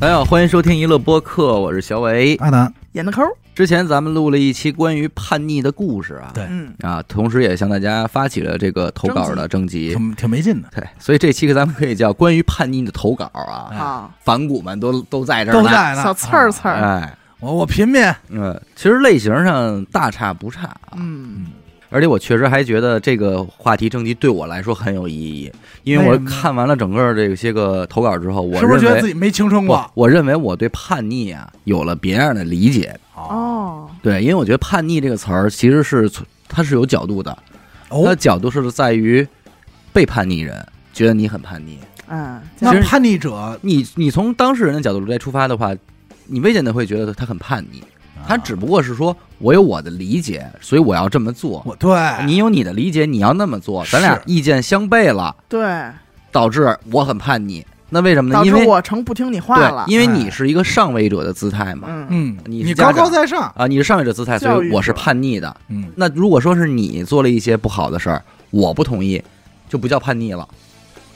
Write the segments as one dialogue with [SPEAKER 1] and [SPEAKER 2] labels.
[SPEAKER 1] 大家好，欢迎收听娱乐播客，我是小伟。
[SPEAKER 2] 阿南，
[SPEAKER 3] 演的抠儿，
[SPEAKER 1] 之前咱们录了一期关于叛逆的故事啊，
[SPEAKER 2] 对
[SPEAKER 3] 嗯，
[SPEAKER 1] 啊，同时也向大家发起了这个投稿的征集。
[SPEAKER 2] 挺挺没劲的，
[SPEAKER 1] 对，所以这期咱们可以叫关于叛逆的投稿啊，
[SPEAKER 3] 啊，
[SPEAKER 1] 反骨们都都在这儿
[SPEAKER 2] 都
[SPEAKER 1] 呢。
[SPEAKER 2] 在呢。啊
[SPEAKER 3] 小刺儿刺儿，
[SPEAKER 1] 哎，
[SPEAKER 2] 我我品品，
[SPEAKER 1] 嗯，其实类型上大差不差啊，
[SPEAKER 3] 嗯，
[SPEAKER 1] 而且我确实还觉得这个话题征集对我来说很有意义，因为
[SPEAKER 2] 为
[SPEAKER 1] 我
[SPEAKER 2] 什么呢
[SPEAKER 1] 看完了整个这些个投稿之后，我
[SPEAKER 2] 是不是觉得
[SPEAKER 1] 认
[SPEAKER 2] 自
[SPEAKER 1] 为
[SPEAKER 2] 己没青春
[SPEAKER 1] 不
[SPEAKER 2] 过？，
[SPEAKER 1] 我认为我对叛逆啊有了别样的理解。
[SPEAKER 3] 哦，
[SPEAKER 1] 对，因为我觉得叛逆这个词儿其实是存它是有角度的，它的
[SPEAKER 2] 哦，
[SPEAKER 1] 角度是在于被叛逆人觉得你很叛逆，
[SPEAKER 3] 嗯，
[SPEAKER 1] 其实
[SPEAKER 2] 那叛逆者，
[SPEAKER 1] 你你从当事人的角度来出发的话，你未见得会觉得他很叛逆，
[SPEAKER 2] 啊
[SPEAKER 1] 他只不过是说我有我的理解，所以我要这么做。
[SPEAKER 2] 我对
[SPEAKER 1] 你有你的理解，你要那么做，咱俩
[SPEAKER 2] 是
[SPEAKER 1] 意见相悖了，
[SPEAKER 3] 对，
[SPEAKER 1] 导致我很叛逆。那为什么呢？
[SPEAKER 3] 导
[SPEAKER 1] 因
[SPEAKER 3] 致
[SPEAKER 1] 为
[SPEAKER 3] 我成不听你话了
[SPEAKER 1] 对，，因为你
[SPEAKER 2] 哎
[SPEAKER 1] 是一个上位者的姿态嘛，
[SPEAKER 3] 嗯，
[SPEAKER 2] 嗯，
[SPEAKER 1] 你
[SPEAKER 2] 你
[SPEAKER 1] 是家
[SPEAKER 2] 高
[SPEAKER 1] 长
[SPEAKER 2] 高在上，
[SPEAKER 1] 啊，你是上位者姿态，
[SPEAKER 3] 教
[SPEAKER 1] 所
[SPEAKER 3] 育者
[SPEAKER 1] 以我是叛逆的。
[SPEAKER 2] 嗯，
[SPEAKER 1] 那如果说是你做了一些不好的事儿，我不同意，就不叫叛逆了，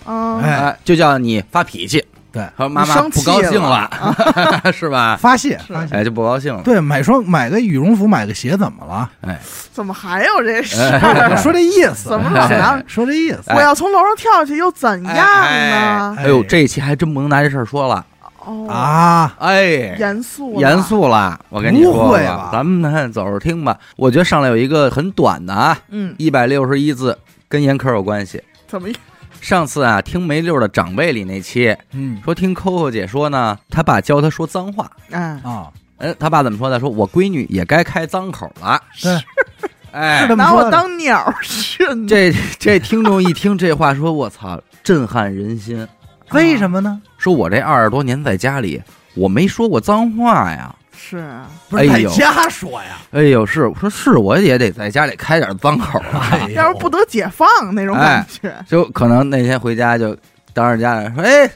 [SPEAKER 3] 嗯，
[SPEAKER 2] 哎
[SPEAKER 1] 哎，就叫你发脾气。
[SPEAKER 2] 对
[SPEAKER 1] 还有妈
[SPEAKER 3] 你
[SPEAKER 1] 妈
[SPEAKER 3] 生
[SPEAKER 1] 不
[SPEAKER 3] 气
[SPEAKER 1] 高兴
[SPEAKER 3] 了啊
[SPEAKER 1] 了， 是吧？
[SPEAKER 2] 发泄
[SPEAKER 3] 是
[SPEAKER 2] 发泄。
[SPEAKER 1] 哎，就不高兴了。
[SPEAKER 2] 对，买双买个羽绒服，买个鞋，怎 么了？
[SPEAKER 3] 怎么还有这事
[SPEAKER 2] 我
[SPEAKER 3] 儿？
[SPEAKER 2] 说这意思，哎
[SPEAKER 3] 怎么老拿？
[SPEAKER 2] 说这意思？
[SPEAKER 1] 哎
[SPEAKER 3] 我要从楼上跳下去又怎样呢？
[SPEAKER 1] 哎呦，这一期还真不能拿这事儿说了，
[SPEAKER 3] 哦，
[SPEAKER 2] 啊，
[SPEAKER 1] 哎，
[SPEAKER 3] 严肃了，
[SPEAKER 1] 严肃了，我跟你
[SPEAKER 2] 不
[SPEAKER 1] 说
[SPEAKER 2] 会吧
[SPEAKER 1] 咱们看走着听吧。我觉得上来有一个很短的啊，
[SPEAKER 3] 嗯，
[SPEAKER 1] 一百六十一字，跟严科有关系。
[SPEAKER 3] 怎么
[SPEAKER 1] 上次啊，听梅六的长辈里那期，
[SPEAKER 2] 嗯
[SPEAKER 1] 说听 Coco 姐说呢，她爸教她说脏话。
[SPEAKER 3] 嗯，
[SPEAKER 2] 啊，
[SPEAKER 1] 嗯，她爸怎么说的？说我闺女也该开脏口了。
[SPEAKER 2] 对，
[SPEAKER 1] 哎
[SPEAKER 2] 是，这么
[SPEAKER 3] 拿
[SPEAKER 2] 说
[SPEAKER 3] 我
[SPEAKER 2] 的
[SPEAKER 3] 当鸟儿训的，
[SPEAKER 1] 这这听众一听这话，说我操，震撼人心。
[SPEAKER 2] 为什么呢？
[SPEAKER 1] 说我这二十多年在家里，我没说过脏话呀。
[SPEAKER 3] 是啊
[SPEAKER 2] 不是
[SPEAKER 1] 哎
[SPEAKER 2] 在
[SPEAKER 1] 呦
[SPEAKER 2] 家说 呀，
[SPEAKER 1] 哎呦，是我说是，我也得在家里开点脏口啊。
[SPEAKER 2] 哎呦
[SPEAKER 3] 要是不得解放那种感觉，
[SPEAKER 1] 就可能那天回家就当着家人说，哎，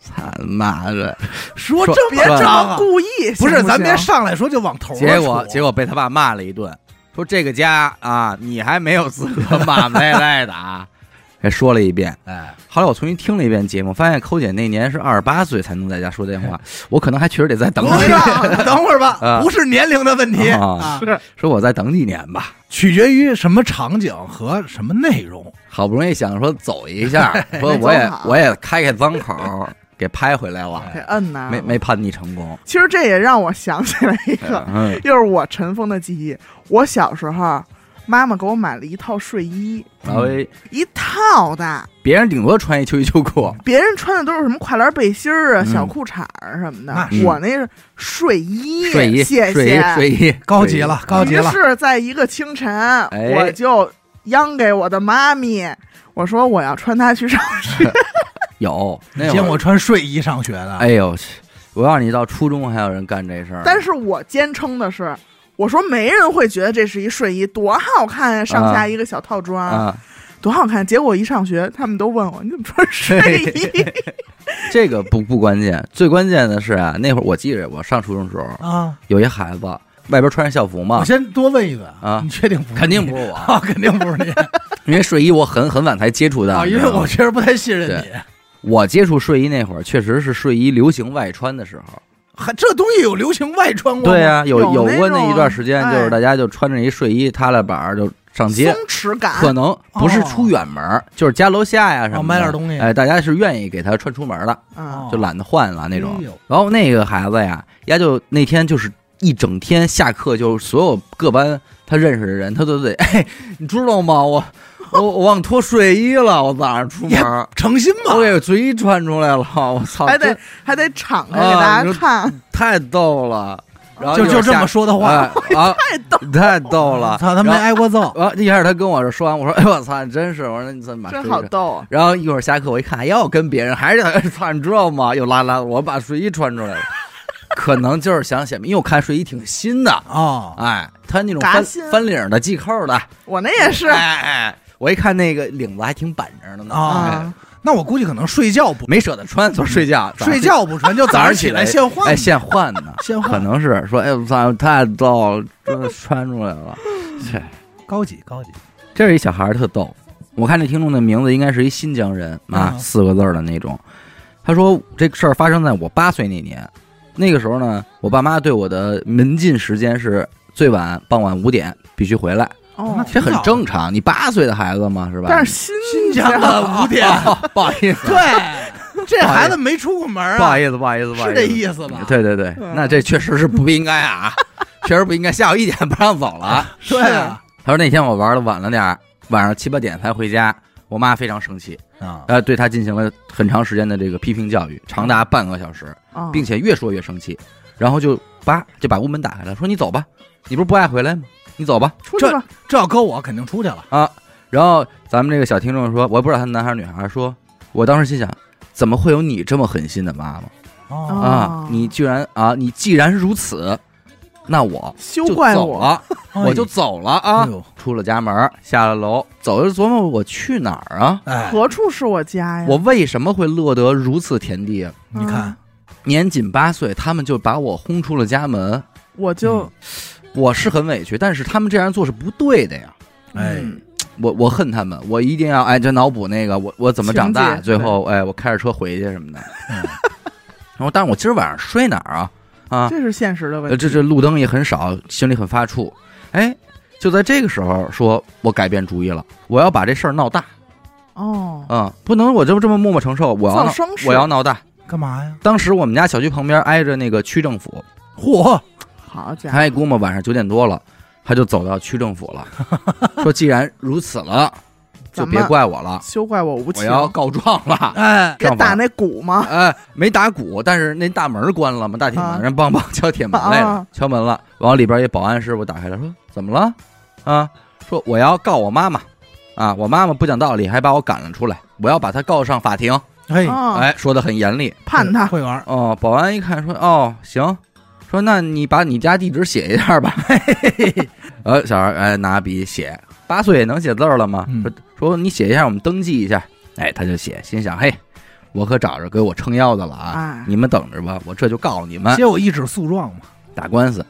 [SPEAKER 1] 操妈的！
[SPEAKER 2] 说
[SPEAKER 1] 说
[SPEAKER 2] 这
[SPEAKER 3] 别
[SPEAKER 2] 么
[SPEAKER 3] 这
[SPEAKER 2] 脏啊
[SPEAKER 3] 么，故意，
[SPEAKER 2] 不是，
[SPEAKER 3] 行
[SPEAKER 2] 咱
[SPEAKER 3] 行
[SPEAKER 2] 别上来说就往头啊
[SPEAKER 1] 结果结
[SPEAKER 2] 果
[SPEAKER 1] 果被他爸骂了一顿，说这个家啊，你还没有资格骂 赖赖的啊。还说了一遍，
[SPEAKER 2] 哎，
[SPEAKER 1] 后来我重新听了一遍节目，发现抠姐那年是二十八岁才能在家说电 话，我可能还确实得再等
[SPEAKER 2] 不
[SPEAKER 1] 等
[SPEAKER 2] 是，等会
[SPEAKER 1] 啊
[SPEAKER 2] 儿吧， 不是年龄的问题
[SPEAKER 1] 啊
[SPEAKER 2] 啊，
[SPEAKER 1] 说我再等几年吧。
[SPEAKER 2] 取决于什么场景和什么内容。
[SPEAKER 1] 好不容易想说走一 下，说
[SPEAKER 3] 没
[SPEAKER 1] 我也
[SPEAKER 3] 走哎好哎
[SPEAKER 1] 我也开开脏口儿，给拍回来了，
[SPEAKER 3] 给摁呐，
[SPEAKER 1] 没没叛逆成功。
[SPEAKER 3] 其实这也让我想起来一个，
[SPEAKER 1] 嗯，
[SPEAKER 3] 又是我尘封的记忆。我小时候，妈妈给我买了一套睡衣，
[SPEAKER 1] 然后
[SPEAKER 3] 一套的，
[SPEAKER 1] 别人顶多穿一秋衣秋裤，
[SPEAKER 3] 别人穿的都是什么跨栏背心儿啊、
[SPEAKER 1] 嗯
[SPEAKER 3] 小裤衩儿什么
[SPEAKER 2] 那
[SPEAKER 3] 的，
[SPEAKER 1] 是
[SPEAKER 3] 我那是睡衣，
[SPEAKER 1] 睡衣
[SPEAKER 3] 谢
[SPEAKER 1] 睡衣
[SPEAKER 3] 谢。
[SPEAKER 1] 睡衣，
[SPEAKER 2] 高级了，高级
[SPEAKER 3] 于
[SPEAKER 2] 了，
[SPEAKER 3] 是，在一个清晨，
[SPEAKER 1] 哎
[SPEAKER 3] 我就央给我的妈咪，我说我要穿它去上学。
[SPEAKER 1] 有那
[SPEAKER 2] 见
[SPEAKER 1] 会
[SPEAKER 2] 我
[SPEAKER 1] 儿，
[SPEAKER 2] 穿睡衣上学的，
[SPEAKER 1] 哎呦，我告诉你，到初中还有人干这事儿，
[SPEAKER 3] 但是我坚称的是，我说没人会觉得这是一睡衣，多好看呀、上
[SPEAKER 1] 啊
[SPEAKER 3] 下一个小套装。
[SPEAKER 1] 啊，
[SPEAKER 3] 多好看！结果一上学，他们都问我你怎么穿睡 衣？
[SPEAKER 1] 这个不不关键，最关键的是啊，那会儿我记着我上初中的时候，
[SPEAKER 2] 啊，
[SPEAKER 1] 有一孩子外边穿着校服嘛
[SPEAKER 2] 我，先多问一问
[SPEAKER 1] 啊
[SPEAKER 2] 你确定不？
[SPEAKER 1] 肯定不，是我，
[SPEAKER 2] 啊，肯定 不是你
[SPEAKER 1] 因为睡衣我很很晚才接触到，
[SPEAKER 2] 啊，
[SPEAKER 1] 你
[SPEAKER 2] 因
[SPEAKER 1] 知
[SPEAKER 2] 为
[SPEAKER 1] 道吗
[SPEAKER 2] 我确实不太信任你。
[SPEAKER 1] 我接触睡衣那会儿，确实是睡衣流行外穿的时候。
[SPEAKER 2] 还这东西有流行外穿过吗？
[SPEAKER 1] 对啊呀、有
[SPEAKER 3] 有那
[SPEAKER 1] 过那
[SPEAKER 3] 种
[SPEAKER 1] 一段时间，
[SPEAKER 3] 哎
[SPEAKER 1] 就是大家就穿着一睡衣塌了板儿就上街，
[SPEAKER 3] 松弛感，
[SPEAKER 1] 可能不是出远门儿，就是家楼下呀什么的，
[SPEAKER 2] 哦买点东西
[SPEAKER 1] 哎，大家是愿意给他穿出门的，
[SPEAKER 3] 嗯
[SPEAKER 2] 哦
[SPEAKER 1] 就懒得换了那种
[SPEAKER 2] 哎呦。
[SPEAKER 1] 然后那个孩子呀，丫就那天就是一整天下课，就所有各班他认识的人，他都得，哎，你知道吗？我 我我忘脱睡衣了，我早上出门儿。
[SPEAKER 2] 诚心嘛
[SPEAKER 1] 我，给睡衣穿出来了，我操！
[SPEAKER 2] 哎
[SPEAKER 3] 还
[SPEAKER 1] 真
[SPEAKER 3] 得还得敞开
[SPEAKER 1] 啊哦
[SPEAKER 3] 给大
[SPEAKER 1] 你
[SPEAKER 3] 家
[SPEAKER 1] 说
[SPEAKER 3] 看，
[SPEAKER 1] 太逗了，然后
[SPEAKER 2] 就
[SPEAKER 1] 就
[SPEAKER 2] 就这么说的话，
[SPEAKER 1] 哎啊，
[SPEAKER 3] 太逗，
[SPEAKER 1] 太逗了。
[SPEAKER 2] 操，他没
[SPEAKER 1] 然后
[SPEAKER 2] 挨过揍，
[SPEAKER 1] 然后啊一开始他跟我这说完，我说：“哎呦我操，你真是！”我说：“你怎么把
[SPEAKER 3] 真
[SPEAKER 1] 睡衣
[SPEAKER 3] 好
[SPEAKER 1] 穿
[SPEAKER 3] 逗啊！
[SPEAKER 1] 然后一会儿下课我一看，哎呦，跟别人还是哎操，你知道吗？又拉拉，我把睡衣穿出来了，可能就是想显摆，因为我看睡衣挺新的，
[SPEAKER 2] 哦，
[SPEAKER 1] 哎，他那种
[SPEAKER 3] 嘎
[SPEAKER 1] 翻
[SPEAKER 3] 新
[SPEAKER 1] 翻领的系扣的，
[SPEAKER 3] 我那也是
[SPEAKER 1] 哎哎，我一看那个领子还挺板正的呢，
[SPEAKER 2] 啊
[SPEAKER 1] 哎
[SPEAKER 3] 啊，
[SPEAKER 2] 那我估计可能睡觉不
[SPEAKER 1] 没舍得穿，昨儿睡觉早上
[SPEAKER 2] 睡觉不穿，就早
[SPEAKER 1] 早
[SPEAKER 2] 上
[SPEAKER 1] 上
[SPEAKER 2] 起来
[SPEAKER 1] 来
[SPEAKER 2] 现换
[SPEAKER 1] 哎，现换呢，
[SPEAKER 2] 现
[SPEAKER 1] 可
[SPEAKER 2] 换，
[SPEAKER 1] 能是说，哎呦，我操，太逗了，真的穿出来了。切，
[SPEAKER 2] 高级高级，
[SPEAKER 1] 这是一小孩儿特逗。我看这听众的名字应该是一新疆人啊，
[SPEAKER 2] 嗯
[SPEAKER 1] 四个字儿的那种。他说这事儿发生在我八岁那年，那个时候呢，我爸妈对我的门禁时间是最晚傍晚五点必须回来，
[SPEAKER 3] 哦
[SPEAKER 2] 那，
[SPEAKER 1] 这很正常。你八岁的孩子嘛，是吧？
[SPEAKER 3] 但是新
[SPEAKER 2] 新疆 的五点，
[SPEAKER 1] 哦不好意思，
[SPEAKER 2] 对，这孩子没出过门
[SPEAKER 1] 不好
[SPEAKER 2] 啊，
[SPEAKER 1] 意思，不好意思，不好
[SPEAKER 2] 是
[SPEAKER 1] 意
[SPEAKER 2] 这
[SPEAKER 1] 思，
[SPEAKER 2] 意思吧？
[SPEAKER 1] 对对对
[SPEAKER 3] 嗯，
[SPEAKER 1] 那这确实是不应该啊，确实不应该。下午一点不让走了啊。
[SPEAKER 2] 对啊，
[SPEAKER 1] 他说那天我玩的晚了点儿，晚上七八点才回家，我妈非常生气，
[SPEAKER 2] 啊，
[SPEAKER 1] 呃，对他进行了很长时间的这个批评教育，长达半个小时，
[SPEAKER 3] 啊
[SPEAKER 1] 并且越说越生气，然后就叭就把屋门打开了，说你走吧，你不是不爱回来吗？你走吧。
[SPEAKER 3] 出去吧，
[SPEAKER 2] 这要搁我肯定出去了。
[SPEAKER 1] 然后咱们这个小听众说，我也不知道他男孩儿女孩儿，说我当时心想，怎么会有你这么狠心的妈妈
[SPEAKER 2] 哦
[SPEAKER 3] 哦
[SPEAKER 1] 啊？你居然啊，你既然如此，那我
[SPEAKER 3] 休
[SPEAKER 1] 就
[SPEAKER 3] 怪
[SPEAKER 1] 走
[SPEAKER 3] 我，
[SPEAKER 1] 了，我就走了啊
[SPEAKER 2] 哎！呦，
[SPEAKER 1] 出了家门儿，下了楼，走着琢磨我去哪儿啊？
[SPEAKER 2] 哎，
[SPEAKER 3] 何处是我家呀？嗯
[SPEAKER 1] 我为什么会落得如此田地啊？
[SPEAKER 2] 你看，
[SPEAKER 1] 年仅八岁，他们就把我轰出了家门，
[SPEAKER 3] 我就
[SPEAKER 1] 我是很委屈，但是他们这样做是不对的呀。
[SPEAKER 2] 哎
[SPEAKER 3] 嗯
[SPEAKER 1] 我我恨他们，我一定要哎，就脑补那个我我怎么长大，
[SPEAKER 3] 情节
[SPEAKER 1] 最后哎，我开着车回去什 么的。然后，但是我今儿晚上睡哪儿啊？啊，
[SPEAKER 3] 这是现实的问
[SPEAKER 1] 呃
[SPEAKER 3] 题。
[SPEAKER 1] 这这路灯也很少，心里很发怵。哎，就在这个时候，说我改变主意了，我要把这事儿闹大
[SPEAKER 3] 哦，
[SPEAKER 1] 啊、不能我就这么默默承受，我要
[SPEAKER 3] 造
[SPEAKER 1] 闹
[SPEAKER 3] 声势
[SPEAKER 1] 我要闹大。
[SPEAKER 2] 干嘛呀？
[SPEAKER 1] 当时我们家小区旁边挨着那个区政府，
[SPEAKER 2] 嚯，
[SPEAKER 3] 好家伙，
[SPEAKER 1] 他一估摸晚上九点多了，他就走到区政府 了，说既然如此了，就
[SPEAKER 3] 咱
[SPEAKER 1] 别
[SPEAKER 3] 们
[SPEAKER 1] 怪我了，
[SPEAKER 3] 休怪我无
[SPEAKER 1] 我
[SPEAKER 3] 情，
[SPEAKER 1] 要告状了。
[SPEAKER 2] 哎，
[SPEAKER 3] 给
[SPEAKER 1] 上
[SPEAKER 3] 打
[SPEAKER 1] 房
[SPEAKER 3] 那鼓吗？
[SPEAKER 1] 哎，没打鼓，但是那大门关了嘛，大铁门，
[SPEAKER 3] 啊
[SPEAKER 1] 人梆梆敲铁门来了，
[SPEAKER 3] 啊
[SPEAKER 1] 敲门了。然后里边一保安师傅打开了，说怎么了？啊，说我要告我妈妈，啊，我妈妈不讲道理，还把我赶了出来，我要把她告上法庭。
[SPEAKER 2] 嘿，
[SPEAKER 3] 啊，
[SPEAKER 1] 哎，说的很严厉。
[SPEAKER 3] 判他
[SPEAKER 2] 会玩，
[SPEAKER 1] 哦，保安一看说，哦，行，说那你把你家地址写一下吧。 呃，小孩哎拿笔写，八岁能写字儿了吗？
[SPEAKER 2] 嗯
[SPEAKER 1] 说说你写一下，我们登记一下。哎，他就写，心想嘿，我可找着给我撑腰的了啊！
[SPEAKER 3] 哎
[SPEAKER 1] 你们等着吧，我这就告你们
[SPEAKER 2] 结果一纸诉状嘛，
[SPEAKER 1] 打官司。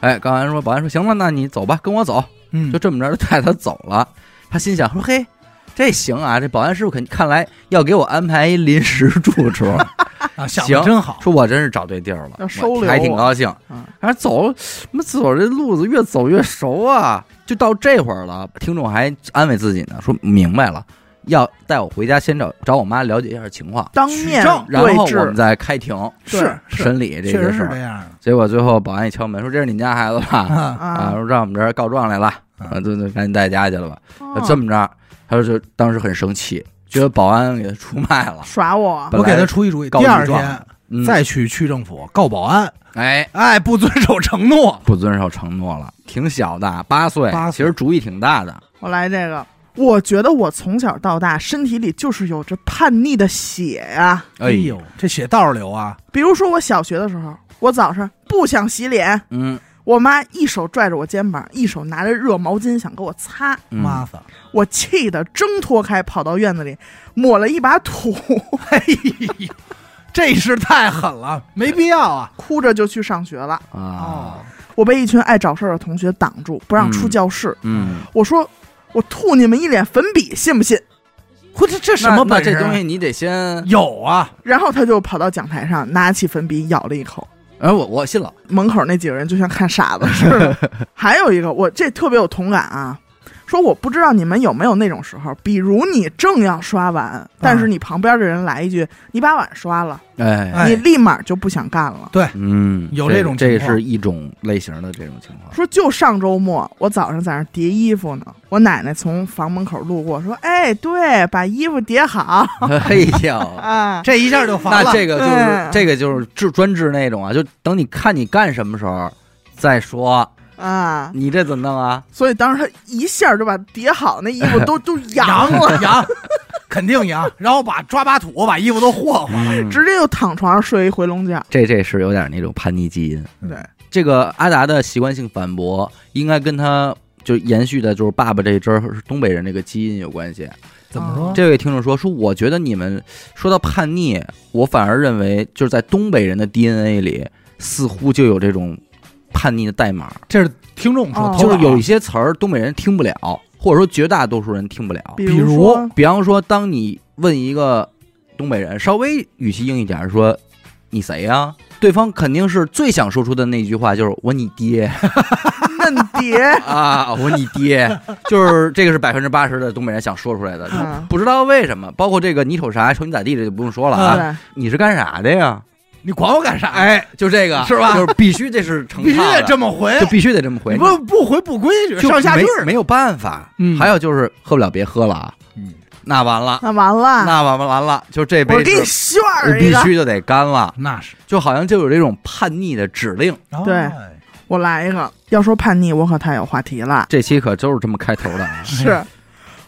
[SPEAKER 1] 哎，刚才说保安说行了，那你走吧，跟我走，
[SPEAKER 2] 嗯
[SPEAKER 1] 就，这么着就带他走了。他心想说嘿，这行啊，这保安师傅肯看来要给我安排一临时住处。
[SPEAKER 2] 啊，想
[SPEAKER 1] 行
[SPEAKER 2] 的真好，
[SPEAKER 1] 说我真是找对地儿了，
[SPEAKER 3] 要收
[SPEAKER 1] 我
[SPEAKER 3] 留
[SPEAKER 1] 还挺
[SPEAKER 3] 我
[SPEAKER 1] 高兴
[SPEAKER 3] 嗯。
[SPEAKER 1] 还走，怎么走这路子越走越熟啊！就到这会儿了，听众还安慰自己呢，说明白了，要带我回家先找找我妈了解一下情况，
[SPEAKER 3] 当
[SPEAKER 2] 取
[SPEAKER 3] 面
[SPEAKER 2] 证
[SPEAKER 1] 然
[SPEAKER 3] 对
[SPEAKER 1] 后我们
[SPEAKER 3] 峙，
[SPEAKER 1] 再开庭
[SPEAKER 2] 是是，
[SPEAKER 1] 审理这
[SPEAKER 2] 确
[SPEAKER 1] 个事
[SPEAKER 2] 实是这
[SPEAKER 1] 儿。
[SPEAKER 2] 样的
[SPEAKER 1] 结果最后保安一敲门说：“这是你们家孩子吧？”
[SPEAKER 2] 啊，
[SPEAKER 1] 啊，
[SPEAKER 3] 啊，
[SPEAKER 1] 说让我们这儿告状来了，啊，
[SPEAKER 2] 嗯
[SPEAKER 1] 就就赶紧带家去了吧。
[SPEAKER 3] 哦
[SPEAKER 1] 这么着，他就当时很生气，觉得保安给他出卖了。
[SPEAKER 3] 耍我，
[SPEAKER 1] 本
[SPEAKER 2] 我
[SPEAKER 1] 来
[SPEAKER 2] 给他出一主意，
[SPEAKER 1] 告
[SPEAKER 2] 第二
[SPEAKER 1] 诉状
[SPEAKER 2] 天
[SPEAKER 1] 嗯，
[SPEAKER 2] 再去区政府告保安，
[SPEAKER 1] 哎，
[SPEAKER 2] 哎，不遵守承诺，
[SPEAKER 1] 不遵守承诺了，挺小的，八岁，
[SPEAKER 2] 八
[SPEAKER 1] 其
[SPEAKER 2] 岁
[SPEAKER 1] 实主意挺大的。
[SPEAKER 3] 我来这个。我觉得我从小到大身体里就是有着叛逆的血呀、
[SPEAKER 2] 哎，呦，这血道儿流啊，
[SPEAKER 3] 比如说我小学的时候，我早上不想洗脸，
[SPEAKER 1] 嗯，
[SPEAKER 3] 我妈一手拽着我肩膀，一手拿着热毛巾想给我擦，
[SPEAKER 1] 嗯
[SPEAKER 2] 妈子，
[SPEAKER 3] 我气得挣脱开，跑到院子里抹了一把土，
[SPEAKER 2] 哎呦，这是太狠了，没必要啊，
[SPEAKER 3] 哭着就去上学了。
[SPEAKER 2] 哦
[SPEAKER 1] 啊，，
[SPEAKER 3] 我被一群爱找事儿的同学挡住，不让出教室。
[SPEAKER 1] 嗯，
[SPEAKER 3] 我说我吐你们一脸粉笔，信不信？
[SPEAKER 2] 我这这什么
[SPEAKER 1] 那那
[SPEAKER 2] 本事
[SPEAKER 1] 这
[SPEAKER 2] 啊？
[SPEAKER 1] 东西你得先，
[SPEAKER 2] 有啊，
[SPEAKER 3] 然后他就跑到讲台上，拿起粉笔咬了一口。
[SPEAKER 1] 哎，我我信了，
[SPEAKER 3] 门口那几个人就像看傻子似的。还有一个，我这特别有同感啊，说我不知道你们有没有那种时候，比如你正要刷碗，但是你旁边的人来一句“你把碗刷了”，
[SPEAKER 1] 哎，
[SPEAKER 2] 哎
[SPEAKER 3] 你立马就不想干了。
[SPEAKER 1] 嗯，
[SPEAKER 2] 有
[SPEAKER 1] 这
[SPEAKER 2] 这种
[SPEAKER 1] 这
[SPEAKER 2] 情况
[SPEAKER 1] 是一种类型的这种情 况。
[SPEAKER 3] 说就上周末，我早上在那儿叠衣服呢，我奶奶从房门口路过，说：“哎，对，把衣服叠好
[SPEAKER 1] 哎 呦，
[SPEAKER 3] 啊。
[SPEAKER 2] 这一下就烦
[SPEAKER 1] 那
[SPEAKER 2] 了。哎
[SPEAKER 1] 这个就是
[SPEAKER 3] 嗯
[SPEAKER 1] 这个就是治专治那种啊，就等你看你干什么时候再说，”
[SPEAKER 3] 啊，
[SPEAKER 1] 你这怎么弄啊？
[SPEAKER 3] 所以当时他一下就把叠好那衣服都都扬
[SPEAKER 2] 扬
[SPEAKER 3] 了，
[SPEAKER 2] 扬，肯定扬。然后把抓把土，把衣服都霍霍。
[SPEAKER 1] 嗯
[SPEAKER 3] 直接就躺床上睡一回笼觉。
[SPEAKER 1] 这这是有点那种叛逆基因。
[SPEAKER 3] 对，
[SPEAKER 1] 这个阿达的习惯性反驳，应该跟他就延续的就是爸爸这一支儿是东北人这个基因有关系。
[SPEAKER 2] 怎么说？
[SPEAKER 1] 这位听众说说，我觉得你们说到叛逆，我反而认为就是在东北人的 DNA 里，似乎就有这种叛逆的代码，
[SPEAKER 2] 这是听众说
[SPEAKER 3] 哦，
[SPEAKER 1] 就
[SPEAKER 2] 投稿
[SPEAKER 1] 是有一些词儿东北人听不了，或者说绝大多数人听不了。
[SPEAKER 3] 比
[SPEAKER 2] 比如
[SPEAKER 3] 说
[SPEAKER 1] 比方说，当你问一个东北人稍微语气硬一点儿说：“你谁呀、对方肯定是最想说出的那句话就是“我你爹。
[SPEAKER 3] 嫩碟
[SPEAKER 1] 啊，我你爹”， 就是这个是百分之八十的东北人想说出来的，
[SPEAKER 3] 嗯
[SPEAKER 1] 不知道为什么。包括这个你瞅啥，瞅你咋地，这就不用说了啊。
[SPEAKER 3] 对，
[SPEAKER 1] 你是干啥的呀？
[SPEAKER 2] 你管我干啥？
[SPEAKER 1] 哎，就这个
[SPEAKER 2] 是吧
[SPEAKER 1] 就是必须这是成
[SPEAKER 2] 必须
[SPEAKER 1] 套的
[SPEAKER 2] 得这么回
[SPEAKER 1] 就，必须得这么回
[SPEAKER 2] 你，不不回不规矩，
[SPEAKER 1] 就
[SPEAKER 2] 上下句
[SPEAKER 1] 没
[SPEAKER 2] 儿
[SPEAKER 1] 没有办法。
[SPEAKER 2] 嗯
[SPEAKER 1] 还有就是喝不了别喝了啊，
[SPEAKER 2] 嗯
[SPEAKER 1] 那完了，
[SPEAKER 3] 那完了，
[SPEAKER 1] 那完了完了，就这杯
[SPEAKER 3] 我给你
[SPEAKER 1] 是
[SPEAKER 3] 炫一
[SPEAKER 1] 必
[SPEAKER 3] 个，
[SPEAKER 1] 须就得干了，
[SPEAKER 2] 那是
[SPEAKER 1] 就好像就有这种叛逆的指令。
[SPEAKER 3] 对
[SPEAKER 2] 哎
[SPEAKER 3] 我来一个。要说叛逆，我可太有话题了。
[SPEAKER 1] 这期可就是这么开头的 啊
[SPEAKER 3] 是，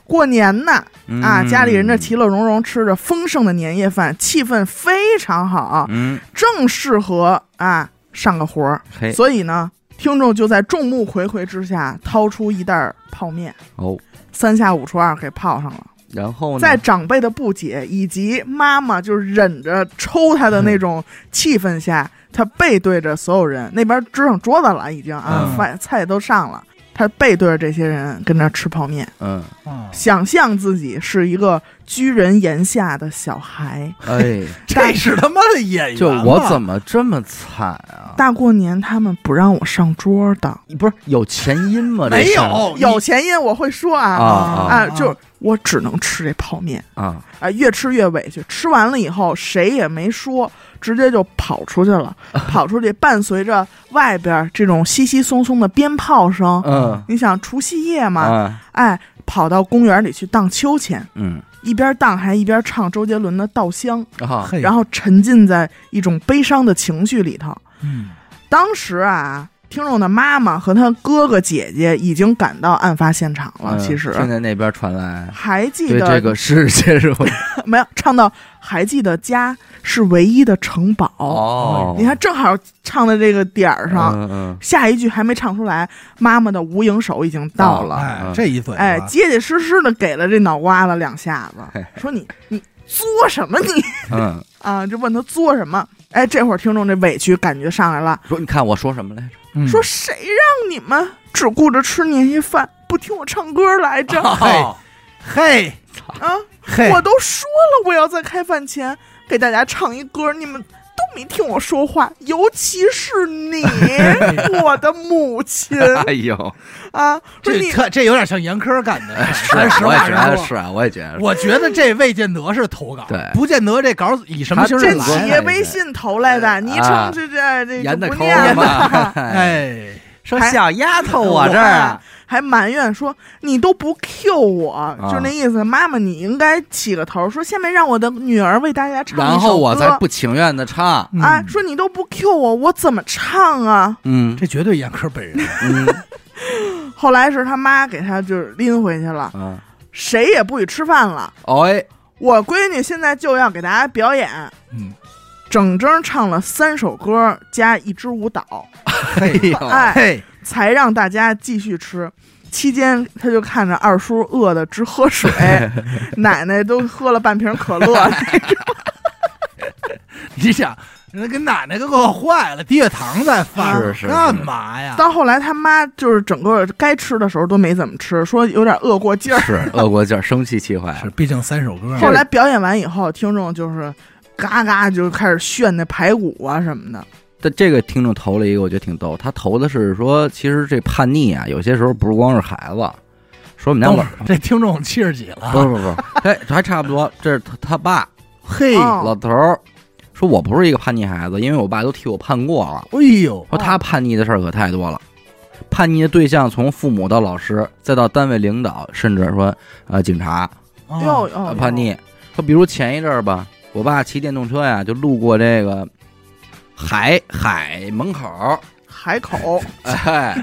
[SPEAKER 3] 过年呢，
[SPEAKER 1] 嗯
[SPEAKER 3] 啊，家里人这其乐融融，吃着丰盛的年夜饭，气氛非常好，
[SPEAKER 1] 嗯，
[SPEAKER 3] 正适合啊上个活儿。
[SPEAKER 1] 嘿
[SPEAKER 3] 所以呢，听众就在众目睽睽之下掏出一袋儿泡面，
[SPEAKER 1] 哦，
[SPEAKER 3] 三下五除二给泡上了。
[SPEAKER 1] 然后呢？
[SPEAKER 3] 在长辈的不解以及妈妈就是忍着抽他的那种气氛下，他背对着所有人，那边支上桌子了，已经啊
[SPEAKER 2] 嗯，
[SPEAKER 3] 饭、菜都上了，他背对着这些人跟那儿吃泡面，
[SPEAKER 1] 嗯，
[SPEAKER 2] 啊
[SPEAKER 3] 想象自己是一个居人檐下的小孩。
[SPEAKER 1] 哎，
[SPEAKER 2] 这是他妈的演员吧，
[SPEAKER 1] 就我怎么这么惨啊？
[SPEAKER 3] 大过年他们不让我上桌的，
[SPEAKER 1] 不是有前因吗？这
[SPEAKER 2] 没
[SPEAKER 1] 事儿
[SPEAKER 2] 有
[SPEAKER 3] 有前因我会说啊
[SPEAKER 1] 啊啊
[SPEAKER 3] 啊，就是我只能吃这泡面。
[SPEAKER 1] 啊，
[SPEAKER 3] 啊，越吃越委屈。吃完了以后，谁也没说，直接就跑出 去了。跑出去，伴随着外边儿这种稀稀松松的鞭炮声。
[SPEAKER 1] 嗯
[SPEAKER 3] 你想除夕夜嘛，
[SPEAKER 1] 啊，
[SPEAKER 3] 哎，跑到公园里去荡秋千，
[SPEAKER 1] 嗯
[SPEAKER 3] 一边荡还一边唱周杰伦的《稻香》，
[SPEAKER 1] 啊，
[SPEAKER 2] 嘿
[SPEAKER 3] 然后沉浸在一种悲伤的情绪里头。
[SPEAKER 2] 嗯
[SPEAKER 3] 当时啊。听众的妈妈和他哥哥姐姐已经赶到案发现场了，
[SPEAKER 1] 嗯
[SPEAKER 3] 其实
[SPEAKER 1] 听见那边传来，
[SPEAKER 3] 还记
[SPEAKER 1] 对
[SPEAKER 3] 得
[SPEAKER 1] 这个世界是 我
[SPEAKER 3] 没有唱到还记得家是唯一的城堡。
[SPEAKER 1] 哦
[SPEAKER 3] 你看，正好唱在这个点儿上，
[SPEAKER 1] 嗯嗯
[SPEAKER 3] 下一句还没唱出来，妈妈的无影手已经到
[SPEAKER 1] 哦
[SPEAKER 3] 了，
[SPEAKER 2] 哎，
[SPEAKER 1] 啊
[SPEAKER 2] 这一嘴巴，
[SPEAKER 3] 哎，结结实实的给了这脑瓜子两下
[SPEAKER 1] 嘿
[SPEAKER 3] 子，说你你作什么你
[SPEAKER 1] 嗯，
[SPEAKER 3] 啊？就问他作什么？哎，这会儿听众这委屈感觉上来了，
[SPEAKER 1] 说你看我说什么来着？
[SPEAKER 2] 嗯
[SPEAKER 3] 说谁让你们只顾着吃年夜饭，不听我唱歌来着啊？
[SPEAKER 1] 哦
[SPEAKER 2] 嘿嘿，
[SPEAKER 1] 哎
[SPEAKER 3] 我都说了，我要在开饭前给大家唱一歌，你们都没听我说话，尤其是 你，我的母亲
[SPEAKER 1] 哎呦，
[SPEAKER 3] 啊！说
[SPEAKER 2] 这
[SPEAKER 3] 你
[SPEAKER 2] 特这有点像严科干的，
[SPEAKER 1] 哎是
[SPEAKER 2] 咱实
[SPEAKER 1] 我也
[SPEAKER 2] 话
[SPEAKER 1] 觉
[SPEAKER 2] 实
[SPEAKER 1] 得
[SPEAKER 2] 说。
[SPEAKER 1] 是啊，我也觉得是。
[SPEAKER 2] 我觉得这未见得是投稿，
[SPEAKER 1] 对
[SPEAKER 2] 不见得这稿以什么形式
[SPEAKER 3] 这
[SPEAKER 1] 他
[SPEAKER 3] 企
[SPEAKER 2] 来
[SPEAKER 3] 业
[SPEAKER 2] 的。
[SPEAKER 3] 微信投来的，你
[SPEAKER 1] 啊
[SPEAKER 3] 成这这这
[SPEAKER 1] 严
[SPEAKER 3] 就
[SPEAKER 1] 的
[SPEAKER 3] 不
[SPEAKER 1] 抠
[SPEAKER 3] 念
[SPEAKER 1] 嘛
[SPEAKER 3] 了，，
[SPEAKER 2] 哎，
[SPEAKER 1] 说
[SPEAKER 3] 还
[SPEAKER 1] 小丫头
[SPEAKER 3] 我
[SPEAKER 1] 我啊这儿
[SPEAKER 3] 还埋怨说你都不 Q
[SPEAKER 1] 啊
[SPEAKER 3] 我，就那意思。妈妈，你应该起个头，说下面让我的女儿为大家唱一首歌。
[SPEAKER 1] 然后我才不情愿的唱，
[SPEAKER 2] 嗯
[SPEAKER 3] 哎，说你都不 Q 我，我怎么唱啊？
[SPEAKER 1] 嗯
[SPEAKER 2] 这绝对严科 本人。
[SPEAKER 1] 嗯
[SPEAKER 3] 后来是他妈给他就是拎回去了，
[SPEAKER 1] 啊，
[SPEAKER 3] 谁也不许吃饭了。
[SPEAKER 1] 哦哎，
[SPEAKER 3] 我闺女现在就要给大家表演，
[SPEAKER 2] 嗯，
[SPEAKER 3] 整整唱了三首歌加一支舞蹈，
[SPEAKER 1] 哎呦，
[SPEAKER 3] 哎，
[SPEAKER 2] 嘿，啊
[SPEAKER 3] 才让大家继续吃。期间，她就看着二叔饿得直 喝水，奶奶都喝了半瓶可乐。
[SPEAKER 2] 你想，那给奶奶都给我坏了，低血糖再犯，
[SPEAKER 1] 是是
[SPEAKER 2] 干嘛呀？
[SPEAKER 3] 到后来，他妈就是整个该吃的时候都没怎么吃，说有点饿过劲儿。
[SPEAKER 1] 是恶过劲儿，生气气坏啊
[SPEAKER 2] 是，
[SPEAKER 1] 了，
[SPEAKER 2] 毕竟三首歌。
[SPEAKER 3] 后来表演完以后，听众就是嘎嘎就开始炫那排骨啊什么的。
[SPEAKER 1] 但这个听众投了一个，我觉得挺逗，他投的是说，其实这叛逆啊，有些时候不是光是孩子，说我们家
[SPEAKER 2] 等
[SPEAKER 1] 老
[SPEAKER 2] 会儿，这听众七十几了，
[SPEAKER 1] 不是不是不是，哎，还差不多，这是他他爸
[SPEAKER 2] 嘿，
[SPEAKER 3] 哦
[SPEAKER 1] 哎老头儿说，我不是一个叛逆孩子，因为我爸都替我叛过了。
[SPEAKER 2] 哎呦，
[SPEAKER 1] 说他叛逆的事儿可太多了，叛逆的对象从父母到老师，再到单位领导，甚至说呃警察
[SPEAKER 2] 啊
[SPEAKER 3] 哟哦
[SPEAKER 1] 呃
[SPEAKER 3] 哟，
[SPEAKER 1] 叛
[SPEAKER 3] 哟
[SPEAKER 1] 逆。说比如前一阵儿吧，我爸骑电动车呀，就路过这个海海门口儿，
[SPEAKER 3] 海口，
[SPEAKER 1] 哎，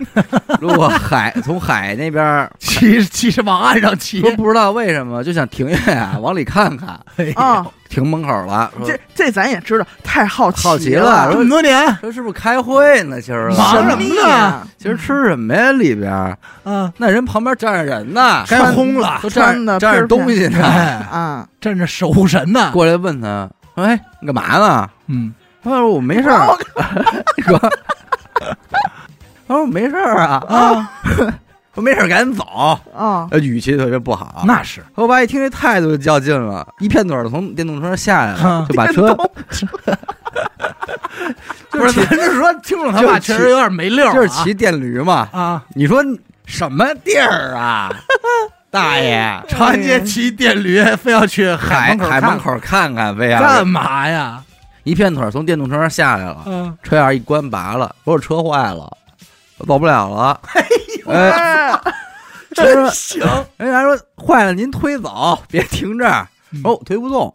[SPEAKER 1] 路过海从海那边 儿，
[SPEAKER 2] 骑骑是往岸上骑
[SPEAKER 1] 说，不知道为什么就想停下呀，往里看看，
[SPEAKER 2] 哎呦
[SPEAKER 3] 啊
[SPEAKER 1] 停门口了，说
[SPEAKER 3] 这这咱也知道，太好奇
[SPEAKER 1] 嗯好奇
[SPEAKER 2] 这
[SPEAKER 1] 了
[SPEAKER 2] 么多年啊
[SPEAKER 1] 说是不是开会呢？今儿
[SPEAKER 2] 忙什
[SPEAKER 1] 啊
[SPEAKER 2] 么呢
[SPEAKER 3] 呀？
[SPEAKER 1] 今儿吃什么呀？里边儿
[SPEAKER 2] 啊，
[SPEAKER 1] 那人旁边站着人呢，
[SPEAKER 2] 该轰了，
[SPEAKER 1] 都站
[SPEAKER 3] 穿得
[SPEAKER 1] 站着东西呢。
[SPEAKER 2] 哎，
[SPEAKER 3] 啊，
[SPEAKER 2] 站着守护神呢，
[SPEAKER 1] 过来问他，说：“哎，你干嘛呢
[SPEAKER 2] 嗯，？”
[SPEAKER 1] 他说：“我没事 儿。” 哥，他说：“我没事儿啊。
[SPEAKER 2] 啊，”
[SPEAKER 1] 我没事儿赶紧走，
[SPEAKER 3] 啊，
[SPEAKER 1] 呃，语气特别不好。
[SPEAKER 2] 那是
[SPEAKER 1] 我爸一听这态度就较劲了，一片腿儿从电动车下来了，
[SPEAKER 2] 啊
[SPEAKER 1] 就把车
[SPEAKER 2] 不是？咱这说听众他
[SPEAKER 1] 就是
[SPEAKER 2] 爸
[SPEAKER 1] 骑
[SPEAKER 2] 确实有点没溜儿啊，
[SPEAKER 1] 就是骑电驴嘛。
[SPEAKER 2] 啊，
[SPEAKER 1] 你说什么地儿啊，大爷？
[SPEAKER 2] 长安街骑电驴，非要去
[SPEAKER 1] 海
[SPEAKER 2] 海门口
[SPEAKER 1] 海
[SPEAKER 2] 看
[SPEAKER 1] 门口看看呗呀
[SPEAKER 2] 干！嘛呀？
[SPEAKER 1] 一片腿儿从电动车上下来了，
[SPEAKER 2] 嗯，
[SPEAKER 1] 车钥匙一关拔了，我说车坏了，我走不了了。哎，
[SPEAKER 3] 哎，
[SPEAKER 1] 他说
[SPEAKER 2] 行，
[SPEAKER 1] 人家说坏了，您推走，别停这儿。
[SPEAKER 2] 嗯
[SPEAKER 1] 哦，推不动。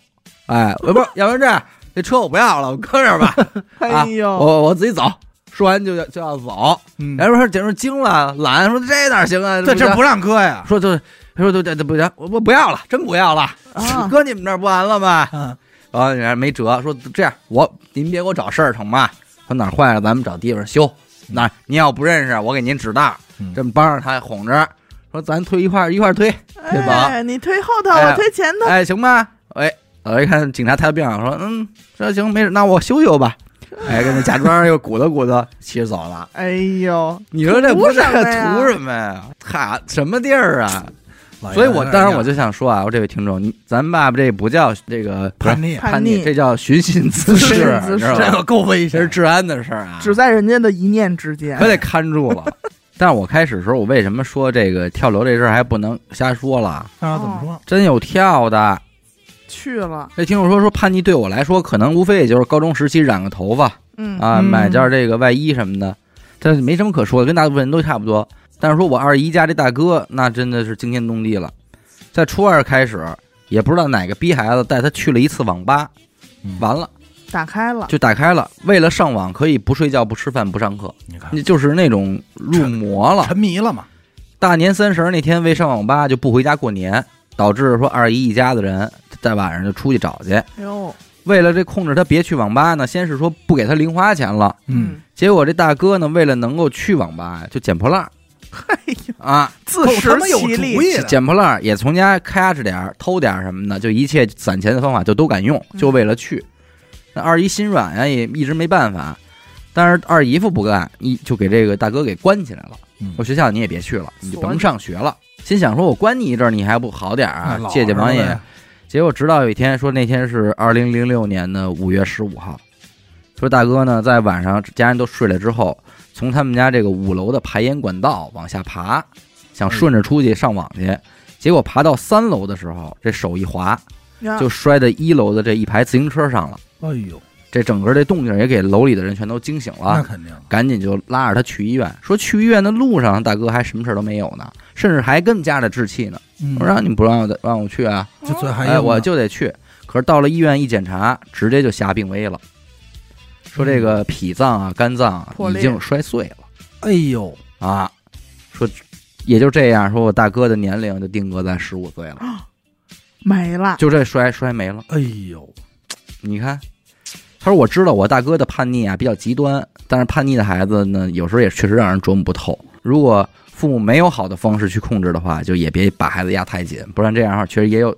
[SPEAKER 1] 哎，我不是，要不然这样，这车我不要了，我搁这儿吧。啊
[SPEAKER 3] 哎呦，
[SPEAKER 1] 我我自己走。说完就要就要走，
[SPEAKER 2] 嗯
[SPEAKER 1] 然后说简直惊了，懒说这哪行啊？
[SPEAKER 2] 这这
[SPEAKER 1] 行
[SPEAKER 2] 不让搁呀？
[SPEAKER 1] 说就说就这这不行，我不不要了，真不要了，
[SPEAKER 3] 啊
[SPEAKER 1] 搁你们这儿不完了吗？
[SPEAKER 2] 嗯，
[SPEAKER 1] 然后人家没辙，说这样我您别给我找事儿成吗？说哪儿坏了咱们找地方修，哪儿您要不认识我给您指道
[SPEAKER 2] 嗯，
[SPEAKER 1] 这么帮着他哄着，说咱推一块儿一块儿推，对吧
[SPEAKER 3] 哎，你推后头，
[SPEAKER 1] 哎
[SPEAKER 3] 我推前头，
[SPEAKER 1] 哎，行吧？哎，我一看警察抬病，说嗯，这行没事，那我修修吧。哎，跟那假装又鼓捣鼓捣，骑着走了。
[SPEAKER 3] 哎呦，
[SPEAKER 1] 你说这
[SPEAKER 3] 图
[SPEAKER 1] 不是
[SPEAKER 3] 什么呀
[SPEAKER 1] 图什么呀？哈，什么地儿啊？
[SPEAKER 2] 老
[SPEAKER 1] 所以
[SPEAKER 2] 爷们
[SPEAKER 1] 我
[SPEAKER 2] 儿
[SPEAKER 1] 当
[SPEAKER 2] 要
[SPEAKER 1] 时我就想说啊，我这位听众，你咱爸爸这不叫这个不是
[SPEAKER 2] 叛逆，
[SPEAKER 1] 叛
[SPEAKER 3] 叛
[SPEAKER 1] 逆，
[SPEAKER 3] 逆
[SPEAKER 1] 这叫寻衅滋
[SPEAKER 3] 寻
[SPEAKER 1] 事
[SPEAKER 3] 衅，滋
[SPEAKER 1] 你知
[SPEAKER 3] 事
[SPEAKER 1] 道
[SPEAKER 2] 这
[SPEAKER 1] 吗？
[SPEAKER 2] 个够危
[SPEAKER 1] 这是
[SPEAKER 2] 险，
[SPEAKER 1] 治安的事儿啊，
[SPEAKER 3] 只在人家的一念之间
[SPEAKER 1] 可，得看住了。 但是我开始的时候，我为什么说这个跳楼这事儿还不能瞎说了？
[SPEAKER 2] 啊，怎么说？
[SPEAKER 1] 真有跳的，
[SPEAKER 3] 去了，
[SPEAKER 1] 那听众说说叛逆对我来说，可能无非也就是高中时期染个头发
[SPEAKER 3] 嗯，
[SPEAKER 1] 啊，
[SPEAKER 2] 嗯
[SPEAKER 1] 买件这个外衣什么的，这没什么可说的，跟大部分人都差不多。但是说我二姨家这大哥，那真的是惊天动地了。在初二开始，也不知道哪个逼孩子带他去了一次网吧，
[SPEAKER 2] 嗯
[SPEAKER 1] 完了
[SPEAKER 3] 打开了，
[SPEAKER 1] 就打开了，为了上网可以不睡觉、不吃饭、不上课，
[SPEAKER 2] 你看
[SPEAKER 1] 那就是那种入魔了。
[SPEAKER 2] 沉迷了嘛？
[SPEAKER 1] 大年三十儿那天为上网吧就不回家过年，导致说二姨一家子人在晚上就出去找去。
[SPEAKER 3] 哎呦，
[SPEAKER 1] 为了这控制他别去网吧呢，先是说不给他零花钱了，
[SPEAKER 2] 嗯，，
[SPEAKER 1] 结果这大哥呢，为了能够去网吧，就捡破 烂儿
[SPEAKER 3] 哎呦，
[SPEAKER 1] 啊，
[SPEAKER 3] 自
[SPEAKER 2] 够他
[SPEAKER 3] 食
[SPEAKER 2] 妈有
[SPEAKER 3] 其
[SPEAKER 2] 主
[SPEAKER 3] 力，
[SPEAKER 2] 意的，
[SPEAKER 1] 捡破烂儿也从家咔哧点儿偷点儿什么的，就一切攒钱的方法就都敢用，
[SPEAKER 3] 嗯
[SPEAKER 1] 就为了去。那二姨心软哎呀，也一直没办法。但是二姨夫不干，一就给这个大哥给关起来了。
[SPEAKER 2] 嗯
[SPEAKER 1] 说学校你也别去了，你就
[SPEAKER 3] 锁
[SPEAKER 1] 甭
[SPEAKER 3] 你
[SPEAKER 1] 上学了。心想说，我关你一阵儿，你还不好点儿啊
[SPEAKER 2] 那？老
[SPEAKER 1] 借借王
[SPEAKER 2] 实
[SPEAKER 1] 爷
[SPEAKER 2] 呗。
[SPEAKER 1] 结果直到有一天说那天是二零零六年的五月十五号，说大哥呢在晚上家人都睡了之后，从他们家这个五楼的排烟管道往下爬，想顺着出去上网去，结果爬到三楼的时候，这手一滑
[SPEAKER 2] 啊
[SPEAKER 3] 呀
[SPEAKER 1] 就摔在一楼的这一排自行车上了。
[SPEAKER 2] 哎呦，
[SPEAKER 1] 这整个这动静也给楼里的人全都惊醒
[SPEAKER 2] 那
[SPEAKER 1] 了，
[SPEAKER 2] 肯定，
[SPEAKER 1] 赶紧就拉着他去医院。说去医院的路上，大哥还什么事儿都没有呢，甚至还跟家里置气呢。
[SPEAKER 2] 嗯
[SPEAKER 1] 我让你不让我让我去啊？
[SPEAKER 2] 这
[SPEAKER 3] 哦
[SPEAKER 2] 最还
[SPEAKER 1] 哎，
[SPEAKER 2] 有
[SPEAKER 1] 我就得去。可是到了医院一检查，直接就下病危了，说这个脾脏啊、肝脏啊
[SPEAKER 3] 破
[SPEAKER 1] 已
[SPEAKER 3] 裂
[SPEAKER 1] 经摔碎了
[SPEAKER 2] 嗯哎呦，
[SPEAKER 1] 啊，说也就这样，说我大哥的年龄就定格在十五岁了，
[SPEAKER 3] 没了，
[SPEAKER 1] 就这摔摔没了。
[SPEAKER 2] 哎呦，
[SPEAKER 1] 你看，他说我知道我大哥的叛逆啊比较极端，但是叛逆的孩子呢，有时候也确实让人琢磨不透。如果父母没有好的方式去控制的话，就也别把孩子压太紧，不然这样的话确实也有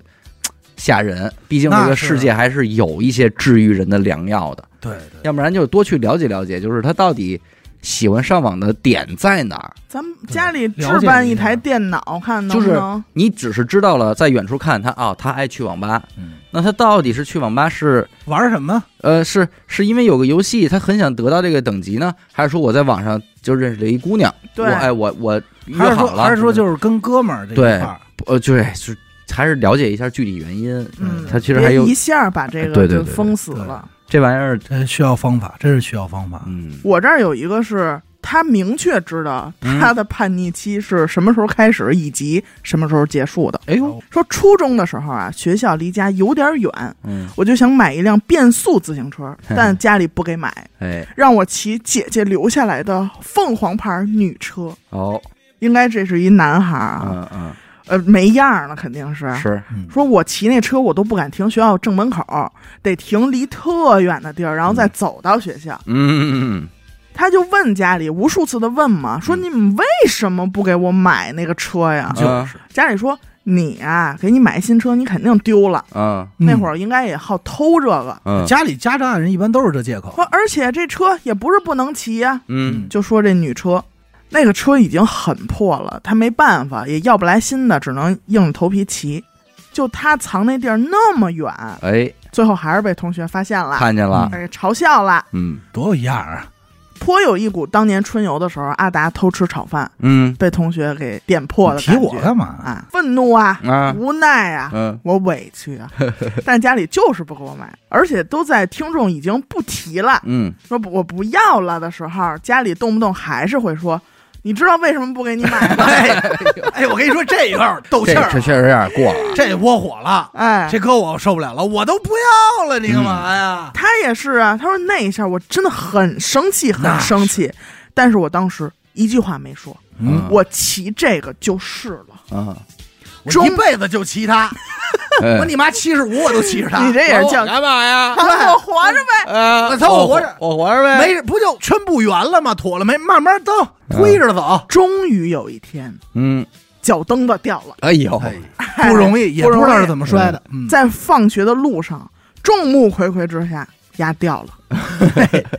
[SPEAKER 1] 吓人。毕竟这
[SPEAKER 2] 那
[SPEAKER 1] 个
[SPEAKER 2] 是啊
[SPEAKER 1] 世界还是有一些治愈人的良药的。
[SPEAKER 2] 对对，
[SPEAKER 1] 要不然就多去了解了解，就是他到底喜欢上网的点在哪儿。
[SPEAKER 3] 咱们家里
[SPEAKER 2] 对
[SPEAKER 3] 置
[SPEAKER 2] 了解
[SPEAKER 3] 办
[SPEAKER 2] 一
[SPEAKER 3] 一
[SPEAKER 2] 下
[SPEAKER 3] 台电脑，看能
[SPEAKER 1] 就
[SPEAKER 3] 不
[SPEAKER 1] 是
[SPEAKER 3] 能
[SPEAKER 1] 你只是知道了在远处看他啊、他爱去网吧，
[SPEAKER 2] 嗯，
[SPEAKER 1] 那他到底是去网吧是
[SPEAKER 2] 玩什么？
[SPEAKER 1] 呃是是因为有个游戏他很想得到这个等级呢，还是说我在网上就认识了一姑娘，我
[SPEAKER 3] 对
[SPEAKER 1] 哎我我约
[SPEAKER 2] 还是
[SPEAKER 1] 好
[SPEAKER 2] 说
[SPEAKER 1] 了，
[SPEAKER 2] 还是说就是跟哥们儿这一
[SPEAKER 1] 对
[SPEAKER 2] 块儿？
[SPEAKER 1] 呃对是还是了解一下具体原因，
[SPEAKER 3] 嗯，
[SPEAKER 1] 他其实还
[SPEAKER 3] 别
[SPEAKER 1] 有哎
[SPEAKER 3] 一下把这
[SPEAKER 1] 对
[SPEAKER 3] 个
[SPEAKER 1] 对
[SPEAKER 3] 就
[SPEAKER 1] 对
[SPEAKER 3] 封死
[SPEAKER 2] 对
[SPEAKER 3] 了。
[SPEAKER 1] 这玩意儿，
[SPEAKER 2] 这需要方法，真是需要方法。
[SPEAKER 1] 嗯，
[SPEAKER 3] 我这儿有一个是他明确知道
[SPEAKER 1] 嗯
[SPEAKER 3] 他的叛逆期是什么时候开始以及什么时候结束的。
[SPEAKER 1] 哎呦，
[SPEAKER 3] 说初中的时候啊，学校离家有点远，
[SPEAKER 1] 嗯
[SPEAKER 3] 我就想买一辆变速自 行车，但家里不给买，
[SPEAKER 1] 哎
[SPEAKER 3] 让我骑姐姐留下来的凤凰牌女车。
[SPEAKER 1] 哦
[SPEAKER 3] 应该这是一男孩啊，
[SPEAKER 1] 嗯嗯
[SPEAKER 3] 呃，没样儿了，肯定是。
[SPEAKER 1] 是
[SPEAKER 2] 嗯，
[SPEAKER 3] 说我骑那车我都不敢停学校正门口，得停离特远的地儿，然后再走到学校。
[SPEAKER 1] 嗯嗯嗯
[SPEAKER 3] 他就问家里无数次的问嘛，说
[SPEAKER 1] 嗯
[SPEAKER 3] 你们为什么不给我买那个车呀？
[SPEAKER 1] 嗯
[SPEAKER 2] 就是
[SPEAKER 3] 家里说你啊，给你买新车你肯定丢了。
[SPEAKER 1] 嗯
[SPEAKER 3] 那
[SPEAKER 2] 儿
[SPEAKER 3] 会儿应该也好偷这个，
[SPEAKER 1] 嗯
[SPEAKER 2] 家里家长人一般都是这借口
[SPEAKER 3] 说，而且这车也不是不能骑呀、
[SPEAKER 1] 嗯
[SPEAKER 3] 就说这女车。那个车已经很破了，他没办法，也要不来新的，只能硬着头皮骑。就他藏那地儿那么远，
[SPEAKER 2] 嗯
[SPEAKER 1] 哎，
[SPEAKER 3] 最后还是被同学发现了，
[SPEAKER 1] 看见了，
[SPEAKER 3] 哎，嘲笑了，
[SPEAKER 1] 嗯
[SPEAKER 2] 多有样儿啊！
[SPEAKER 3] 颇有一股当年春游的时候阿达偷吃炒饭
[SPEAKER 1] 嗯
[SPEAKER 3] 被同学给点破的
[SPEAKER 2] 你提
[SPEAKER 3] 感觉
[SPEAKER 2] 我干嘛？
[SPEAKER 3] 啊，愤怒啊，
[SPEAKER 1] 啊
[SPEAKER 3] 无奈啊，
[SPEAKER 1] 嗯，
[SPEAKER 3] 我委屈啊，但家里就是不给我买，而且都在听众已经不提了，
[SPEAKER 1] 嗯，
[SPEAKER 3] 说不我不要了的时候，家里动不动还是会说，你知道为什么不给你 买吗？
[SPEAKER 2] 哎，哎，我跟你说，这有点斗
[SPEAKER 1] 这
[SPEAKER 2] 气儿
[SPEAKER 1] 这
[SPEAKER 2] 啊，
[SPEAKER 1] 确实有点过了，
[SPEAKER 2] 这窝火了，
[SPEAKER 3] 哎，
[SPEAKER 2] 这哥我受不了了，我都不要了，你干嘛
[SPEAKER 1] 嗯
[SPEAKER 2] 呀？
[SPEAKER 3] 他也是啊，他说那一下我真的很生气，很
[SPEAKER 2] 那
[SPEAKER 3] 生气，但是我当时一句话没说，
[SPEAKER 1] 嗯
[SPEAKER 3] 我骑这个就是了。
[SPEAKER 1] 啊，
[SPEAKER 2] 我
[SPEAKER 3] 中
[SPEAKER 2] 一辈子就骑它，我
[SPEAKER 1] 哎
[SPEAKER 2] 你妈七十五我都骑着它，
[SPEAKER 3] 你这也是叫
[SPEAKER 2] 管我干嘛呀？
[SPEAKER 3] 啊我活着
[SPEAKER 2] 哎
[SPEAKER 3] 呗，
[SPEAKER 1] 啊
[SPEAKER 2] 我操我活着
[SPEAKER 1] 我活着呗，
[SPEAKER 2] 没事不就圈不圆了吗？妥了没？慢慢蹬，
[SPEAKER 1] 啊
[SPEAKER 2] 推着走。
[SPEAKER 3] 终于有一天
[SPEAKER 1] 嗯，
[SPEAKER 3] 脚蹬子掉了，
[SPEAKER 1] 哎呦，
[SPEAKER 2] 不容易，也
[SPEAKER 3] 不容易
[SPEAKER 2] 不知道是怎么摔的。嗯，
[SPEAKER 3] 在放学的路上，众目睽睽之下，压掉了，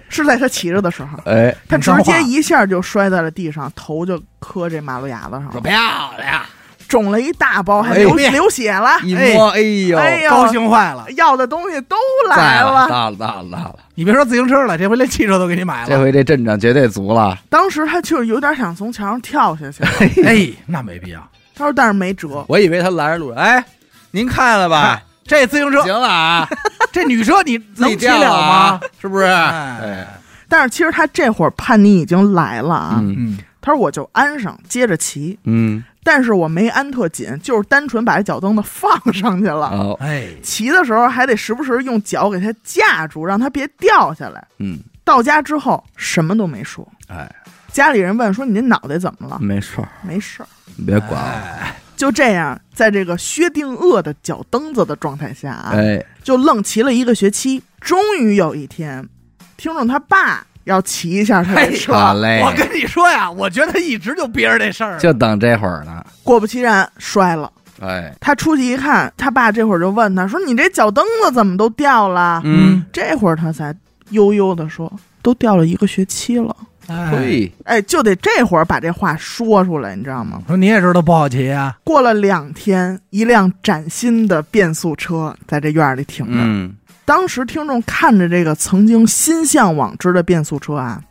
[SPEAKER 3] 是在他骑着的时候，
[SPEAKER 1] 哎，
[SPEAKER 3] 他
[SPEAKER 2] 你
[SPEAKER 3] 直
[SPEAKER 2] 脏
[SPEAKER 3] 接
[SPEAKER 2] 话
[SPEAKER 3] 一下就摔在了地上，头就磕这马路牙子上
[SPEAKER 2] 说
[SPEAKER 3] 了，
[SPEAKER 2] 漂亮，
[SPEAKER 3] 肿了一大包，还
[SPEAKER 1] 哎
[SPEAKER 3] 流
[SPEAKER 2] 别
[SPEAKER 3] 流血了，
[SPEAKER 1] 一摸，哎呦，
[SPEAKER 3] 哎呦，
[SPEAKER 2] 高兴坏了。
[SPEAKER 3] 要的东西都
[SPEAKER 1] 在
[SPEAKER 3] 来
[SPEAKER 1] 了，大了大了大了，
[SPEAKER 2] 你别说自行车了，这回连汽车都给你买
[SPEAKER 1] 这
[SPEAKER 2] 了。
[SPEAKER 1] 回这阵仗绝对足了，
[SPEAKER 3] 当时他就是有点想从墙上跳下去，
[SPEAKER 2] 哎，那没必要。
[SPEAKER 3] 他说但是没辙，
[SPEAKER 1] 我以为他拦着路人，哎，您看了吧
[SPEAKER 2] 哎，这自行车，
[SPEAKER 1] 行了 啊，
[SPEAKER 2] 这女车你
[SPEAKER 1] 自己
[SPEAKER 2] 能骑
[SPEAKER 1] 掉
[SPEAKER 2] 了
[SPEAKER 1] 啊
[SPEAKER 2] 吗？？
[SPEAKER 1] 是不是？
[SPEAKER 2] 哎，
[SPEAKER 3] 但是其实他这会儿叛逆已经来了啊，
[SPEAKER 1] 嗯
[SPEAKER 2] 嗯，
[SPEAKER 3] 他说我就安上接着骑，
[SPEAKER 1] 嗯，
[SPEAKER 3] 但是我没安特紧，就是单纯把这脚蹬子放上去了。
[SPEAKER 1] 好，
[SPEAKER 2] 哎，
[SPEAKER 3] 骑的时候还得时不时用脚给它架住，让它别掉下来。
[SPEAKER 1] 嗯，
[SPEAKER 3] 到家之后什么都没说，
[SPEAKER 1] 哎，嗯
[SPEAKER 3] 家里人问说你这脑袋怎么了？
[SPEAKER 1] 没事儿，
[SPEAKER 3] 没事儿。
[SPEAKER 1] 你别管我，
[SPEAKER 3] 就这样，在这个薛定谔的脚蹬子的状态下啊，
[SPEAKER 1] 哎，
[SPEAKER 3] 就愣骑了一个学期。终于有一天，听众他爸要骑一下他的车，
[SPEAKER 1] 哎好嘞，
[SPEAKER 2] 我跟你说呀，我觉得一直就憋着这事儿。
[SPEAKER 1] 就等这会儿呢，
[SPEAKER 3] 果不其然摔了。
[SPEAKER 1] 哎，
[SPEAKER 3] 他出去一看，他爸这会儿就问他说：“你这脚蹬子怎么都掉了？”
[SPEAKER 1] 嗯，
[SPEAKER 3] 这会儿他才悠悠的说：“都掉了一个学期了。”
[SPEAKER 2] 哎，
[SPEAKER 1] 嘿，
[SPEAKER 3] 哎，就得这会儿把这话说出来，你知道吗？
[SPEAKER 2] 说你也知道不好骑啊。
[SPEAKER 3] 过了两天，一辆崭新的变速车在这院儿里停着。
[SPEAKER 1] 嗯，
[SPEAKER 3] 当时听众看着这个曾经心向往之的变速车啊，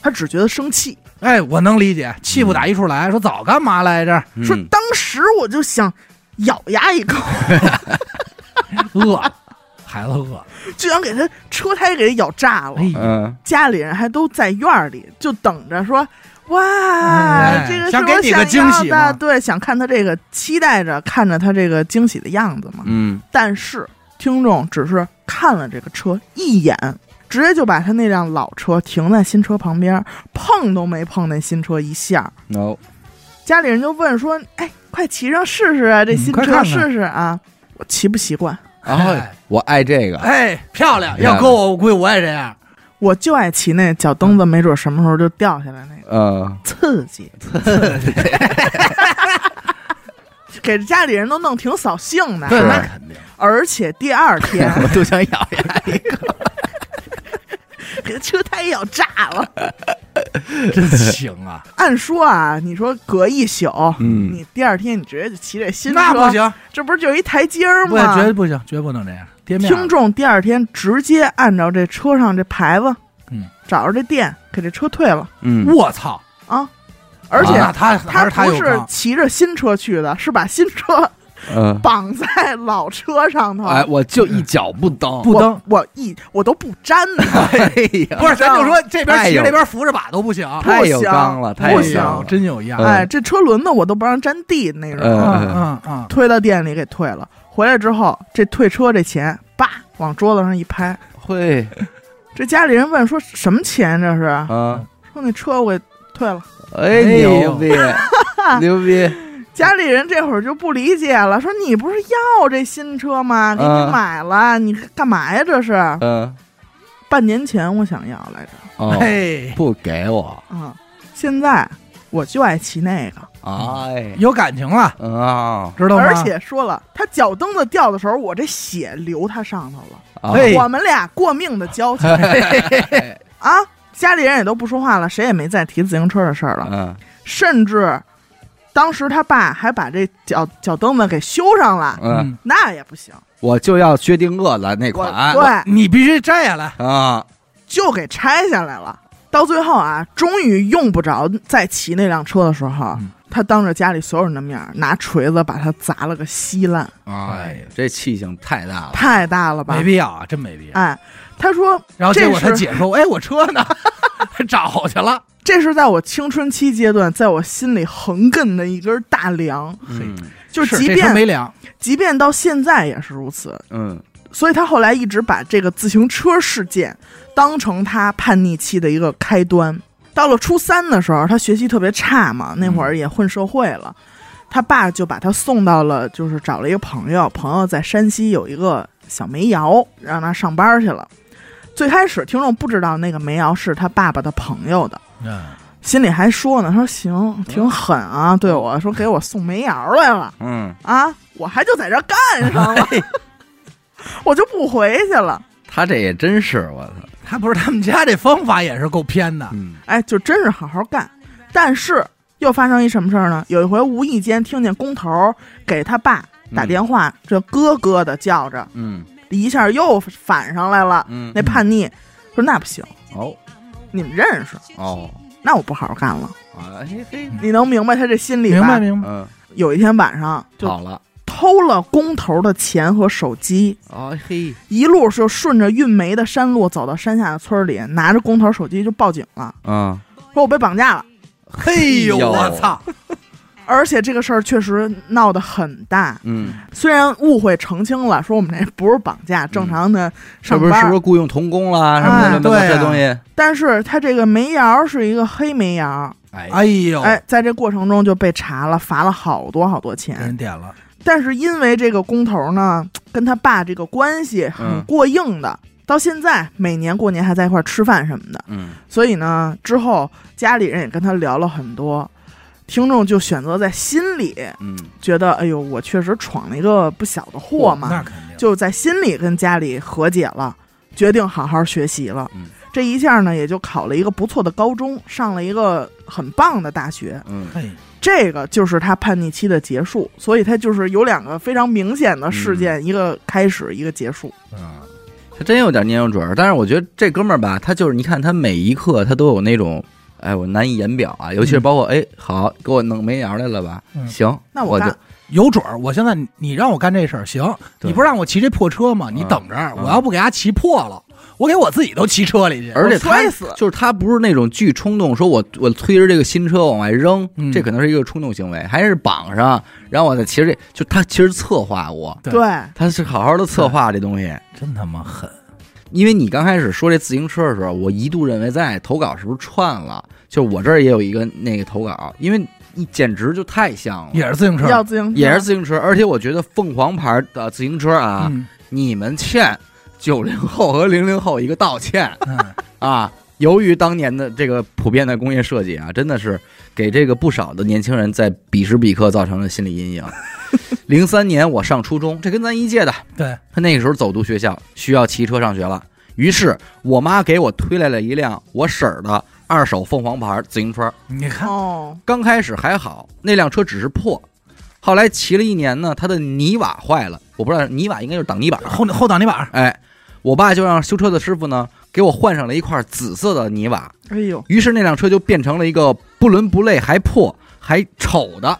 [SPEAKER 3] 他只觉得生气，
[SPEAKER 2] 哎，我能理解，气不打一处来，说早干嘛来着？
[SPEAKER 3] 说
[SPEAKER 1] 嗯
[SPEAKER 3] 当时我就想咬牙一口，
[SPEAKER 2] 饿了，孩子饿了。
[SPEAKER 3] 就想给他车胎给他咬炸了。
[SPEAKER 2] 哎，
[SPEAKER 1] 嗯，
[SPEAKER 3] 家里人还都在院儿里就等着说。哇，
[SPEAKER 2] 哎
[SPEAKER 3] 这个是
[SPEAKER 2] 想给
[SPEAKER 3] 我
[SPEAKER 2] 你个
[SPEAKER 3] 想要
[SPEAKER 2] 惊喜
[SPEAKER 3] 的，
[SPEAKER 2] 嘛
[SPEAKER 3] 对，想看他这个，期待着看着他这个惊喜的样子嘛。
[SPEAKER 1] 嗯，
[SPEAKER 3] 但是听众只是看了这个车一眼，直接就把他那辆老车停在新车旁边，碰都没碰那新车一下。
[SPEAKER 1] no，
[SPEAKER 3] 家里人就问说：“哎，快骑上试试啊，这
[SPEAKER 2] 嗯
[SPEAKER 3] 新
[SPEAKER 2] 快
[SPEAKER 3] 车
[SPEAKER 2] 看看
[SPEAKER 3] 试试啊！”我骑不习惯，
[SPEAKER 1] 哎，我爱这个，
[SPEAKER 2] 哎，漂亮！
[SPEAKER 1] 漂亮
[SPEAKER 2] 要搁我，我估计我也这样。
[SPEAKER 3] 我就爱骑那脚蹬子，没准什么时候就掉下来那个，
[SPEAKER 1] 嗯，
[SPEAKER 3] 刺激。 给家里人都弄挺扫兴的，
[SPEAKER 1] 是
[SPEAKER 2] 那肯定。
[SPEAKER 3] 而且第二 天
[SPEAKER 1] 我都想咬牙，
[SPEAKER 3] 给车胎咬炸了。
[SPEAKER 2] 真行啊！
[SPEAKER 3] 按说啊，你说隔一宿，
[SPEAKER 1] 嗯
[SPEAKER 3] 你第二天你直接就骑这新车，
[SPEAKER 2] 那不，行，
[SPEAKER 3] 这不是就一台阶儿
[SPEAKER 2] 不行，绝对
[SPEAKER 3] 吗？
[SPEAKER 2] 不行，绝不能这样。跌面
[SPEAKER 3] 听
[SPEAKER 2] 儿
[SPEAKER 3] 众第二天直接按照这车上这牌子，
[SPEAKER 2] 嗯，
[SPEAKER 3] 找着这店给这车退了
[SPEAKER 1] 嗯，
[SPEAKER 2] 我操！
[SPEAKER 3] 啊！而且
[SPEAKER 2] 啊那他还
[SPEAKER 3] 他
[SPEAKER 2] 是他
[SPEAKER 3] 不
[SPEAKER 2] 有
[SPEAKER 3] 是
[SPEAKER 2] 刚，
[SPEAKER 3] 骑着新车去的，是把新车
[SPEAKER 1] 嗯，
[SPEAKER 3] 绑在老车上头。
[SPEAKER 1] 哎，我就一脚不 蹬，
[SPEAKER 2] 不蹬
[SPEAKER 3] 我我一我都不粘它，
[SPEAKER 1] 哎呀，
[SPEAKER 2] 不是，咱就说这边
[SPEAKER 1] 哎
[SPEAKER 2] 骑
[SPEAKER 1] 呦
[SPEAKER 2] 这边扶着把都不行。
[SPEAKER 1] 太有刚了，
[SPEAKER 3] 不
[SPEAKER 1] 太有
[SPEAKER 3] 行
[SPEAKER 1] 刚了，
[SPEAKER 2] 真有样。
[SPEAKER 1] 嗯
[SPEAKER 3] 哎，这车轮子我都不让沾地那种。
[SPEAKER 1] 嗯
[SPEAKER 2] 嗯嗯，
[SPEAKER 3] 推到店里给退了，回来之后这退车这钱，叭往桌子上一拍，
[SPEAKER 1] 会
[SPEAKER 3] 这家里人问说什么钱这是？
[SPEAKER 1] 啊，
[SPEAKER 3] 说那车我给退了。
[SPEAKER 1] 哎，牛
[SPEAKER 2] 呦
[SPEAKER 1] 逼，牛逼，
[SPEAKER 3] 家里人这会儿就不理解了，说你不是要这新车吗？给你
[SPEAKER 1] 嗯
[SPEAKER 3] 买了，你干嘛呀？这是
[SPEAKER 1] 嗯，
[SPEAKER 3] 半年前我想要来着
[SPEAKER 1] 哦，
[SPEAKER 2] 哎，
[SPEAKER 1] 不给我，
[SPEAKER 3] 啊、现在我就爱骑那个，
[SPEAKER 1] 哎，
[SPEAKER 2] 有感情了，
[SPEAKER 1] 啊，
[SPEAKER 2] 知道吗？
[SPEAKER 3] 而且说了，他脚蹬子掉的时候，我这血流他上头了，
[SPEAKER 1] 啊
[SPEAKER 2] 哎
[SPEAKER 3] 我们俩过命的交情
[SPEAKER 1] 哎
[SPEAKER 3] 啊！家里人也都不说话了，谁也没再提自行车的事儿了。
[SPEAKER 1] 嗯，
[SPEAKER 3] 甚至当时他爸还把这脚脚蹬子给修上了，
[SPEAKER 1] 嗯，
[SPEAKER 3] 那也不行，
[SPEAKER 1] 我就要薛定谔了那款
[SPEAKER 3] 对，
[SPEAKER 2] 你必须摘下来。
[SPEAKER 1] 啊，
[SPEAKER 3] 就给拆下来了。到最后啊，终于用不着再骑那辆车的时候，
[SPEAKER 2] 嗯
[SPEAKER 3] 他当着家里所有人的面儿拿锤子把它砸了个稀烂，
[SPEAKER 1] 哎呀，这气性太大了，
[SPEAKER 3] 太大了吧
[SPEAKER 2] 没？必要啊，真没必要。
[SPEAKER 3] 哎，他说
[SPEAKER 2] 然后结果他
[SPEAKER 3] 这是
[SPEAKER 2] 姐说：“哎，我车呢？ 找去了。
[SPEAKER 3] 这是在我青春期阶段，在我心里横亘的一根大梁，
[SPEAKER 1] 嗯
[SPEAKER 3] 就是即
[SPEAKER 2] 这车
[SPEAKER 3] 便
[SPEAKER 2] 没凉，
[SPEAKER 3] 即便到现在也是如此。
[SPEAKER 1] 嗯
[SPEAKER 3] 所以他后来一直把这个自行车事件当成他叛逆期的一个开端。到了初三的时候，他学习特别差嘛，那
[SPEAKER 2] 嗯
[SPEAKER 3] 会儿也混社会了，他爸就把他送到了，就是找了一个朋友，朋友在山西有一个小煤窑，让他上班去了。最开始听众不知道那个煤窑是他爸爸的朋友的，
[SPEAKER 2] 嗯，
[SPEAKER 3] 心里还说呢，说行，挺狠啊，对我说给我送煤窑来了。
[SPEAKER 1] 嗯，
[SPEAKER 3] 啊，我还就在这儿干上了，
[SPEAKER 2] 哎
[SPEAKER 3] 我就不回去了。
[SPEAKER 1] 他这也真是我操，
[SPEAKER 2] 他不是他们家这方法也是够偏的。
[SPEAKER 1] 嗯
[SPEAKER 3] 哎，就真是好好干。但是又发生一什么事儿呢？有一回无意间听见工头给他爸
[SPEAKER 2] 嗯
[SPEAKER 3] 打电话，这咯咯的叫着，
[SPEAKER 1] 嗯
[SPEAKER 3] 一下又反上来了。
[SPEAKER 1] 嗯，
[SPEAKER 3] 那叛逆说那不行，
[SPEAKER 1] 哦
[SPEAKER 3] 你们认识，
[SPEAKER 1] 哦
[SPEAKER 3] 那我不好好干了。
[SPEAKER 1] 啊嘿嘿，
[SPEAKER 3] 你能明白他这心理吧？
[SPEAKER 2] 明白明白，
[SPEAKER 1] 嗯，
[SPEAKER 3] 有一天晚上就
[SPEAKER 1] 好了，
[SPEAKER 3] 偷了工头的钱和手机，
[SPEAKER 1] 哦嘿，
[SPEAKER 3] 一路就顺着运煤的山路走到山下的村里，拿着工头手机就报警了，
[SPEAKER 1] 嗯，
[SPEAKER 3] 说我被绑架了。
[SPEAKER 2] 嘿呦，
[SPEAKER 1] 哎呦
[SPEAKER 2] 我操！
[SPEAKER 3] 而且这个事儿确实闹得很大，
[SPEAKER 1] 嗯，
[SPEAKER 3] 虽然误会澄清了，说我们这不是绑架，正常的
[SPEAKER 1] 是
[SPEAKER 3] 上
[SPEAKER 1] 不是
[SPEAKER 3] 班，
[SPEAKER 1] 是不是雇佣童工啦什么的？
[SPEAKER 2] 哎对啊
[SPEAKER 1] 这东西，
[SPEAKER 3] 但是他这个煤窑是一个黑煤窑，
[SPEAKER 1] 哎，
[SPEAKER 2] 哎呦，
[SPEAKER 3] 哎，在这过程中就被查了，罚了好多好多
[SPEAKER 2] 给
[SPEAKER 3] 钱。
[SPEAKER 1] 嗯
[SPEAKER 2] 人点了，
[SPEAKER 3] 但是因为这个工头呢，跟他爸这个关系很
[SPEAKER 1] 嗯
[SPEAKER 3] 过硬的，到现在每年过年还在一块儿吃饭什么的。
[SPEAKER 1] 嗯
[SPEAKER 3] 所以呢，之后家里人也跟他聊了很多，听众就选择在心里
[SPEAKER 1] 嗯
[SPEAKER 3] 觉得，哎呦，我确实闯了一个不小的祸嘛
[SPEAKER 2] 那，肯定。
[SPEAKER 3] 就在心里跟家里和解了，决定好好学习了。
[SPEAKER 1] 嗯
[SPEAKER 3] 这一下呢，也就考了一个不错的高中，上了一个很棒的大学。
[SPEAKER 1] 嗯，
[SPEAKER 2] 嘿，
[SPEAKER 3] 这个就是他叛逆期的结束，所以他就是有两个非常明显的事件，
[SPEAKER 1] 嗯
[SPEAKER 3] 一个开始，一个结束。
[SPEAKER 2] 嗯，
[SPEAKER 1] 他真有点蔫有准儿，但是我觉得这哥们儿吧，他就是你看他每一刻他都有那种。哎，我难以言表啊，尤其是包括哎，好，给我弄煤窑来了吧？
[SPEAKER 2] 嗯
[SPEAKER 1] 行，
[SPEAKER 3] 那
[SPEAKER 1] 我
[SPEAKER 3] 干
[SPEAKER 1] 就
[SPEAKER 2] 有准儿。我现在你你让我干这事儿行，
[SPEAKER 1] 对
[SPEAKER 2] 你不让我骑这破车吗？你等着，
[SPEAKER 1] 嗯
[SPEAKER 2] 我要不给他骑破了，我给我自己都骑车里去。
[SPEAKER 1] 而且
[SPEAKER 3] 我
[SPEAKER 1] 他
[SPEAKER 3] 摔死
[SPEAKER 1] 就是他不是那种巨冲动，说我我推着这个新车往外扔，
[SPEAKER 2] 嗯
[SPEAKER 1] 这可能是一个冲动行为，还是绑上，然后我再骑着这，就他其实策划过，
[SPEAKER 2] 对
[SPEAKER 3] 对，
[SPEAKER 1] 他是好好的策划这东西。
[SPEAKER 2] 真他妈狠，
[SPEAKER 1] 因为你刚开始说这自行车的时候，我一度认为在投稿是不是串了，就我这儿也有一个那个投稿，因为你简直就太像了，
[SPEAKER 2] 也是自行车，
[SPEAKER 3] 要自行车
[SPEAKER 1] 也是自行车，而且我觉得凤凰牌的自行车啊，
[SPEAKER 2] 嗯
[SPEAKER 1] 你们欠九零后和零零后一个道歉。
[SPEAKER 2] 嗯，
[SPEAKER 1] 啊，由于当年的这个普遍的工业设计啊，真的是给这个不少的年轻人在彼时彼刻造成了心理阴影。零三年我上初中，这跟咱一届的，
[SPEAKER 2] 对，
[SPEAKER 1] 他那个时候走读学校，需要骑车上学了。于是我妈给我推来了一辆我婶儿的二手凤凰牌自行车。
[SPEAKER 2] 你看，
[SPEAKER 3] 哦，
[SPEAKER 1] 刚开始还好，那辆车只是破，后来骑了一年呢，它的泥瓦坏了，我不知道泥瓦应该就是挡泥板。
[SPEAKER 2] 后后挡泥板儿，
[SPEAKER 1] 哎，我爸就让修车的师傅呢给我换上了一块紫色的泥瓦。
[SPEAKER 3] 哎呦，
[SPEAKER 1] 于是那辆车就变成了一个不伦不类、还破还丑的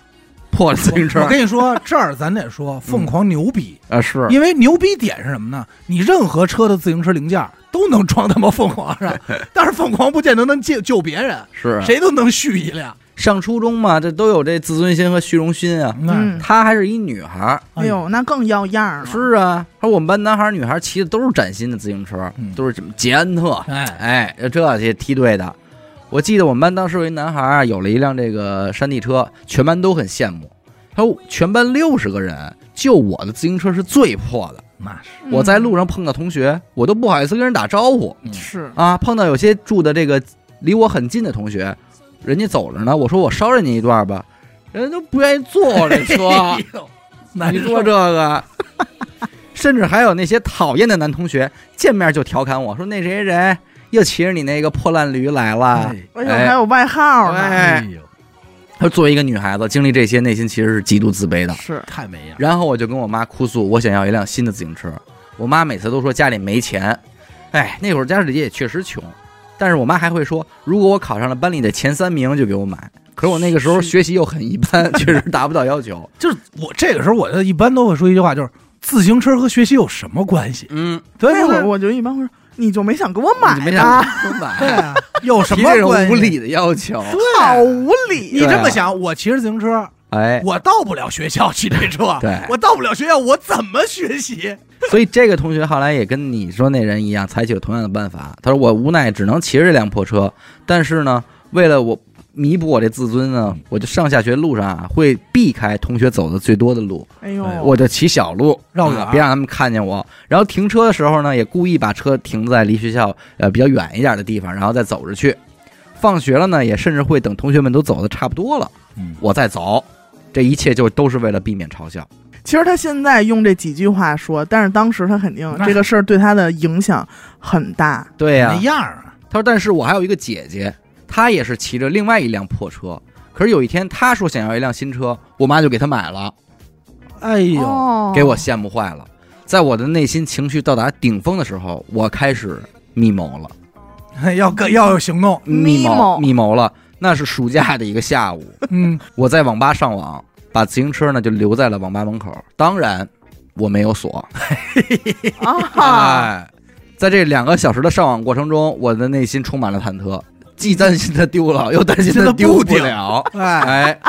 [SPEAKER 1] 破自行车
[SPEAKER 2] 我。跟你说， 这儿咱得说凤凰牛逼，
[SPEAKER 1] 啊，是
[SPEAKER 2] 因为牛逼点是什么呢？你任何车的自行车零件儿都能装他妈凤凰上， 但是凤凰不见得能救救别人，
[SPEAKER 1] 是，啊
[SPEAKER 2] 谁都能续一辆。
[SPEAKER 1] 上初中嘛，这都有这自尊心和虚荣心啊。
[SPEAKER 3] 嗯
[SPEAKER 1] 她还是一女孩儿，
[SPEAKER 3] 哎呦，那更要样儿了。
[SPEAKER 1] 是啊，而我们班男孩儿女孩儿骑的都是崭新的自行车，
[SPEAKER 2] 嗯
[SPEAKER 1] 都是什么捷安特，
[SPEAKER 2] 哎，
[SPEAKER 1] 哎，这些梯队的。我记得我们班当时有一男孩儿啊有了一辆这个山地车，全班都很羡慕。他说全班六十个人，就我的自行车是最破的。
[SPEAKER 2] 那是，
[SPEAKER 3] 嗯
[SPEAKER 1] 我在路
[SPEAKER 3] 上
[SPEAKER 1] 上碰到同学，我都不好意思跟人打招呼。
[SPEAKER 3] 是，
[SPEAKER 1] 啊，碰到有些住的这个离我很近的同学，人家走着呢，我说我捎人家一段吧，人家都不愿意坐我这车
[SPEAKER 2] 哎呦，难
[SPEAKER 1] 你
[SPEAKER 2] 受
[SPEAKER 1] 哎坐这个。甚至还有那些讨厌的男同学，见面就调侃我说：“那谁谁又骑着你那个破烂驴来了。
[SPEAKER 2] 哎
[SPEAKER 3] 而且还有外号呢，
[SPEAKER 2] 哎
[SPEAKER 1] 哎，
[SPEAKER 2] 呦，
[SPEAKER 1] 她作为一个女孩子，经历这些，内心其实是极度自卑的。
[SPEAKER 3] 是
[SPEAKER 2] 太没样儿，
[SPEAKER 1] 然后我就跟我妈哭诉，我想要一辆新的自行车。我妈每次都说家里没钱，哎，那会儿家里也确实穷，但是我妈还会说，如果我考上了班里的前三名，就给我买。可是我那个时候学习又很一 般，确实达不到要求。
[SPEAKER 2] 就是我这个时候，我就一般都会说一句话，就是自行车和学习有什么关系？
[SPEAKER 1] 嗯，
[SPEAKER 2] 对
[SPEAKER 3] 那
[SPEAKER 2] 不
[SPEAKER 3] 会儿
[SPEAKER 2] 对？
[SPEAKER 3] 我就一般会说，你就没想给我买
[SPEAKER 1] 你没想
[SPEAKER 3] 啊，
[SPEAKER 1] 过
[SPEAKER 2] 对
[SPEAKER 1] 买，
[SPEAKER 2] 啊，有什
[SPEAKER 1] 提
[SPEAKER 2] 么
[SPEAKER 1] 这种
[SPEAKER 2] 关系？
[SPEAKER 1] 无啊理的要求。
[SPEAKER 2] 对，
[SPEAKER 3] 好无理。
[SPEAKER 2] 你
[SPEAKER 1] 对
[SPEAKER 2] 这
[SPEAKER 1] 啊
[SPEAKER 2] 么想，我骑着自行车，
[SPEAKER 1] 哎，
[SPEAKER 2] 我到不了学校骑这车，
[SPEAKER 1] 对
[SPEAKER 2] 我到不了学校，我怎么学习？
[SPEAKER 1] 所以这个同学后来也跟你说那人一样，采取了同样的办法。他说我无奈只能骑着这辆破车，但是呢，为了我弥补我这自尊呢，我就上下学路上啊会避开同学走的最多的路，
[SPEAKER 3] 哎呦，
[SPEAKER 1] 我就骑小路
[SPEAKER 2] 绕远
[SPEAKER 1] 啊别让他们看见我。然后停车的时候呢，也故意把车停在离学校呃比较远一点的地方，然后再走着去。放学了呢，也甚至会等同学们都走的差不多了，
[SPEAKER 2] 嗯
[SPEAKER 1] 我再走。这一切就都是为了避免嘲笑。
[SPEAKER 3] 其实他现在用这几句话说，但是当时他肯定
[SPEAKER 2] 那
[SPEAKER 3] 这个事儿对他的影响很大。
[SPEAKER 1] 对呀、
[SPEAKER 2] 那样儿啊，
[SPEAKER 1] 他说：“但是我还有一个姐姐，她也是骑着另外一辆破车。可是有一天，她说想要一辆新车，我妈就给她买了，
[SPEAKER 2] 哎呦，
[SPEAKER 3] 哦
[SPEAKER 1] 给我羡慕坏了。在我的内心情绪到达顶峰的时候，我开始密谋了，
[SPEAKER 2] 要跟要有 行动，
[SPEAKER 1] 密
[SPEAKER 3] 密
[SPEAKER 1] 谋
[SPEAKER 3] 谋
[SPEAKER 1] 密谋了。那是暑假的一个下午，
[SPEAKER 2] 嗯，
[SPEAKER 1] 我在网吧上网，把自行车呢就留在了网吧门口。当然，我没有锁。
[SPEAKER 3] 啊，
[SPEAKER 1] 哎，在这两个小时的上网过程中，我的内心充满了忐忑，既担心它丢了，又担心它丢不了。
[SPEAKER 2] 哎
[SPEAKER 1] 哎，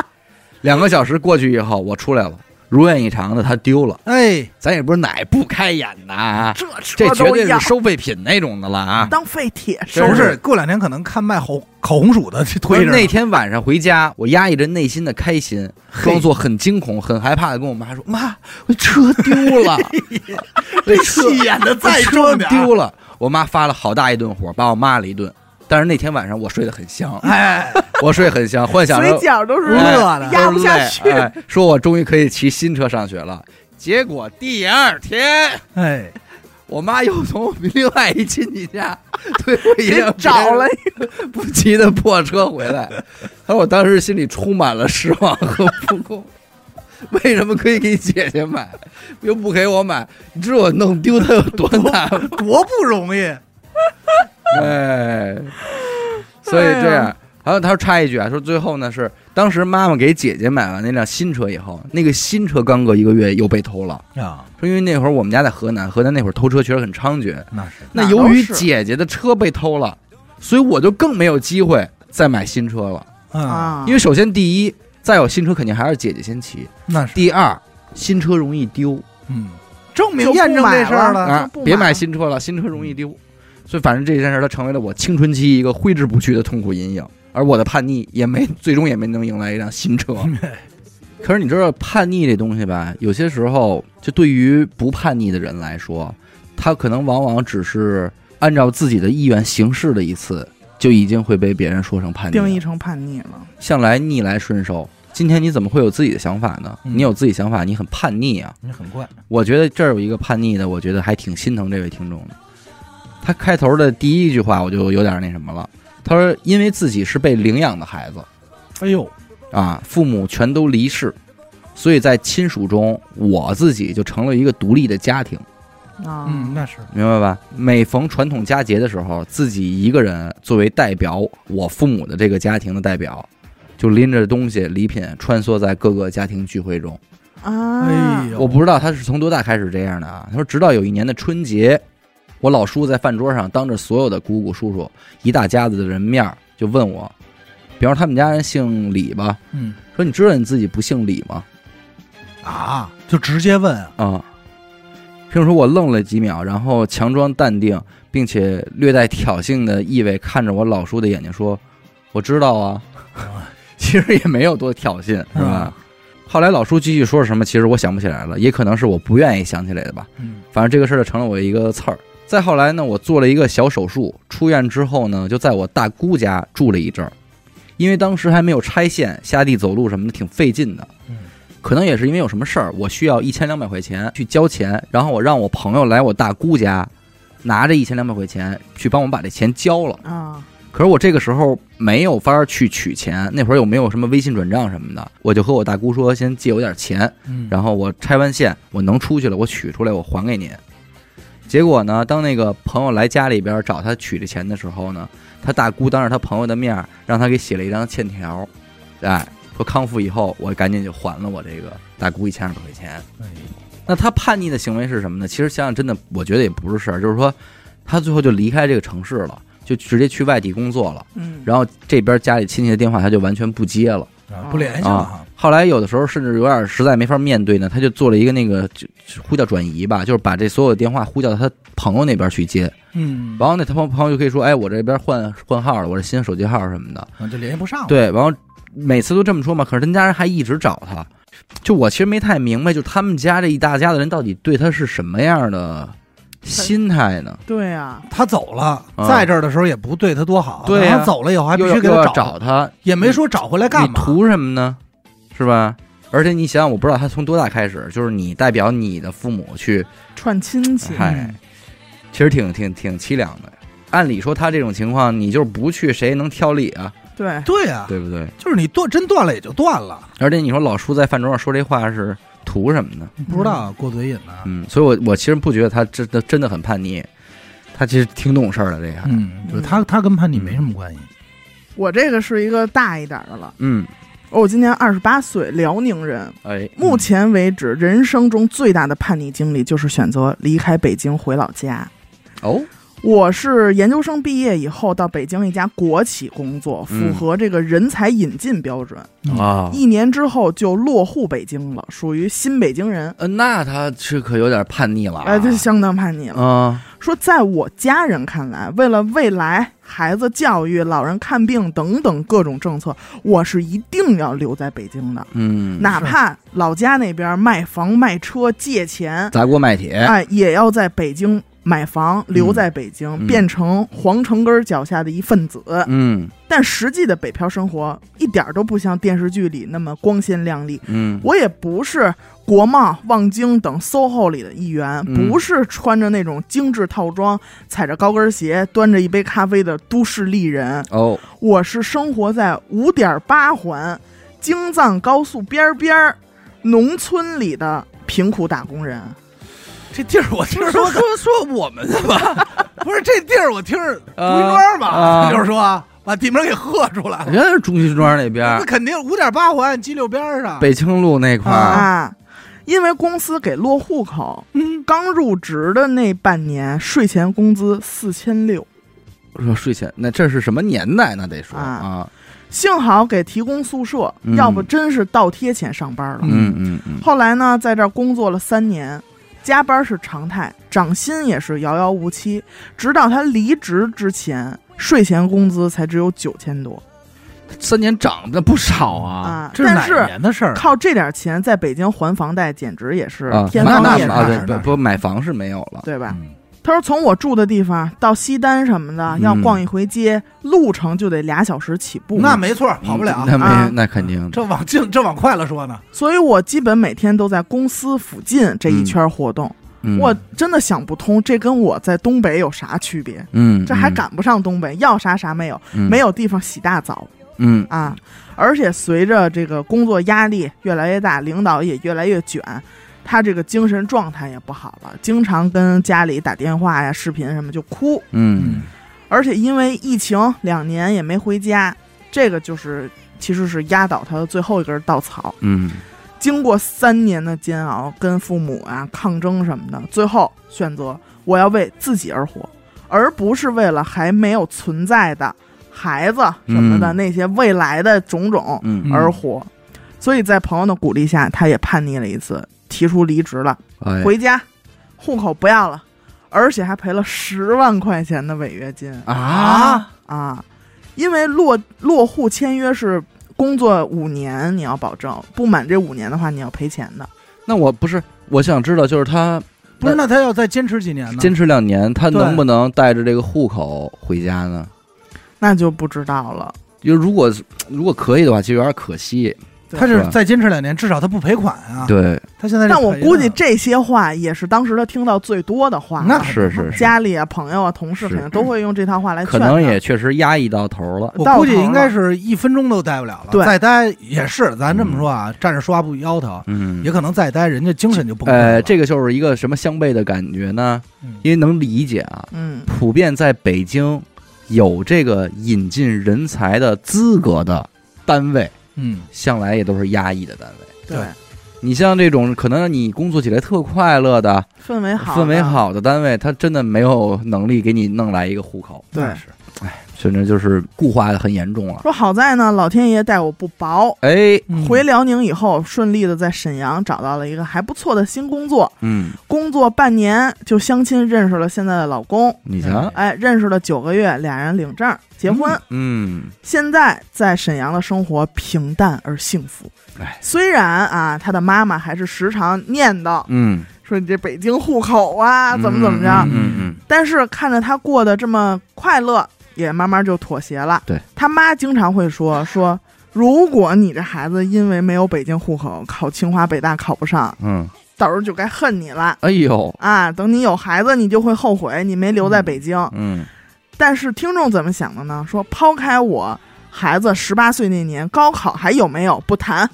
[SPEAKER 1] 两个小时过去以后，我出来了，如愿以偿的，他丢了。
[SPEAKER 2] 哎，
[SPEAKER 1] 咱也不是哪不开眼的啊，
[SPEAKER 3] 这车
[SPEAKER 1] 这绝
[SPEAKER 3] 都
[SPEAKER 1] 对
[SPEAKER 3] 一
[SPEAKER 1] 是
[SPEAKER 3] 样，
[SPEAKER 1] 收废品那种的了啊。
[SPEAKER 3] 当废铁收
[SPEAKER 1] 真
[SPEAKER 2] 不
[SPEAKER 1] 是
[SPEAKER 2] 是，过两天可能看卖红烤红薯的去推着呢
[SPEAKER 1] 那天晚上回家，我压抑着内心的开心，
[SPEAKER 2] 嘿
[SPEAKER 1] 装作很惊恐、很害怕的跟我妈说：“ 妈，我车丢了，这车
[SPEAKER 2] 戏演 的再
[SPEAKER 1] 车
[SPEAKER 2] 重点儿，
[SPEAKER 1] 丢了。”我妈发了好大一顿火，把我骂了一顿。但是那天晚上我睡得很香，
[SPEAKER 2] 哎，
[SPEAKER 1] 我睡得很香，幻想着
[SPEAKER 3] 嘴角都是
[SPEAKER 2] 哎
[SPEAKER 3] 热的，压不下去
[SPEAKER 1] 都。累哎说我终于可以骑新车上学了。结果第二天，
[SPEAKER 2] 哎，
[SPEAKER 1] 我妈又从另外一亲戚家推回一
[SPEAKER 3] 给
[SPEAKER 1] 辆
[SPEAKER 3] 找了
[SPEAKER 1] 不骑的破车回来。她说我当时心里充满了失望和不公。为什么可以给姐姐买，又不给我买？你知道我弄丢它有多难吗？
[SPEAKER 2] 多不容易，
[SPEAKER 1] 哎，所以
[SPEAKER 3] 哎
[SPEAKER 1] 这样。还有，他说插一句啊，说最后呢是当时妈妈给姐姐买完那辆新车以后，那个新车刚过一个月又被偷了，
[SPEAKER 2] 啊，
[SPEAKER 1] 说因为那会儿我们家在河南，河南那会儿偷车确实很猖獗。
[SPEAKER 2] 那是
[SPEAKER 1] 那
[SPEAKER 3] 哪
[SPEAKER 1] 由于
[SPEAKER 3] 都是
[SPEAKER 1] 姐姐的车被偷了，所以我就更没有机会再买新车了。
[SPEAKER 2] 啊，
[SPEAKER 3] 啊，
[SPEAKER 1] 因为首先第一，再有新车肯定还是姐姐先骑；
[SPEAKER 2] 那是
[SPEAKER 1] 第二，新车容易丢
[SPEAKER 2] 嗯，证明
[SPEAKER 3] 就不
[SPEAKER 2] 验证这事儿
[SPEAKER 3] 买了
[SPEAKER 1] 啊
[SPEAKER 3] 就不，买
[SPEAKER 1] 别买
[SPEAKER 3] 了
[SPEAKER 1] 新车了，新车容易丢。所以反正这件事儿，它成为了我青春期一个挥之不去的痛苦阴影。而我的叛逆也没，最终也没能迎来一辆新车。
[SPEAKER 2] 嗯
[SPEAKER 1] 可是你知道叛逆这东西吧，有些时候就对于不叛逆的人来说，他可能往往只是按照自己的意愿行事的一次，就已经会被别人说成叛逆了。
[SPEAKER 3] 定义成叛逆了。
[SPEAKER 1] 向来逆来顺受，今天你怎么会有自己的想法呢？
[SPEAKER 2] 嗯
[SPEAKER 1] 你有自己想法，你很叛逆啊！
[SPEAKER 2] 你很怪，
[SPEAKER 1] 我觉得这儿有一个叛逆的，我觉得还挺心疼这位听众的。他开头的第一句话我就有点那什么了，他说因为自己是被领养的孩子，
[SPEAKER 2] 哎呦，
[SPEAKER 1] 啊，父母全都离世，所以在亲属中，我自己就成了一个独立的家庭，
[SPEAKER 3] 啊，
[SPEAKER 2] 嗯，那是
[SPEAKER 1] 明白吧？每逢传统佳节的时候，自己一个人作为代表我父母的这个家庭的代表，就拎着东西礼品穿梭在各个家庭聚会中。
[SPEAKER 2] 哎
[SPEAKER 3] 啊，
[SPEAKER 1] 我不知道他是从多大开始这样的啊。他说，直到有一年的春节，我老叔在饭桌上当着所有的姑姑叔叔一大家子的人面儿就问我，比方说他们家人姓李吧，
[SPEAKER 2] 嗯
[SPEAKER 1] 说你知道你自己不姓李吗？
[SPEAKER 2] 啊，就直接问啊，
[SPEAKER 1] 啊。听说我愣了几秒，然后强装淡定，并且略带挑衅的意味看着我老叔的眼睛说：“我知道啊。” 其实也没有多挑衅，是吧？后来老叔继续说什么，其实我想不起来了，也可能是我不愿意想起来的吧。
[SPEAKER 2] 嗯，
[SPEAKER 1] 反正这个事儿就成了我一个刺儿。再后来呢，我做了一个小手术，出院之后呢，就在我大姑家住了一阵儿，因为当时还没有拆线，下地走路什么的挺费劲的
[SPEAKER 2] 嗯。
[SPEAKER 1] 可能也是因为有什么事儿，我需要一千两百块钱去交钱，然后我让我朋友来我大姑家拿着一千两百块钱去帮我把这钱交了。
[SPEAKER 3] 啊，
[SPEAKER 1] 可是我这个时候没有法儿去取钱，那会儿又没有什么微信转账什么的，我就和我大姑说先借我点钱，
[SPEAKER 2] 嗯，
[SPEAKER 1] 然后我拆完线，我能出去了，我取出来我还给您。结果呢，当那个朋友来家里边找他取这钱的时候呢，他大姑当着他朋友的面儿让他给写了一张欠条，哎，说康复以后我赶紧就还了我这个大姑一千二百块钱。
[SPEAKER 2] 哎
[SPEAKER 1] 那他叛逆的行为是什么呢？其实想想，真的，我觉得也不是事儿，就是说，他最后就离开这个城市了，就直接去外地工作了。
[SPEAKER 3] 嗯，
[SPEAKER 1] 然后这边家里亲戚的电话他就完全不接了
[SPEAKER 2] 啊不联系了
[SPEAKER 1] 啊
[SPEAKER 2] 哈。。
[SPEAKER 1] 后来有的时候甚至有点实在没法面对呢，他就做了一个那个就呼叫转移吧，就是把这所有的电话呼叫到他朋友那边去接，
[SPEAKER 2] 嗯，
[SPEAKER 1] 然后那他朋朋友就可以说，哎，我这边换换号了，我这新手机号什么的。
[SPEAKER 2] 啊就联系不上了。
[SPEAKER 1] 对，然后每次都这么说嘛，可是他家人还一直找他。就我其实没太明白，就他们家这一大家子人到底对他是什么样的心态呢？
[SPEAKER 3] 对呀，
[SPEAKER 2] 他走了，
[SPEAKER 1] 啊
[SPEAKER 2] 在这儿的时候也不对他多好，
[SPEAKER 1] 对呀
[SPEAKER 2] 然后走了以后还必
[SPEAKER 1] 又
[SPEAKER 2] 须
[SPEAKER 1] 要
[SPEAKER 2] 给
[SPEAKER 1] 又
[SPEAKER 2] 我
[SPEAKER 1] 要
[SPEAKER 2] 找，
[SPEAKER 1] 找他，
[SPEAKER 2] 也没说找回来干
[SPEAKER 1] 你
[SPEAKER 2] 嘛。
[SPEAKER 1] 图什么呢？是吧？而且你想想，我不知道他从多大开始，就是你代表你的父母去，
[SPEAKER 3] 串亲戚，
[SPEAKER 1] 嗨其实挺挺挺凄凉的。按理说他这种情况，你就是不去，谁能挑理啊？
[SPEAKER 3] 对，
[SPEAKER 2] 对呀、
[SPEAKER 1] 对不对？
[SPEAKER 2] 就是你断真断了也就断了，
[SPEAKER 1] 而且你说老叔在饭桌上说这话是图什么呢？
[SPEAKER 2] 不知道过嘴瘾呢。
[SPEAKER 1] 嗯，所以我我其实不觉得他真的真的很叛逆，他其实挺懂事儿的这个。
[SPEAKER 2] 嗯，就他他跟叛逆没什么关系。
[SPEAKER 3] 我这个是一个大一点儿的了，
[SPEAKER 1] 嗯，
[SPEAKER 3] 我今年二十八岁，辽宁人。
[SPEAKER 1] 哎，
[SPEAKER 3] 目前为止，人生中最大的叛逆经历就是选择离开北京回老家。
[SPEAKER 1] 哦，
[SPEAKER 3] 我是研究生毕业以后到北京一家国企工作，符
[SPEAKER 1] 嗯
[SPEAKER 3] 合这个人才引进标准。
[SPEAKER 2] 嗯
[SPEAKER 1] 啊，
[SPEAKER 3] 一年之后就落户北京了，属于新北京人，
[SPEAKER 1] 呃，那他是可有点叛逆了啊。
[SPEAKER 3] 哎，这相当叛逆了。
[SPEAKER 1] 啊，
[SPEAKER 3] 说，在我家人看来，为了未来孩子教育、老人看病等等各种政策，我是一定要留在北京的，
[SPEAKER 1] 嗯，
[SPEAKER 3] 哪怕老家那边卖房、卖车、借钱，
[SPEAKER 1] 砸锅卖铁，
[SPEAKER 3] 哎，也要在北京买房，留在北京，
[SPEAKER 1] 嗯
[SPEAKER 3] 变成皇城根儿脚下的一份子。
[SPEAKER 1] 嗯
[SPEAKER 3] 但实际的北漂生活一点儿都不像电视剧里那么光鲜亮丽，
[SPEAKER 1] 嗯，
[SPEAKER 3] 我也不是国贸、望京等 SOHO 里的一员，
[SPEAKER 1] 嗯
[SPEAKER 3] 不是穿着那种精致套装、踩着高跟鞋、端着一杯咖啡的都市丽人。
[SPEAKER 1] 哦，
[SPEAKER 3] 我是生活在五点八环京藏高速边儿边儿农村里的贫苦打工人。
[SPEAKER 2] 这地儿我听 说说说我们的吧，不是这地儿我听着朱
[SPEAKER 1] 啊
[SPEAKER 2] 家庄吧，
[SPEAKER 1] 啊
[SPEAKER 2] 就是说把地名给喝出 来了，
[SPEAKER 1] 原来是中西庄那边
[SPEAKER 2] 那
[SPEAKER 1] 儿，
[SPEAKER 2] 肯定五点八环鸡六边儿上。
[SPEAKER 1] 啊北清路那块儿，
[SPEAKER 3] 啊，因为公司给落户口，
[SPEAKER 2] 嗯，
[SPEAKER 3] 刚入职的那半年，税前工资四千六。
[SPEAKER 1] 说睡前那这是什么年代呢？得说
[SPEAKER 3] 啊
[SPEAKER 1] 啊，
[SPEAKER 3] 幸好给提供宿舍，
[SPEAKER 1] 嗯
[SPEAKER 3] 要不真是倒贴钱上班了。
[SPEAKER 1] 嗯嗯嗯，
[SPEAKER 3] 后来呢，在这儿工作了三年，加班是常态，涨薪也是遥遥无期，直到他离职之前，税前工资才只有九千多
[SPEAKER 1] 三年涨的不少啊，
[SPEAKER 3] 啊。
[SPEAKER 2] 这是
[SPEAKER 3] 但
[SPEAKER 2] 哪
[SPEAKER 3] 是
[SPEAKER 2] 年的事儿？啊
[SPEAKER 3] 靠这点钱在北京还房贷，简直也是
[SPEAKER 1] 啊，
[SPEAKER 3] 天
[SPEAKER 1] 那
[SPEAKER 3] 方
[SPEAKER 1] 那
[SPEAKER 3] 夜
[SPEAKER 2] 是
[SPEAKER 1] 啊，
[SPEAKER 3] 谭，
[SPEAKER 1] 对，不不买房是没有了，
[SPEAKER 3] 对吧？
[SPEAKER 2] 嗯
[SPEAKER 3] 他说从我住的地方到西单什么的，
[SPEAKER 1] 嗯
[SPEAKER 3] 要逛一回街，路程就得俩小时起步。
[SPEAKER 2] 那没错，跑不了
[SPEAKER 1] 嗯。那
[SPEAKER 3] 啊
[SPEAKER 1] 没那肯定的，
[SPEAKER 2] 这往进，这往快了说呢。
[SPEAKER 3] 所以我基本每天都在公司附近这一圈活动。
[SPEAKER 1] 嗯
[SPEAKER 3] 我真的想不通，这跟我在东北有啥区别？
[SPEAKER 1] 嗯，
[SPEAKER 3] 这还赶不上东北，要啥啥没有，没
[SPEAKER 1] 有，
[SPEAKER 3] 有地方洗大澡
[SPEAKER 1] 嗯
[SPEAKER 3] 啊！而且随着这个工作压力越来越大，领导也越来越卷，他这个精神状态也不好了，经常跟家里打电话呀、视频什么就哭。
[SPEAKER 1] 嗯
[SPEAKER 3] 而且因为疫情两年也没回家，这个就是其实是压倒他的最后一根稻草。
[SPEAKER 1] 嗯
[SPEAKER 3] 经过三年的煎熬，跟父母啊抗争什么的，最后选择我要为自己而活，而不是为了还没有存在的孩子什么的、
[SPEAKER 1] 嗯
[SPEAKER 3] 那些未来的种种
[SPEAKER 1] 嗯
[SPEAKER 2] 嗯
[SPEAKER 3] 而活。所以在朋友的鼓励下，他也叛逆了一次，提出离职了，
[SPEAKER 1] 哎
[SPEAKER 3] 回家，户口不要了，而且还赔了十万块钱的违约金
[SPEAKER 1] 啊，
[SPEAKER 3] 啊！因为落落户签约是工作五年，你要保证不满这五年的话，你要赔钱的。
[SPEAKER 1] 那我不是我想知道，就是他
[SPEAKER 2] 不是，那他要再坚持几年呢？
[SPEAKER 1] 坚持两年，他
[SPEAKER 2] 对
[SPEAKER 1] 能不能带着这个户口回家呢？
[SPEAKER 3] 那就不知道了。
[SPEAKER 1] 就如果如果可以的话，其实有点可惜。
[SPEAKER 3] 对
[SPEAKER 2] 他
[SPEAKER 1] 是
[SPEAKER 2] 是
[SPEAKER 1] 吧
[SPEAKER 2] 再坚持两年，至少他不赔款啊。，
[SPEAKER 1] 对，
[SPEAKER 2] 他现在是
[SPEAKER 3] 但我
[SPEAKER 2] 赔
[SPEAKER 3] 估
[SPEAKER 2] 的啊
[SPEAKER 3] 计这些话也是当时他听到最多的话了，
[SPEAKER 2] 那
[SPEAKER 1] 是是是，
[SPEAKER 3] 家里啊、朋友啊、同事
[SPEAKER 1] 是
[SPEAKER 3] 肯定都会用这套话来劝
[SPEAKER 1] 可
[SPEAKER 3] 他。
[SPEAKER 1] 能也确实压抑到头了。
[SPEAKER 2] 我
[SPEAKER 3] 到
[SPEAKER 2] 估计
[SPEAKER 3] 头
[SPEAKER 2] 应该
[SPEAKER 3] 了
[SPEAKER 2] 是一分钟都待不了了。
[SPEAKER 3] 对
[SPEAKER 2] 再待也是，咱这么说啊，站着说话不腰疼，
[SPEAKER 1] 嗯
[SPEAKER 2] 也，可能再待人家精神就崩溃
[SPEAKER 1] 呃，
[SPEAKER 2] 了。
[SPEAKER 1] 这个就是一个什么相悖的感觉呢？
[SPEAKER 2] 嗯
[SPEAKER 1] 因为能理解啊，
[SPEAKER 3] 嗯，
[SPEAKER 1] 普遍在北京有这个引进人才的资格的单位，
[SPEAKER 2] 嗯，
[SPEAKER 1] 向来也都是压抑的单位。
[SPEAKER 3] 对，
[SPEAKER 2] 对
[SPEAKER 1] 你像这种可能你工作起来特快乐的、
[SPEAKER 3] 氛围好，
[SPEAKER 1] 氛围，好的单位，他真的没有能力给你弄来一个户口，哎
[SPEAKER 3] 对
[SPEAKER 2] 那是
[SPEAKER 1] 甚至就是固化的很严重了。
[SPEAKER 3] 说好在呢，老天爷待我不薄。
[SPEAKER 1] 哎，
[SPEAKER 2] 嗯
[SPEAKER 3] 回辽宁以后，顺利的在沈阳找到了一个还不错的新工作，
[SPEAKER 1] 嗯，
[SPEAKER 3] 工作半年就相亲认识了现在的老公，
[SPEAKER 1] 你瞧，
[SPEAKER 3] 哎，认识了九个月，俩人领证结婚，
[SPEAKER 1] 嗯，
[SPEAKER 3] 现在在沈阳的生活平淡而幸福
[SPEAKER 1] 哎。
[SPEAKER 3] 虽然啊，他的妈妈还是时常念叨
[SPEAKER 1] 嗯，
[SPEAKER 3] 说你这北京户口啊，怎么怎么着，
[SPEAKER 1] 嗯嗯嗯，
[SPEAKER 3] 但是看着他过得这么快乐，也慢慢就妥协了。
[SPEAKER 1] 对，
[SPEAKER 3] 他妈经常会说说，如果你这孩子因为没有北京户口，考清华北大考不上，
[SPEAKER 1] 嗯，
[SPEAKER 3] 到时候就该恨你了
[SPEAKER 1] 哎呦，
[SPEAKER 3] 啊！等你有孩子，你就会后悔你没留在北京。
[SPEAKER 1] 嗯
[SPEAKER 3] 但是听众怎么想的呢？说抛开我孩子十八岁那年高考还有没有 不谈，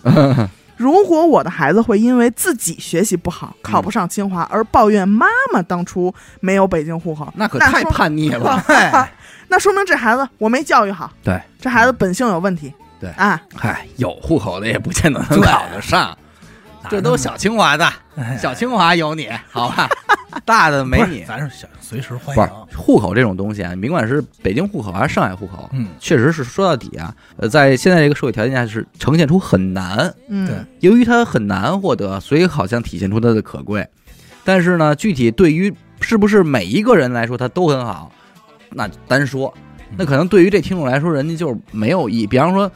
[SPEAKER 3] 如果我的孩子会因为自己学习不好考不上清华而抱怨妈妈当初没有北京户口，
[SPEAKER 1] 嗯那可
[SPEAKER 3] 那
[SPEAKER 1] 太
[SPEAKER 3] 说
[SPEAKER 1] 叛逆 了。哎
[SPEAKER 2] 嗨，
[SPEAKER 3] 那说明这孩子我没教育好，
[SPEAKER 1] 对，
[SPEAKER 3] 这孩子本性有问题，
[SPEAKER 1] 对
[SPEAKER 3] 啊，
[SPEAKER 1] 嗨，哎有户口的也不见得能考得上，哎这都小清华的，小清华有你，好 吧？大的没
[SPEAKER 2] 哎不是
[SPEAKER 1] 你。
[SPEAKER 2] 咱是想随时欢
[SPEAKER 1] 不是
[SPEAKER 2] 迎。
[SPEAKER 1] 户口这种东西啊，你甭管是北京户口还是上海户口，
[SPEAKER 2] 嗯，
[SPEAKER 1] 确实是说到底啊，呃，在现在这个社会条件下是呈现出很难。
[SPEAKER 3] 嗯
[SPEAKER 2] 对，
[SPEAKER 1] 由于它很难获得，所以好像体现出它的可贵。但是呢，具体对于是不是每一个人来说它都很好，那单说，那可能对于这听众来说，人家就是没有意义。比方说，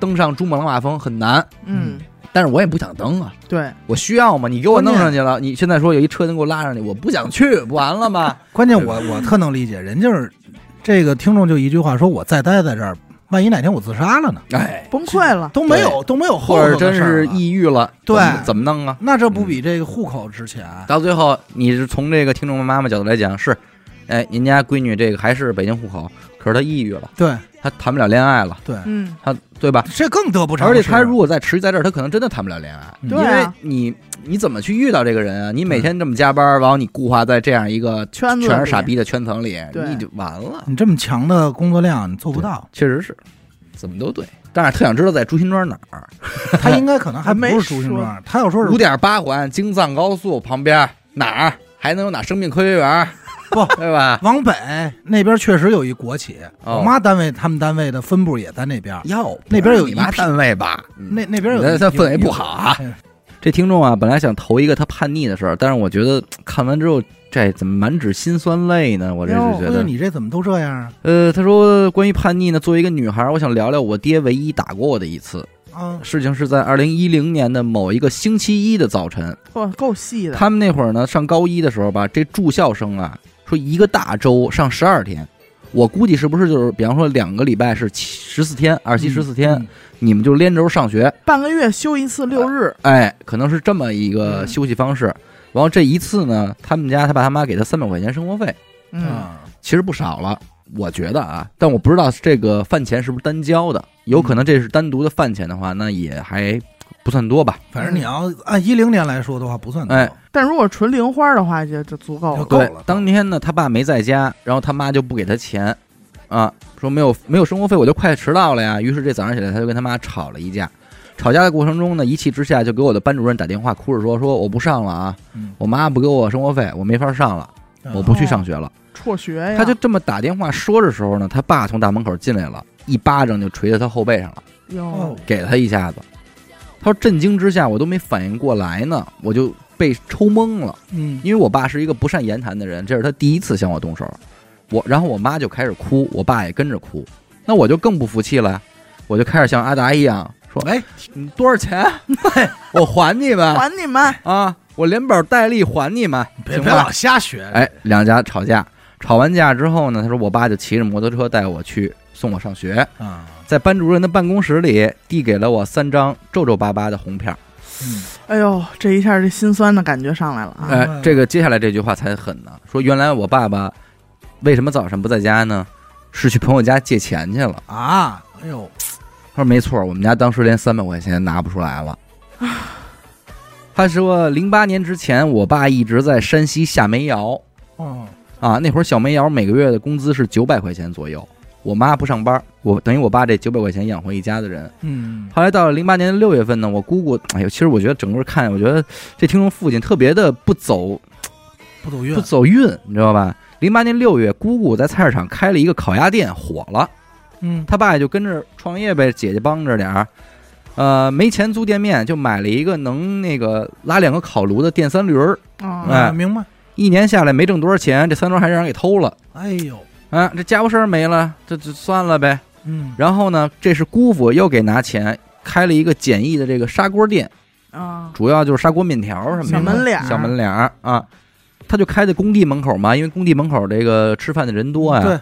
[SPEAKER 1] 登上珠穆朗玛峰很难，
[SPEAKER 3] 嗯
[SPEAKER 2] 嗯，
[SPEAKER 1] 但是我也不想登啊，
[SPEAKER 3] 对，
[SPEAKER 1] 我需要吗？你给我弄上去了，你现在说有一车能给我拉上去，我不想去，不完了 吗？
[SPEAKER 2] 关键我我特能理解，人就是这个听众就一句话说，我再待在这儿，万一哪天我自杀了呢？
[SPEAKER 1] 哎，
[SPEAKER 3] 崩溃了，
[SPEAKER 2] 都没有都没有 后
[SPEAKER 1] 或
[SPEAKER 2] 头
[SPEAKER 1] 者
[SPEAKER 2] 的
[SPEAKER 1] 真
[SPEAKER 2] 事儿
[SPEAKER 1] 是
[SPEAKER 2] 了
[SPEAKER 1] 抑郁了，
[SPEAKER 2] 对
[SPEAKER 1] 怎么怎么弄啊？
[SPEAKER 2] 那这不比这个户口值钱？
[SPEAKER 1] 到最后，你是从这个听众妈妈角度来讲是，哎，您家闺女这个还是北京户口，可是她抑郁了，
[SPEAKER 2] 对
[SPEAKER 1] 她谈不了恋爱了，
[SPEAKER 2] 对，
[SPEAKER 3] 嗯，
[SPEAKER 1] 她对吧？
[SPEAKER 2] 这更得不偿
[SPEAKER 1] 而
[SPEAKER 2] 失。
[SPEAKER 1] 且她如果再持续在这儿，她可能真的谈不了恋爱，
[SPEAKER 2] 嗯
[SPEAKER 1] 因
[SPEAKER 3] 啊对
[SPEAKER 1] 为
[SPEAKER 3] 啊
[SPEAKER 1] 你你怎么去遇到这个人啊？你每天这么加班，然后你固化在这样一个
[SPEAKER 3] 嗯圈子
[SPEAKER 1] 全是
[SPEAKER 3] 里
[SPEAKER 1] 傻，逼的圈层里，
[SPEAKER 3] 对
[SPEAKER 1] 你就完了。
[SPEAKER 2] 你这么强的工作量，你做不到。
[SPEAKER 1] 确实是，怎么都对。但是特想知道在朱辛庄哪儿，
[SPEAKER 2] 他应该可能还不
[SPEAKER 3] 还没
[SPEAKER 2] 是朱辛庄，他要说
[SPEAKER 1] 五
[SPEAKER 2] 是
[SPEAKER 1] 点八环京藏高速旁边哪儿还能有哪生命科学园？
[SPEAKER 2] 不
[SPEAKER 1] 对吧？
[SPEAKER 2] 往北那边确实有一国企，
[SPEAKER 1] 哦嗯
[SPEAKER 2] 我妈单位他们单位的分部也在那边。
[SPEAKER 1] 要
[SPEAKER 2] 那边有一
[SPEAKER 1] 你妈
[SPEAKER 2] 批
[SPEAKER 1] 单位吧？嗯
[SPEAKER 2] 那那边有
[SPEAKER 1] 你这
[SPEAKER 2] 一哎
[SPEAKER 1] 这氛围不好啊。
[SPEAKER 2] 有有
[SPEAKER 1] 这听众啊，本来想投一个他叛逆的事儿，但是我觉得看完之后，这怎么满纸辛酸泪呢？我这
[SPEAKER 2] 哎呦
[SPEAKER 1] 是觉
[SPEAKER 2] 姑娘
[SPEAKER 1] 得，
[SPEAKER 2] 你这怎么都这样啊？
[SPEAKER 1] 呃，他说关于叛逆呢，作为一个女孩儿，我想聊聊我爹唯一打过我的一次
[SPEAKER 2] 啊，
[SPEAKER 1] 事情，是在二零一零年的某一个星期一的早晨，
[SPEAKER 3] 嚯，够细的，
[SPEAKER 1] 他们那会儿呢，上高一的时候吧，这住校生啊，说一个大周上十二天，我估计是不是就是，比方说两个礼拜是十四天，二七十四天，
[SPEAKER 2] 嗯，
[SPEAKER 1] 你们就连轴上学，
[SPEAKER 3] 半个月休一次六日，
[SPEAKER 1] 哎，可能是这么一个
[SPEAKER 3] 嗯
[SPEAKER 1] 休息方式。然后这一次呢，他们家他爸他妈给他三百块钱生活费，
[SPEAKER 2] 嗯
[SPEAKER 3] 嗯，
[SPEAKER 2] 啊
[SPEAKER 1] 其实不少了，我觉得啊，但我不知道这个饭钱是不是单交的，有可能这是单独的饭钱的话，那也还不算多吧。
[SPEAKER 2] 反正你要按一零年来说的话，不算多
[SPEAKER 1] 哎
[SPEAKER 3] 但如果纯零花的话，就就足够
[SPEAKER 2] 就
[SPEAKER 3] 了，
[SPEAKER 2] 够
[SPEAKER 1] 对
[SPEAKER 2] 了。，
[SPEAKER 1] 当天呢，他爸没在家，然后他妈就不给他钱，啊，说没有没有生活费，我就快迟到了呀。于是这早上起来，他就跟他妈吵了一架。吵架的过程中呢，一气之下就给我的班主任打电话，哭着说：“说我不上了啊，
[SPEAKER 2] 嗯
[SPEAKER 1] 我妈不给我生活费，我没法上了，
[SPEAKER 2] 啊
[SPEAKER 1] 我不去上学了。
[SPEAKER 3] 辍学呀，
[SPEAKER 1] 他就这么打电话说的时候呢，他爸从大门口进来了，一巴掌就捶在他后背上了，
[SPEAKER 3] 哟
[SPEAKER 2] 哦，
[SPEAKER 1] 给了他一下子。他说震惊之下，我都没反应过来呢，我就被抽懵了。
[SPEAKER 2] 嗯
[SPEAKER 1] 因为我爸是一个不善言谈的人，这是他第一次向我动手，我然后我妈就开始哭，我爸也跟着哭，那我就更不服气了，我就开始像阿达一样说：“哎，你多少钱？嘿我还你们
[SPEAKER 3] 还你们，
[SPEAKER 1] 啊！我连本带利还你们，
[SPEAKER 2] 别
[SPEAKER 1] 行
[SPEAKER 2] 别
[SPEAKER 1] 吧
[SPEAKER 2] 老
[SPEAKER 1] 哎
[SPEAKER 2] 瞎学。？”
[SPEAKER 1] 哎，两家吵架，吵完架之后呢，他说我爸就骑着摩托车带我去送我上学，
[SPEAKER 2] 啊，
[SPEAKER 1] 在班主任的办公室里递给了我三张皱皱巴巴的红票。
[SPEAKER 2] 嗯
[SPEAKER 3] 哎呦，这一下这心酸的感觉上来了啊！
[SPEAKER 2] 哎
[SPEAKER 1] 呃，这个接下来这句话才狠呢，说原来我爸爸为什么早上不在家呢？是去朋友家借钱去了。
[SPEAKER 2] 啊，哎呦，
[SPEAKER 1] 他说没错，我们家当时连三百块钱拿不出来了。他说零八年之前，我爸一直在山西下煤窑
[SPEAKER 2] 哦，
[SPEAKER 1] 啊，那会儿小煤窑每个月的工资是九百块钱左右。我妈不上班，我等于我爸这九百块钱养活一家的人。
[SPEAKER 2] 嗯，
[SPEAKER 1] 后来到了零八年的六月份呢，我姑姑，哎呦，其实我觉得整个看，我觉得这听众父亲特别的不走
[SPEAKER 2] 不走运
[SPEAKER 1] 不，走运，你知道吧？零八年六月，姑姑在菜市场开了一个烤鸭店，火了。
[SPEAKER 2] 嗯，
[SPEAKER 1] 他爸也就跟着创业呗，姐姐帮着点儿。呃，没钱租店面，就买了一个能那个拉两个烤炉的电三驴儿。
[SPEAKER 3] 哦
[SPEAKER 1] 哎
[SPEAKER 2] 啊明白，
[SPEAKER 1] 一年下来没挣多少钱，这三驴儿还让人给偷了。
[SPEAKER 2] 哎呦，
[SPEAKER 1] 啊，这家伙事儿没了，这这算了呗。
[SPEAKER 2] 嗯，
[SPEAKER 1] 然后呢，这是姑父又给拿钱开了一个简易的这个砂锅店，
[SPEAKER 3] 啊，
[SPEAKER 1] 主要就是砂锅面条什么的。
[SPEAKER 3] 小门脸儿
[SPEAKER 1] 哎小门脸儿啊，他就开在工地门口嘛，因为工地门口这个吃饭的人多呀。
[SPEAKER 2] 对，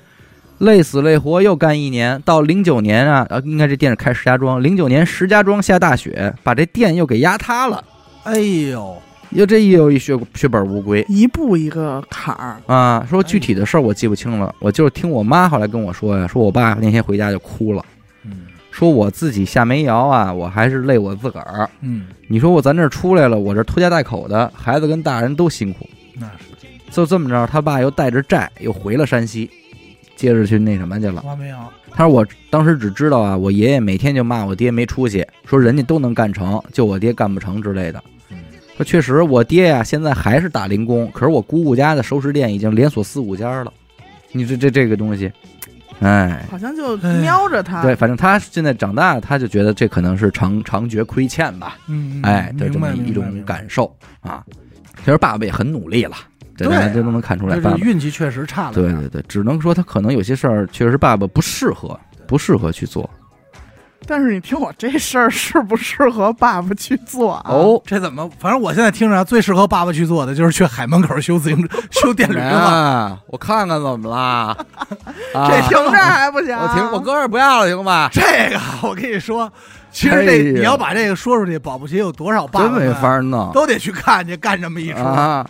[SPEAKER 1] 累死累活又干一年，到零九年啊，呃应该这店是开石家庄，零九年石家庄下大雪，把这店又给压塌了，
[SPEAKER 2] 哎呦，
[SPEAKER 1] 又这又一血血本无归
[SPEAKER 3] 一步一个坎儿，
[SPEAKER 1] 啊！说具体的事儿我记不清了，我就是听我妈后来跟我说呀，说我爸那天回家就哭了，
[SPEAKER 2] 嗯
[SPEAKER 1] 说我自己下煤窑啊，我还是累我自个儿。
[SPEAKER 2] 嗯，
[SPEAKER 1] 你说我咱这儿出来了，我这拖家带口的，孩子跟大人都辛苦。
[SPEAKER 2] 那是
[SPEAKER 1] 就这么着，他爸又带着债又回了山西，接着去那什么去了。
[SPEAKER 2] 花没有，
[SPEAKER 1] 他说我当时只知道啊，我爷爷每天就骂我爹没出息，说人家都能干成，就我爹干不成之类的。
[SPEAKER 2] 嗯
[SPEAKER 1] 说确实，我爹呀、现在还是打零工，可是我姑姑家的熟食店已经连锁四五家了。你这这这个东西，哎，
[SPEAKER 3] 好像就瞄着他，
[SPEAKER 1] 对，反正他现在长大，他就觉得这可能是长长觉亏欠吧，
[SPEAKER 2] 嗯，嗯
[SPEAKER 1] 哎，的这
[SPEAKER 2] 明
[SPEAKER 1] 么
[SPEAKER 2] 白
[SPEAKER 1] 一种
[SPEAKER 2] 明白
[SPEAKER 1] 感受啊。其实爸爸也很努力了，这
[SPEAKER 2] 对
[SPEAKER 1] 大
[SPEAKER 2] 啊
[SPEAKER 1] 家都能看出来，
[SPEAKER 2] 明
[SPEAKER 1] 爸
[SPEAKER 2] 白
[SPEAKER 1] 爸
[SPEAKER 2] 就是运气确实差了，啊
[SPEAKER 1] 对对对，只能说他可能有些事儿确实爸爸不适合，不适合去做。
[SPEAKER 3] 但是你听我这事儿适不适合爸爸去做啊？
[SPEAKER 1] 哦，
[SPEAKER 2] 这怎么？反正我现在听着啊，最适合爸爸去做的就是去海门口修自行车、 修电驴了。
[SPEAKER 1] 啊，我看看怎么 啦？啊
[SPEAKER 3] 这停这儿还不行？
[SPEAKER 1] 我停，我搁这儿不要了，行吧？
[SPEAKER 2] 这个我跟你说，其
[SPEAKER 1] 哎
[SPEAKER 2] 实
[SPEAKER 1] 呀
[SPEAKER 2] 这你要把这个说出去，保不齐有多少爸爸
[SPEAKER 1] 真
[SPEAKER 2] 们
[SPEAKER 1] 没法弄
[SPEAKER 2] 都得去看去干这么一出，
[SPEAKER 1] 啊！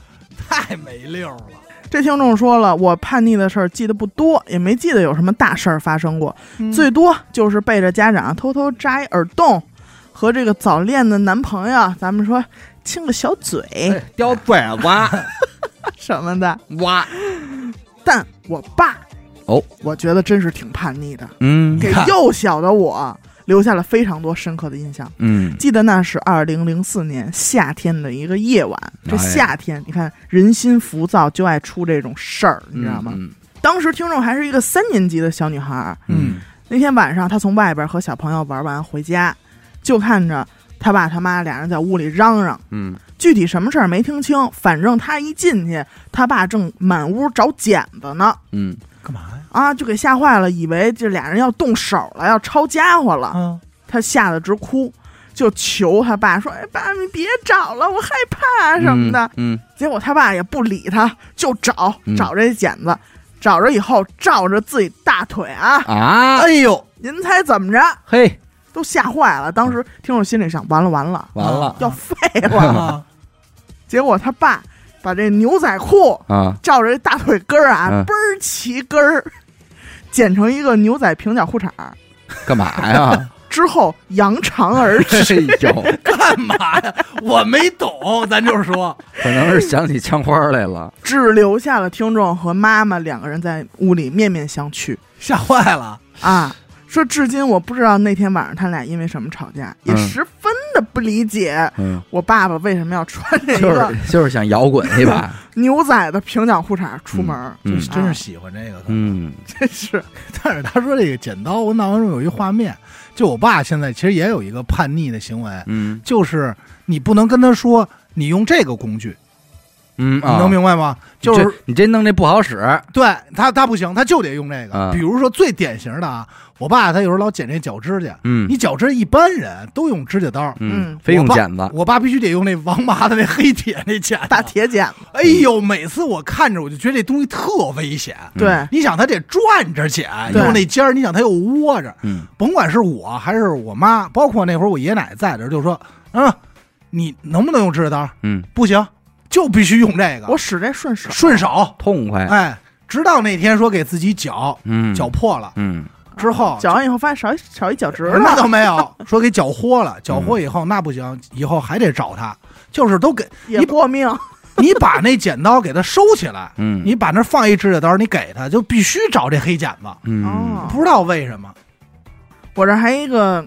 [SPEAKER 2] 太没溜儿了。
[SPEAKER 3] 这听众说了，我叛逆的事儿记得不多，也没记得有什么大事儿发生过，
[SPEAKER 2] 嗯
[SPEAKER 1] 嗯
[SPEAKER 3] 最多就是背着家长偷偷摘耳洞，和这个早恋的男朋友，咱们说亲个小嘴、
[SPEAKER 1] 哎叼嘴 挖
[SPEAKER 3] 什么的。
[SPEAKER 1] 挖，
[SPEAKER 3] 但我爸，
[SPEAKER 1] 哦，
[SPEAKER 3] 我觉得真是挺叛逆的，
[SPEAKER 1] 嗯
[SPEAKER 3] 给
[SPEAKER 2] 看
[SPEAKER 3] 幼小的我留下了非常多深刻的印象。
[SPEAKER 1] 嗯，
[SPEAKER 3] 记得那是二零零四年夏天的一个夜晚，这
[SPEAKER 1] 哎呀
[SPEAKER 3] 夏天你看人心浮躁，就爱出这种事儿，你知道吗？
[SPEAKER 1] 嗯？
[SPEAKER 3] 当时听众还是一个三年级的小女孩儿，
[SPEAKER 1] 嗯
[SPEAKER 3] 那天晚上她从外边和小朋友玩完回家，就看着她爸她妈俩人在屋里嚷嚷，
[SPEAKER 1] 嗯，
[SPEAKER 3] 具体什么事儿没听清，反正她一进去，她爸正满屋找剪子呢，
[SPEAKER 1] 嗯
[SPEAKER 2] 干嘛呀？
[SPEAKER 3] 啊，就给吓坏了，以为这俩人要动手了，要抄家伙
[SPEAKER 1] 嗯
[SPEAKER 3] 了，
[SPEAKER 2] 啊，
[SPEAKER 3] 她吓得直哭。就求他爸说：“哎，爸，你别找了，我害怕啊
[SPEAKER 1] 嗯，
[SPEAKER 3] 什么的。
[SPEAKER 1] 嗯，
[SPEAKER 3] 结果他爸也不理他，就找
[SPEAKER 1] 嗯
[SPEAKER 3] 找这剪子，找着以后照着自己大腿啊，
[SPEAKER 1] 嗯啊，
[SPEAKER 2] 哎呦，
[SPEAKER 3] 您猜怎么着？
[SPEAKER 1] 嘿，
[SPEAKER 3] 都吓坏了。当时听众心里想：完了完了，
[SPEAKER 1] 完了
[SPEAKER 3] 要废了。
[SPEAKER 2] 啊，
[SPEAKER 3] 结果他爸把这牛仔裤
[SPEAKER 1] 啊，
[SPEAKER 3] 照着这大腿根儿啊，
[SPEAKER 1] 嗯
[SPEAKER 3] 倍儿齐根儿，剪成一个牛仔平角裤衩儿，
[SPEAKER 1] 干嘛呀？
[SPEAKER 3] 之后扬长而
[SPEAKER 1] 哎
[SPEAKER 3] 去。
[SPEAKER 1] 呦，
[SPEAKER 2] 干嘛呀？我没懂，咱就是说，
[SPEAKER 1] 可能是想起枪花来了。
[SPEAKER 3] 只留下了听众和妈妈两个人在屋里面面相觑。
[SPEAKER 2] 吓坏了。
[SPEAKER 3] 啊，说至今我不知道那天晚上他俩因为什么吵架，也
[SPEAKER 1] 嗯
[SPEAKER 3] 十分的不理解
[SPEAKER 1] 嗯，
[SPEAKER 3] 我爸爸为什么要穿这
[SPEAKER 1] 就
[SPEAKER 3] 个
[SPEAKER 1] 是就是想摇滚一把。
[SPEAKER 3] 牛仔的平角裤衩出门儿，
[SPEAKER 1] 嗯
[SPEAKER 2] 真
[SPEAKER 3] 啊
[SPEAKER 2] 是喜欢这个，
[SPEAKER 1] 嗯
[SPEAKER 3] 真是
[SPEAKER 2] 但 是他说这个剪刀，我脑海中有一画面，就我爸现在其实也有一个叛逆的行为，
[SPEAKER 1] 嗯
[SPEAKER 2] 就是你不能跟他说你用这个工具，
[SPEAKER 1] 嗯
[SPEAKER 2] 你能明白吗？就是
[SPEAKER 1] 你这弄这不好使，
[SPEAKER 2] 对他他不行，他就得用这个。
[SPEAKER 1] 嗯
[SPEAKER 2] 比如说最典型的啊，我爸他有时候老剪这脚指甲，
[SPEAKER 1] 嗯
[SPEAKER 2] 你脚指甲一般人都用指甲刀，
[SPEAKER 1] 嗯
[SPEAKER 3] 嗯，
[SPEAKER 1] 非用
[SPEAKER 2] 我爸
[SPEAKER 1] 剪子，
[SPEAKER 2] 我爸必须得用那王麻的那黑铁那剪子。
[SPEAKER 3] 大铁剪子，
[SPEAKER 2] 哎呦，每次我看着我就觉得这东西特危险。
[SPEAKER 1] 嗯
[SPEAKER 3] 对，
[SPEAKER 2] 你想，他得转着剪，
[SPEAKER 3] 嗯对
[SPEAKER 2] 用那尖儿，你想他又窝着，
[SPEAKER 1] 嗯
[SPEAKER 2] 甭管是我还是我妈，包括那会儿我爷爷奶奶在这儿，就说，嗯，你能不能用指甲刀？
[SPEAKER 1] 嗯，
[SPEAKER 2] 不行，就必须用这个，
[SPEAKER 3] 我使这顺手，
[SPEAKER 2] 顺手。
[SPEAKER 1] 痛快，
[SPEAKER 2] 哎，直到那天说给自己绞
[SPEAKER 1] 嗯，
[SPEAKER 2] 绞破了
[SPEAKER 1] 嗯
[SPEAKER 2] 之后，
[SPEAKER 3] 哦绞完以后发现少一少一脚趾
[SPEAKER 2] 那倒
[SPEAKER 3] 了，
[SPEAKER 2] 没有，说给绞豁了，绞豁以后那不行，以后还得找他，就是都给
[SPEAKER 3] 也过命，
[SPEAKER 2] 你把那剪刀给他收起来，
[SPEAKER 1] 嗯，
[SPEAKER 2] 你把那放一指甲刀，你给他就必须找这黑剪子，
[SPEAKER 1] 嗯
[SPEAKER 3] 哦
[SPEAKER 2] 不知道为什么
[SPEAKER 3] 我这还一个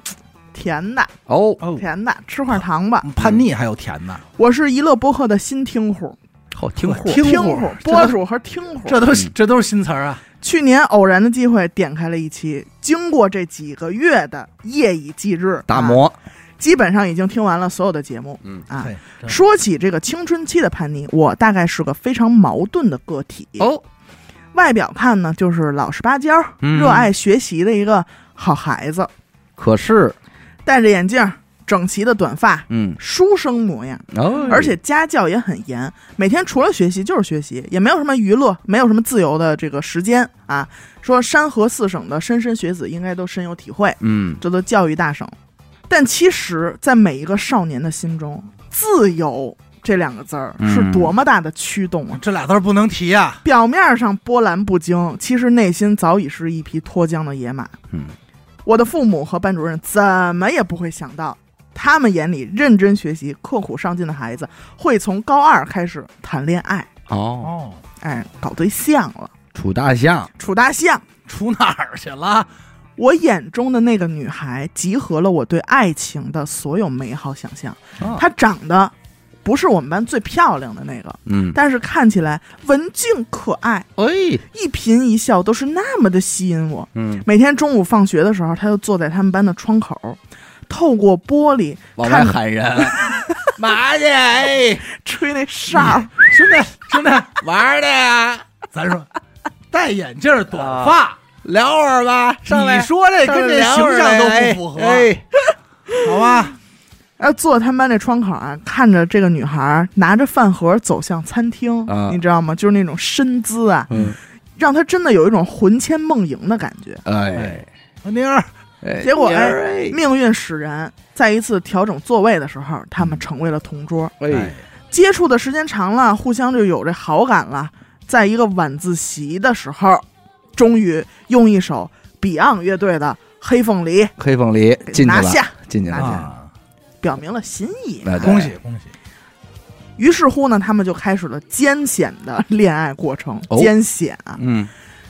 [SPEAKER 3] 甜的，
[SPEAKER 1] 哦，
[SPEAKER 2] 哦
[SPEAKER 3] 甜的，吃块糖
[SPEAKER 1] 嗯
[SPEAKER 3] 吧。
[SPEAKER 2] 嗯叛逆还有甜的，
[SPEAKER 3] 我是娱乐播客的新听户，
[SPEAKER 1] 好听啊货，
[SPEAKER 2] 听
[SPEAKER 3] 听啊
[SPEAKER 2] 户
[SPEAKER 3] 户
[SPEAKER 2] 这
[SPEAKER 3] 播主和听户。
[SPEAKER 2] 这都是
[SPEAKER 1] 嗯
[SPEAKER 2] 这都是新词儿啊，
[SPEAKER 3] 去年偶然的机会点开了一期，经过这几个月的夜以继日
[SPEAKER 1] 打
[SPEAKER 3] 啊
[SPEAKER 1] 磨，
[SPEAKER 3] 基本上已经听完了所有的节目。
[SPEAKER 1] 嗯
[SPEAKER 3] 啊
[SPEAKER 2] 嘿，真
[SPEAKER 3] 说起这个青春期的叛逆，我大概是个非常矛盾的个体。
[SPEAKER 1] 哦，
[SPEAKER 3] 外表看呢，就是老实巴交、
[SPEAKER 1] 嗯
[SPEAKER 3] 热爱学习的一个好孩子，
[SPEAKER 1] 可是，
[SPEAKER 3] 戴着眼镜，整齐的短发，
[SPEAKER 1] 嗯，
[SPEAKER 3] 书生模样。
[SPEAKER 1] 哦，
[SPEAKER 3] 而且家教也很严，每天除了学习就是学习，也没有什么娱乐，没有什么自由的这个时间啊。说山河四省的莘莘学子应该都深有体会，
[SPEAKER 1] 嗯，
[SPEAKER 3] 这都教育大省。但其实，在每一个少年的心中，自由这两个字儿
[SPEAKER 1] 嗯
[SPEAKER 3] 是多么大的驱动啊！
[SPEAKER 2] 这俩字儿不能提啊，
[SPEAKER 3] 表面上波澜不惊，其实内心早已是一匹脱缰的野马。
[SPEAKER 1] 嗯，
[SPEAKER 3] 我的父母和班主任怎么也不会想到，他们眼里认真学习、刻苦上进的孩子，会从高二开始谈恋爱，
[SPEAKER 1] 哦，
[SPEAKER 2] 哦，
[SPEAKER 3] 哎，搞对象了，
[SPEAKER 1] 楚大象，
[SPEAKER 3] 处大象。
[SPEAKER 2] 出哪儿去了？
[SPEAKER 3] 我眼中的那个女孩，集合了我对爱情的所有美好想象。
[SPEAKER 1] 哦
[SPEAKER 3] 她长得不是我们班最漂亮的那个，
[SPEAKER 1] 嗯，
[SPEAKER 3] 但是看起来文静可爱，
[SPEAKER 1] 哎，
[SPEAKER 3] 一颦一笑都是那么的吸引我。
[SPEAKER 1] 嗯，
[SPEAKER 3] 每天中午放学的时候，他就坐在他们班的窗口，透过玻璃
[SPEAKER 1] 往外
[SPEAKER 3] 看
[SPEAKER 1] 喊人， 嘛去？哎，
[SPEAKER 3] 吹那哨儿，
[SPEAKER 2] 兄弟兄弟，
[SPEAKER 1] 玩儿的呀，
[SPEAKER 2] 咱说戴眼镜儿短
[SPEAKER 3] 啊
[SPEAKER 2] 发，
[SPEAKER 1] 聊会儿吧，上来
[SPEAKER 2] 你，说这
[SPEAKER 1] 上来
[SPEAKER 2] 跟这
[SPEAKER 1] 聊会
[SPEAKER 2] 形
[SPEAKER 1] 儿
[SPEAKER 2] 象
[SPEAKER 1] 来
[SPEAKER 2] 都不符合，
[SPEAKER 1] 哎，
[SPEAKER 2] 好吧？
[SPEAKER 3] 然后坐在他们班那窗口啊，看着这个女孩儿拿着饭盒走向餐厅，
[SPEAKER 1] 啊
[SPEAKER 3] 你知道吗？就是那种身姿啊，
[SPEAKER 1] 嗯，
[SPEAKER 3] 让他真的有一种魂牵梦萦的感觉。
[SPEAKER 1] 哎，
[SPEAKER 2] 宁儿，
[SPEAKER 1] 哎
[SPEAKER 3] 结果哎
[SPEAKER 1] 哎，
[SPEAKER 3] 命运使然，在一次调整座位的时候，他们成为了同桌。
[SPEAKER 1] 哎，
[SPEAKER 3] 接触的时间长了，互相就有这好感了。在一个晚自习的时候，终于用一首 Beyond 乐队的《黑凤梨》
[SPEAKER 1] 黑凤梨
[SPEAKER 3] 给
[SPEAKER 1] 进去
[SPEAKER 3] 拿
[SPEAKER 1] 了，
[SPEAKER 3] 下，
[SPEAKER 1] 进去
[SPEAKER 3] 拿
[SPEAKER 1] 了，
[SPEAKER 3] 下
[SPEAKER 2] 啊，
[SPEAKER 3] 表明了心意。
[SPEAKER 1] 哎对
[SPEAKER 2] 恭喜恭喜，
[SPEAKER 3] 于是乎呢，他们就开始了艰险的恋爱过程。
[SPEAKER 1] 哦
[SPEAKER 3] 艰险啊！
[SPEAKER 1] 嗯，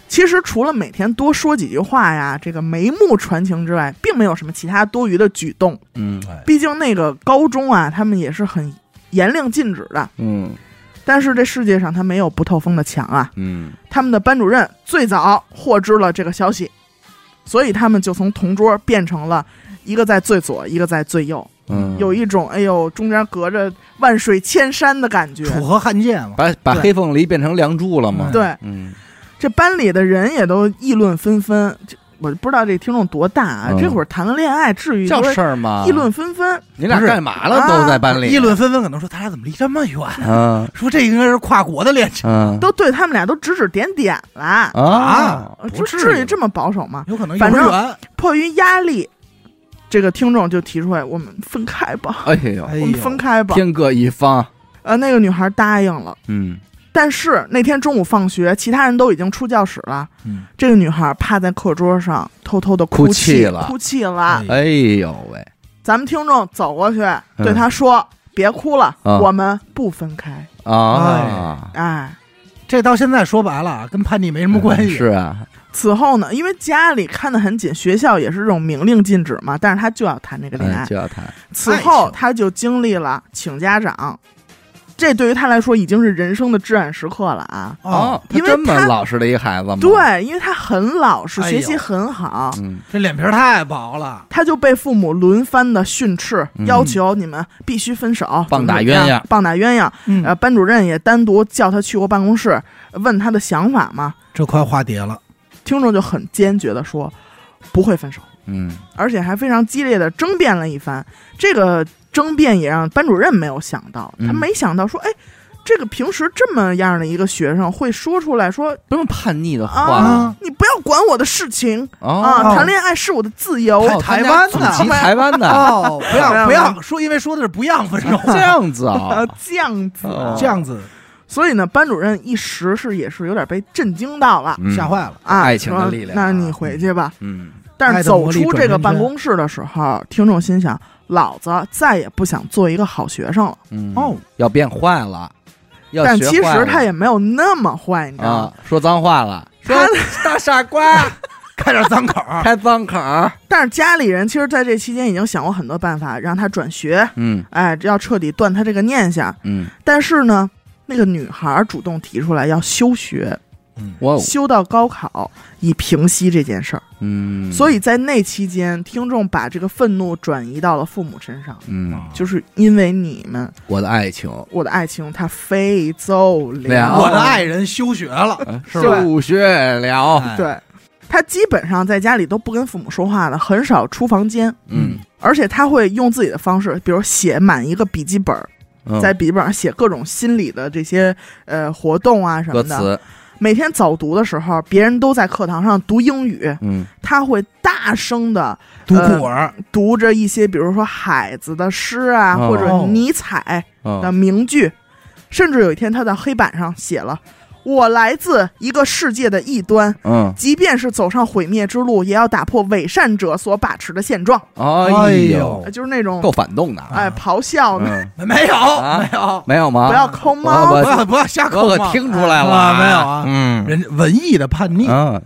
[SPEAKER 3] 其实除了每天多说几句话呀，这个眉目传情之外，并没有什么其他多余的举动。
[SPEAKER 1] 嗯，
[SPEAKER 2] 哎
[SPEAKER 3] 毕竟那个高中啊，他们也是很严令禁止的。
[SPEAKER 1] 嗯，
[SPEAKER 3] 但是这世界上他没有不透风的墙啊，
[SPEAKER 1] 嗯，
[SPEAKER 3] 他们的班主任最早获知了这个消息，所以他们就从同桌变成了一个在最左，一个在最右，
[SPEAKER 1] 嗯，
[SPEAKER 3] 有一种哎呦中间隔着万水千山的感觉。
[SPEAKER 2] 楚河汉界嘛，
[SPEAKER 1] 把把
[SPEAKER 3] 对
[SPEAKER 1] 黑凤梨变成梁祝了吗？
[SPEAKER 3] 对，
[SPEAKER 1] 嗯，
[SPEAKER 3] 这班里的人也都议论纷纷，这我不知道这听众多大啊，
[SPEAKER 1] 嗯啊
[SPEAKER 3] 这会儿谈个恋爱至于
[SPEAKER 1] 叫
[SPEAKER 3] 说
[SPEAKER 1] 事儿吗？
[SPEAKER 3] 议论纷纷？
[SPEAKER 1] 你俩
[SPEAKER 2] 不是啊
[SPEAKER 1] 干嘛了？都在班里
[SPEAKER 2] 议论纷纷，可能说他俩怎么离这么远？
[SPEAKER 1] 嗯
[SPEAKER 2] 说这应该是跨国的恋情
[SPEAKER 1] 嗯
[SPEAKER 3] 都对他们俩都指指点点了，
[SPEAKER 1] 啊，
[SPEAKER 3] 呃
[SPEAKER 2] 不
[SPEAKER 3] 这
[SPEAKER 2] 至
[SPEAKER 3] 至于
[SPEAKER 2] 于
[SPEAKER 3] 这么保守吗？
[SPEAKER 2] 有可能幼
[SPEAKER 3] 反正
[SPEAKER 2] 儿园。
[SPEAKER 3] 迫于压力，这个听众就提出来，我们分开吧，
[SPEAKER 1] 哎呦，
[SPEAKER 2] 哎
[SPEAKER 3] 我
[SPEAKER 2] 呦
[SPEAKER 3] 们分开吧。
[SPEAKER 1] 天各一方，
[SPEAKER 3] 呃，那个女孩答应了。
[SPEAKER 1] 嗯
[SPEAKER 3] 但是那天中午放学，其他人都已经出教室了，
[SPEAKER 2] 嗯
[SPEAKER 3] 这个女孩趴在课桌上偷偷的
[SPEAKER 1] 哭
[SPEAKER 3] 泣
[SPEAKER 1] 泣了
[SPEAKER 3] 哭泣了。
[SPEAKER 2] 嗯
[SPEAKER 1] 哎呦喂，
[SPEAKER 3] 咱们听众走过去、
[SPEAKER 1] 嗯
[SPEAKER 3] 对她说：“别哭了，
[SPEAKER 1] 啊
[SPEAKER 3] 我们不分开。
[SPEAKER 1] 啊”，
[SPEAKER 3] 哎，
[SPEAKER 2] 这到现在说白了啊，跟叛逆没什么关系。
[SPEAKER 1] 是啊，
[SPEAKER 3] 此后呢，因为家里看得很紧，学校也是这种明令禁止嘛，但是啊
[SPEAKER 1] 哎
[SPEAKER 3] 她就要谈这个恋爱。
[SPEAKER 1] 嗯就要谈，
[SPEAKER 3] 此后，她就经历了请家长、这对于他来说已经是人生的至暗时刻了啊。
[SPEAKER 2] 哦，，
[SPEAKER 1] 他
[SPEAKER 3] 因为
[SPEAKER 1] 这么
[SPEAKER 3] 他
[SPEAKER 1] 老实的一孩子吗？，
[SPEAKER 3] 对，因为他很老实，
[SPEAKER 2] 哎
[SPEAKER 3] 学习
[SPEAKER 2] 呦
[SPEAKER 3] 很好，
[SPEAKER 1] 嗯，
[SPEAKER 2] 这脸皮儿太薄了，
[SPEAKER 3] 他就被父母轮番的训斥，
[SPEAKER 1] 嗯
[SPEAKER 3] 要求你们必须分手，
[SPEAKER 1] 棒打
[SPEAKER 3] 怎么怎么
[SPEAKER 1] 鸳
[SPEAKER 3] 样
[SPEAKER 1] 鸯
[SPEAKER 3] 棒打鸳鸯。
[SPEAKER 2] 嗯
[SPEAKER 3] 呃，班主任也单独叫他去过办公室，问他的想法嘛。
[SPEAKER 2] 这快化蝶了，
[SPEAKER 3] 听众就很坚决的说，不会分手，
[SPEAKER 1] 嗯，
[SPEAKER 3] 而且还非常激烈的争辩了一番。这个争辩也让班主任没有想到，
[SPEAKER 1] 嗯
[SPEAKER 3] 他没想到说，哎，这个平时这么样的一个学生会说出来说，
[SPEAKER 1] 这么叛逆的话
[SPEAKER 2] 啊
[SPEAKER 3] 你不要管我的事情
[SPEAKER 1] 哦，
[SPEAKER 3] 啊，谈恋爱是我的自由。
[SPEAKER 1] 哦
[SPEAKER 2] 台湾
[SPEAKER 1] 祖
[SPEAKER 2] 的
[SPEAKER 1] 籍台湾的，
[SPEAKER 2] 哦，不
[SPEAKER 3] 没
[SPEAKER 2] 要
[SPEAKER 3] 有
[SPEAKER 2] 不
[SPEAKER 3] 没
[SPEAKER 2] 要 说，因为说的是不让分 手，
[SPEAKER 1] 这样子啊
[SPEAKER 3] 呃，，这样子啊
[SPEAKER 1] 哦
[SPEAKER 2] 这样子
[SPEAKER 3] 所以呢，班主任一时是也是有点被震惊到了、
[SPEAKER 1] 嗯
[SPEAKER 2] 吓，坏了，
[SPEAKER 3] 啊。
[SPEAKER 1] 爱情的
[SPEAKER 3] 说
[SPEAKER 1] 力量啊
[SPEAKER 3] 那你回去吧。
[SPEAKER 1] 嗯，
[SPEAKER 3] 但是
[SPEAKER 2] 爱的魔
[SPEAKER 3] 走
[SPEAKER 2] 力
[SPEAKER 3] 出这
[SPEAKER 2] 转圈
[SPEAKER 3] 个
[SPEAKER 2] 圈
[SPEAKER 3] 办公室的时候，听众心想：老子再也不想做一个好学生了。
[SPEAKER 1] 嗯
[SPEAKER 2] 哦，
[SPEAKER 1] 要变坏了，要
[SPEAKER 3] 但
[SPEAKER 1] 学
[SPEAKER 3] 其
[SPEAKER 1] 坏
[SPEAKER 3] 实
[SPEAKER 1] 了
[SPEAKER 3] 他也没有那么坏，你知道吗？
[SPEAKER 1] 啊，说脏话了，说
[SPEAKER 3] 他
[SPEAKER 1] 大傻瓜，
[SPEAKER 2] 开点脏口 儿，
[SPEAKER 1] 开脏口儿，
[SPEAKER 3] 但是家里人其实在这期间已经想过很多办法让他转学，
[SPEAKER 1] 嗯
[SPEAKER 3] 哎，要彻底断他这个念想。
[SPEAKER 1] 嗯，
[SPEAKER 3] 但是呢，那个女孩主动提出来要休学，
[SPEAKER 1] 哇哦，
[SPEAKER 3] 休到高考，以平息这件事儿。
[SPEAKER 1] 嗯，
[SPEAKER 3] 所
[SPEAKER 1] 以，
[SPEAKER 3] 以在那期间，听众把这个愤怒转移到了父母身上，
[SPEAKER 1] 嗯，
[SPEAKER 2] 啊
[SPEAKER 3] 就是因为你们，
[SPEAKER 1] 我的爱情
[SPEAKER 3] 我的爱情它飞走
[SPEAKER 1] 了
[SPEAKER 3] 了，
[SPEAKER 2] 我的爱人休学了，哎
[SPEAKER 1] 嗯
[SPEAKER 2] 是吧
[SPEAKER 1] 休学了，
[SPEAKER 2] 哎，
[SPEAKER 3] 对。他基本上在家里都不跟父母说话的，很少出房间，
[SPEAKER 1] 嗯，
[SPEAKER 3] 而且他会用自己的方式，比如写满一个笔记本儿，
[SPEAKER 1] 嗯
[SPEAKER 3] 在笔记本上写各种心理的这些呃活动啊什么
[SPEAKER 1] 歌
[SPEAKER 3] 的。
[SPEAKER 1] 词，
[SPEAKER 3] 每天早读的时候，别人都在课堂上读英语，
[SPEAKER 1] 嗯
[SPEAKER 3] 他会大声的
[SPEAKER 2] 读古文，
[SPEAKER 3] 读着一些，比如说海子的诗啊，
[SPEAKER 1] 哦
[SPEAKER 3] 或者尼采的
[SPEAKER 1] 嗯，
[SPEAKER 3] 名句，甚至有一天他在黑板上写了：“我来自一个世界的异端，
[SPEAKER 1] 嗯，
[SPEAKER 3] 即便是走上毁灭之路，也要打破伪善者所把持的现状。
[SPEAKER 1] 哎呦，
[SPEAKER 2] 呦
[SPEAKER 3] 呃，就是那种
[SPEAKER 1] 够反动的啊，
[SPEAKER 3] 哎咆哮呢，
[SPEAKER 1] 嗯，
[SPEAKER 2] 没有
[SPEAKER 1] 啊
[SPEAKER 2] 没有，
[SPEAKER 1] 没有吗？
[SPEAKER 3] 不要抠
[SPEAKER 1] 我
[SPEAKER 3] 猫。
[SPEAKER 1] 我
[SPEAKER 2] 不要不要瞎
[SPEAKER 1] 我
[SPEAKER 2] 扣
[SPEAKER 1] 可
[SPEAKER 2] 帽，
[SPEAKER 1] 听出来了
[SPEAKER 2] 啊没有啊
[SPEAKER 1] 嗯，
[SPEAKER 2] 人家文艺的叛逆
[SPEAKER 1] 嗯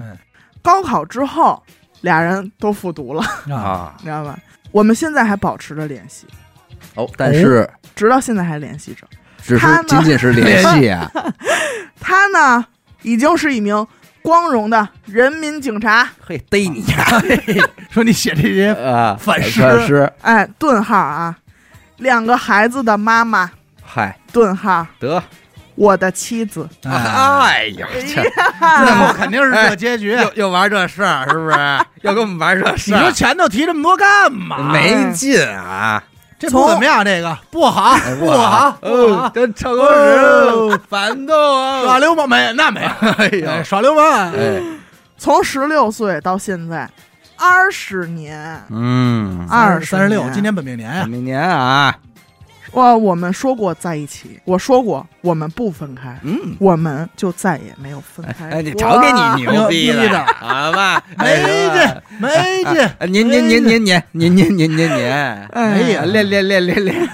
[SPEAKER 3] 高考之后，俩人都复读了，
[SPEAKER 1] 啊
[SPEAKER 3] 你知道吧？我们现在还保持着联系，
[SPEAKER 1] 哦，但是
[SPEAKER 3] 直到现在还联系着。
[SPEAKER 1] 只是
[SPEAKER 3] 他呢
[SPEAKER 1] 仅仅是联系啊，
[SPEAKER 3] 他呢，已经是一名光荣的人民警察，
[SPEAKER 1] 嘿，逮你呀！
[SPEAKER 2] 说你写这些
[SPEAKER 1] 啊，
[SPEAKER 2] 反
[SPEAKER 1] 反
[SPEAKER 2] 诗
[SPEAKER 1] 诗，
[SPEAKER 3] 哎，顿号啊，两个孩子的妈妈，
[SPEAKER 1] 嗨，
[SPEAKER 3] 顿号
[SPEAKER 1] 得，
[SPEAKER 3] 我的妻子。
[SPEAKER 2] 啊，
[SPEAKER 1] 呀
[SPEAKER 3] 哎
[SPEAKER 1] 这
[SPEAKER 2] 最
[SPEAKER 3] 呀，
[SPEAKER 2] 后肯定是这结 局。
[SPEAKER 1] 又又玩这事儿是不是？ 又跟我们玩这
[SPEAKER 2] 你说前头提这么多干嘛？
[SPEAKER 1] 啊没劲啊！
[SPEAKER 2] 这不怎么样，这个不好，
[SPEAKER 1] 哎
[SPEAKER 2] 不好，不
[SPEAKER 1] 哦
[SPEAKER 2] 好，，
[SPEAKER 1] 真成功人反动
[SPEAKER 2] 耍
[SPEAKER 1] 啊！
[SPEAKER 2] 流氓没那没有，
[SPEAKER 1] 哎
[SPEAKER 2] 哎
[SPEAKER 1] 呦，
[SPEAKER 2] 耍流氓
[SPEAKER 1] 哎，
[SPEAKER 3] 从十六岁到现在，二十年，
[SPEAKER 1] 嗯，
[SPEAKER 3] 二
[SPEAKER 2] 三十六，今
[SPEAKER 3] 年
[SPEAKER 2] 年本命年呀，
[SPEAKER 1] 明年啊，
[SPEAKER 3] 我我们说过在一起，我说过我们不分开，
[SPEAKER 1] 嗯，
[SPEAKER 3] 我们就再也没有分开过。
[SPEAKER 1] 哎，你瞧给你牛逼
[SPEAKER 2] 牛逼的
[SPEAKER 1] 好吧？
[SPEAKER 2] 没
[SPEAKER 1] 哎
[SPEAKER 2] 劲，没劲，
[SPEAKER 1] 啊年年年年年年年年年年，
[SPEAKER 3] 哎呀
[SPEAKER 1] 呀，练练练练练。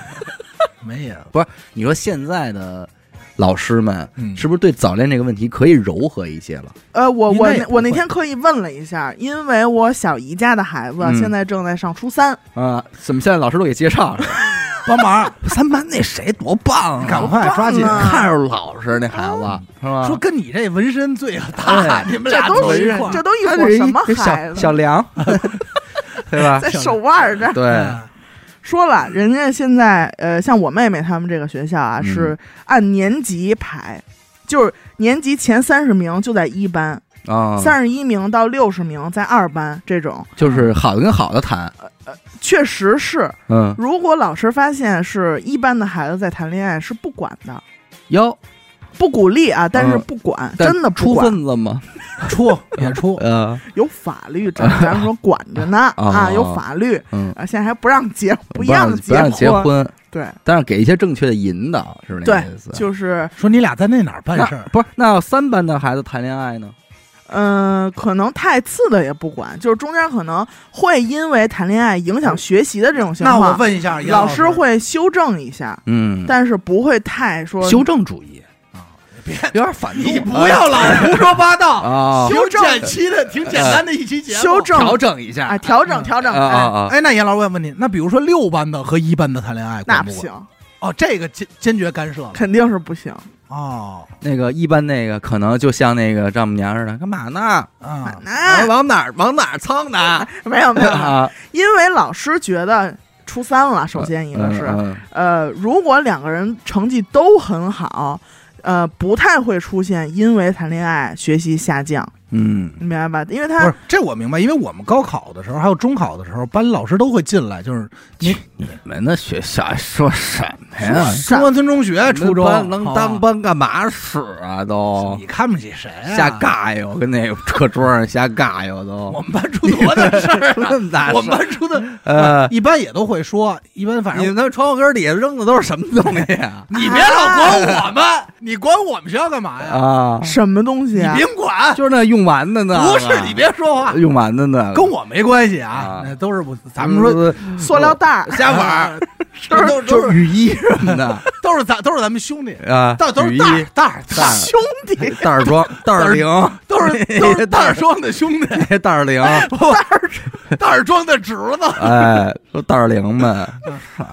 [SPEAKER 2] 没有，
[SPEAKER 1] 你说现在的老师们
[SPEAKER 2] 嗯
[SPEAKER 1] 是不是对早恋这个问题可以柔和一些了？
[SPEAKER 3] 呃，我
[SPEAKER 2] 应
[SPEAKER 3] 我
[SPEAKER 2] 该也
[SPEAKER 3] 那
[SPEAKER 2] 不
[SPEAKER 3] 我那
[SPEAKER 2] 会
[SPEAKER 3] 天刻意问了一下，因为我小姨家的孩子
[SPEAKER 1] 嗯
[SPEAKER 3] 现在正在上初三，
[SPEAKER 1] 啊，怎么现在老师都给介绍了？
[SPEAKER 2] 帮忙，
[SPEAKER 1] 咱班那谁多棒
[SPEAKER 2] 赶快抓紧
[SPEAKER 3] 棒。啊
[SPEAKER 1] 看着老实那孩子
[SPEAKER 3] 嗯
[SPEAKER 1] 是吧？
[SPEAKER 2] 说跟你这纹身最大，你们
[SPEAKER 3] 这
[SPEAKER 2] 俩
[SPEAKER 3] 都
[SPEAKER 2] 走一
[SPEAKER 3] 是
[SPEAKER 2] 块儿
[SPEAKER 3] 这都一
[SPEAKER 1] 他
[SPEAKER 3] 伙
[SPEAKER 1] 这
[SPEAKER 3] 什么
[SPEAKER 1] 一
[SPEAKER 3] 孩
[SPEAKER 1] 小
[SPEAKER 3] 子
[SPEAKER 1] 小？梁， 对吧？
[SPEAKER 3] 在手腕儿这 儿
[SPEAKER 1] 对，
[SPEAKER 2] 嗯
[SPEAKER 3] 说了，人家现在呃，像我妹妹他们这个学校啊，
[SPEAKER 1] 嗯
[SPEAKER 3] 是按年级排，就是年级前三十名就在一班，
[SPEAKER 1] 啊，
[SPEAKER 3] 三十一名到六十名在二班这种，
[SPEAKER 1] 就是好的跟好的谈，
[SPEAKER 3] 确实是，
[SPEAKER 1] 嗯，
[SPEAKER 3] 如果老师发现是一班的孩子在谈恋爱，是不管的，
[SPEAKER 1] 哟，
[SPEAKER 3] 不鼓励啊，但是
[SPEAKER 1] 嗯
[SPEAKER 3] 不管，
[SPEAKER 1] 但
[SPEAKER 3] 真的不
[SPEAKER 1] 出
[SPEAKER 3] 管，
[SPEAKER 1] 份子吗？
[SPEAKER 2] 出 也出，
[SPEAKER 1] 呃，
[SPEAKER 3] 有法律这咱们说管着 呢
[SPEAKER 1] 哦
[SPEAKER 3] 啊，有法律
[SPEAKER 1] 嗯，
[SPEAKER 3] 啊，现在还不让结，
[SPEAKER 1] 不
[SPEAKER 3] 让
[SPEAKER 1] 不让结
[SPEAKER 3] 婚，
[SPEAKER 1] 婚，
[SPEAKER 3] 对
[SPEAKER 1] 但是给一些正确的引导，是不是那
[SPEAKER 3] 对
[SPEAKER 1] 个意思？，
[SPEAKER 3] 就是
[SPEAKER 2] 说你俩在那哪儿办
[SPEAKER 1] 那
[SPEAKER 2] 事儿？
[SPEAKER 1] 不是那要三班的孩子谈恋爱呢？
[SPEAKER 3] 嗯、呃可能太次的也不管，就是中间可能会因为谈恋爱影响学习的这种情
[SPEAKER 2] 那我
[SPEAKER 3] 况，
[SPEAKER 2] 问一下，严
[SPEAKER 3] 老
[SPEAKER 2] 师
[SPEAKER 3] 师会修正一下，
[SPEAKER 1] 嗯，
[SPEAKER 3] 但是不会太说
[SPEAKER 1] 修正主义
[SPEAKER 2] 别
[SPEAKER 1] 有点反动，
[SPEAKER 2] 你不要老胡说八道，
[SPEAKER 1] 啊，
[SPEAKER 2] 挺简期的，挺简单的一期节目。
[SPEAKER 3] 修正
[SPEAKER 1] 调整一
[SPEAKER 3] 啊，
[SPEAKER 1] 下，
[SPEAKER 3] 调整调整，
[SPEAKER 1] 啊啊
[SPEAKER 3] 哎，
[SPEAKER 1] 啊，
[SPEAKER 2] 哎，那严老师，我也问你，那比如说六班的和一班的谈恋爱，
[SPEAKER 3] 那
[SPEAKER 2] 管
[SPEAKER 3] 不
[SPEAKER 2] 管
[SPEAKER 3] 行，
[SPEAKER 2] 哦，这个坚坚决干 涉了。
[SPEAKER 3] 肯定是不行。
[SPEAKER 2] 哦，
[SPEAKER 1] 那个一般那个可能就像那个丈母娘似的，干嘛呢？
[SPEAKER 2] 啊，
[SPEAKER 1] 哎
[SPEAKER 3] 那
[SPEAKER 1] 往哪儿往哪儿蹭呢？
[SPEAKER 3] 没有没有，
[SPEAKER 1] 啊，
[SPEAKER 3] 因为老师觉得初三了，首先一个是，
[SPEAKER 1] 嗯
[SPEAKER 3] 呃，如果两个人成绩都很好，呃，不太会出现因为谈恋爱学习下降，
[SPEAKER 1] 嗯
[SPEAKER 3] 你明白吧？因为
[SPEAKER 2] 不
[SPEAKER 3] 他
[SPEAKER 2] 是这我明白，因为我们高考的时候，还有中考的时候，班老师都会进来，就是
[SPEAKER 1] 你们那学校说什么呀？
[SPEAKER 3] 啊
[SPEAKER 2] 中关村中学、初中
[SPEAKER 1] 班能当
[SPEAKER 2] 班，
[SPEAKER 1] 班干嘛使啊？都
[SPEAKER 2] 你看不起谁啊？
[SPEAKER 1] 瞎尬哟，跟那个课桌上瞎尬哟，
[SPEAKER 2] 我
[SPEAKER 1] 都
[SPEAKER 2] 们班出多大事儿 啊！
[SPEAKER 1] 那么大
[SPEAKER 2] 我们班出 的
[SPEAKER 1] 呃，
[SPEAKER 2] 一般也都会说，一般反
[SPEAKER 1] 你
[SPEAKER 2] 正
[SPEAKER 1] 们那窗户根底下扔的都是什么东西啊？
[SPEAKER 2] 你别老管我们，你管我们学校干嘛呀？
[SPEAKER 1] 啊，
[SPEAKER 3] 什么东
[SPEAKER 2] 你
[SPEAKER 3] 西啊？
[SPEAKER 2] 甭管，
[SPEAKER 1] 就是啊那用完的呢，
[SPEAKER 2] 不是你别说话，
[SPEAKER 1] 用完的呢，
[SPEAKER 2] 跟我没关系啊
[SPEAKER 1] 啊，嗯
[SPEAKER 2] 那都是我咱们说
[SPEAKER 3] 塑料 袋儿，啊
[SPEAKER 2] 瞎玩儿，
[SPEAKER 1] 都
[SPEAKER 2] 都都都
[SPEAKER 1] 就是雨衣什么的
[SPEAKER 2] 都是咱都是咱们兄弟，
[SPEAKER 1] 啊，
[SPEAKER 2] 但都
[SPEAKER 1] 雨
[SPEAKER 2] 是
[SPEAKER 1] 衣
[SPEAKER 2] 大儿
[SPEAKER 1] 袋
[SPEAKER 2] 大儿大儿
[SPEAKER 1] 儿
[SPEAKER 3] 兄弟
[SPEAKER 1] 袋儿装袋儿零
[SPEAKER 2] 都是都是大耳庄的兄弟，
[SPEAKER 1] 袋儿零，
[SPEAKER 2] 大耳庄的侄子。
[SPEAKER 1] 哎，都袋儿零们，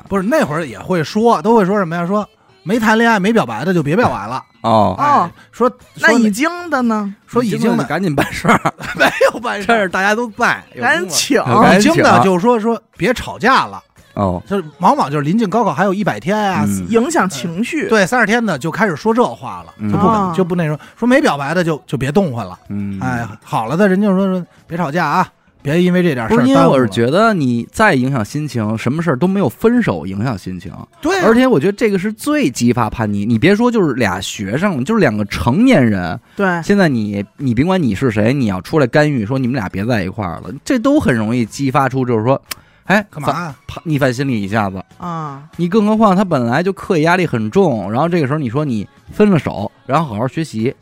[SPEAKER 2] 不是那会儿也会说，都会说什么呀？说没谈恋爱、没表白的就别表白了。
[SPEAKER 1] 哦，
[SPEAKER 2] 哎，说
[SPEAKER 3] 那
[SPEAKER 2] 说
[SPEAKER 3] 已经的呢？
[SPEAKER 2] 说已经的
[SPEAKER 1] 赶紧办事儿，
[SPEAKER 2] 没有办 事
[SPEAKER 1] 这
[SPEAKER 2] 儿
[SPEAKER 1] 是，大家都在，有
[SPEAKER 3] 赶紧
[SPEAKER 1] 功夫
[SPEAKER 3] 请，
[SPEAKER 1] 赶
[SPEAKER 2] 已
[SPEAKER 1] 紧
[SPEAKER 2] 经
[SPEAKER 1] 啊
[SPEAKER 2] 的就说说别吵架了，
[SPEAKER 1] 哦，
[SPEAKER 2] 就是往往就是临近高考还有一百天啊，
[SPEAKER 1] 嗯
[SPEAKER 3] 影响情绪。
[SPEAKER 2] 对三十天呢就开始说这话了，
[SPEAKER 1] 嗯
[SPEAKER 2] 就不
[SPEAKER 3] 啊
[SPEAKER 2] 敢就不那什么，说没表白的就就别动换了。
[SPEAKER 1] 嗯，
[SPEAKER 2] 哎，好了的人就说说别吵架啊，别因为这点事
[SPEAKER 1] 不
[SPEAKER 2] 儿
[SPEAKER 1] 是因为
[SPEAKER 2] 耽误
[SPEAKER 1] 我是
[SPEAKER 2] 了
[SPEAKER 1] 觉得你再影响心情，什么事儿都没有分手影响心情，
[SPEAKER 2] 对啊，
[SPEAKER 1] 而且我觉得这个是最激发叛逆。你别说就是俩学生，就是两个成年人，
[SPEAKER 2] 哎
[SPEAKER 3] 对，
[SPEAKER 1] 现在你你甭管你是谁，你要出来干预说你们俩别在一块儿了，这都很容易激发出就是说，哎，
[SPEAKER 2] 干
[SPEAKER 1] 咱？
[SPEAKER 2] 嘛？啊
[SPEAKER 1] 啪逆反心理一下子。
[SPEAKER 3] 啊，
[SPEAKER 1] 你更何况他本来就课业压力很重，然后这个时候你说你分了手，然后好好学习，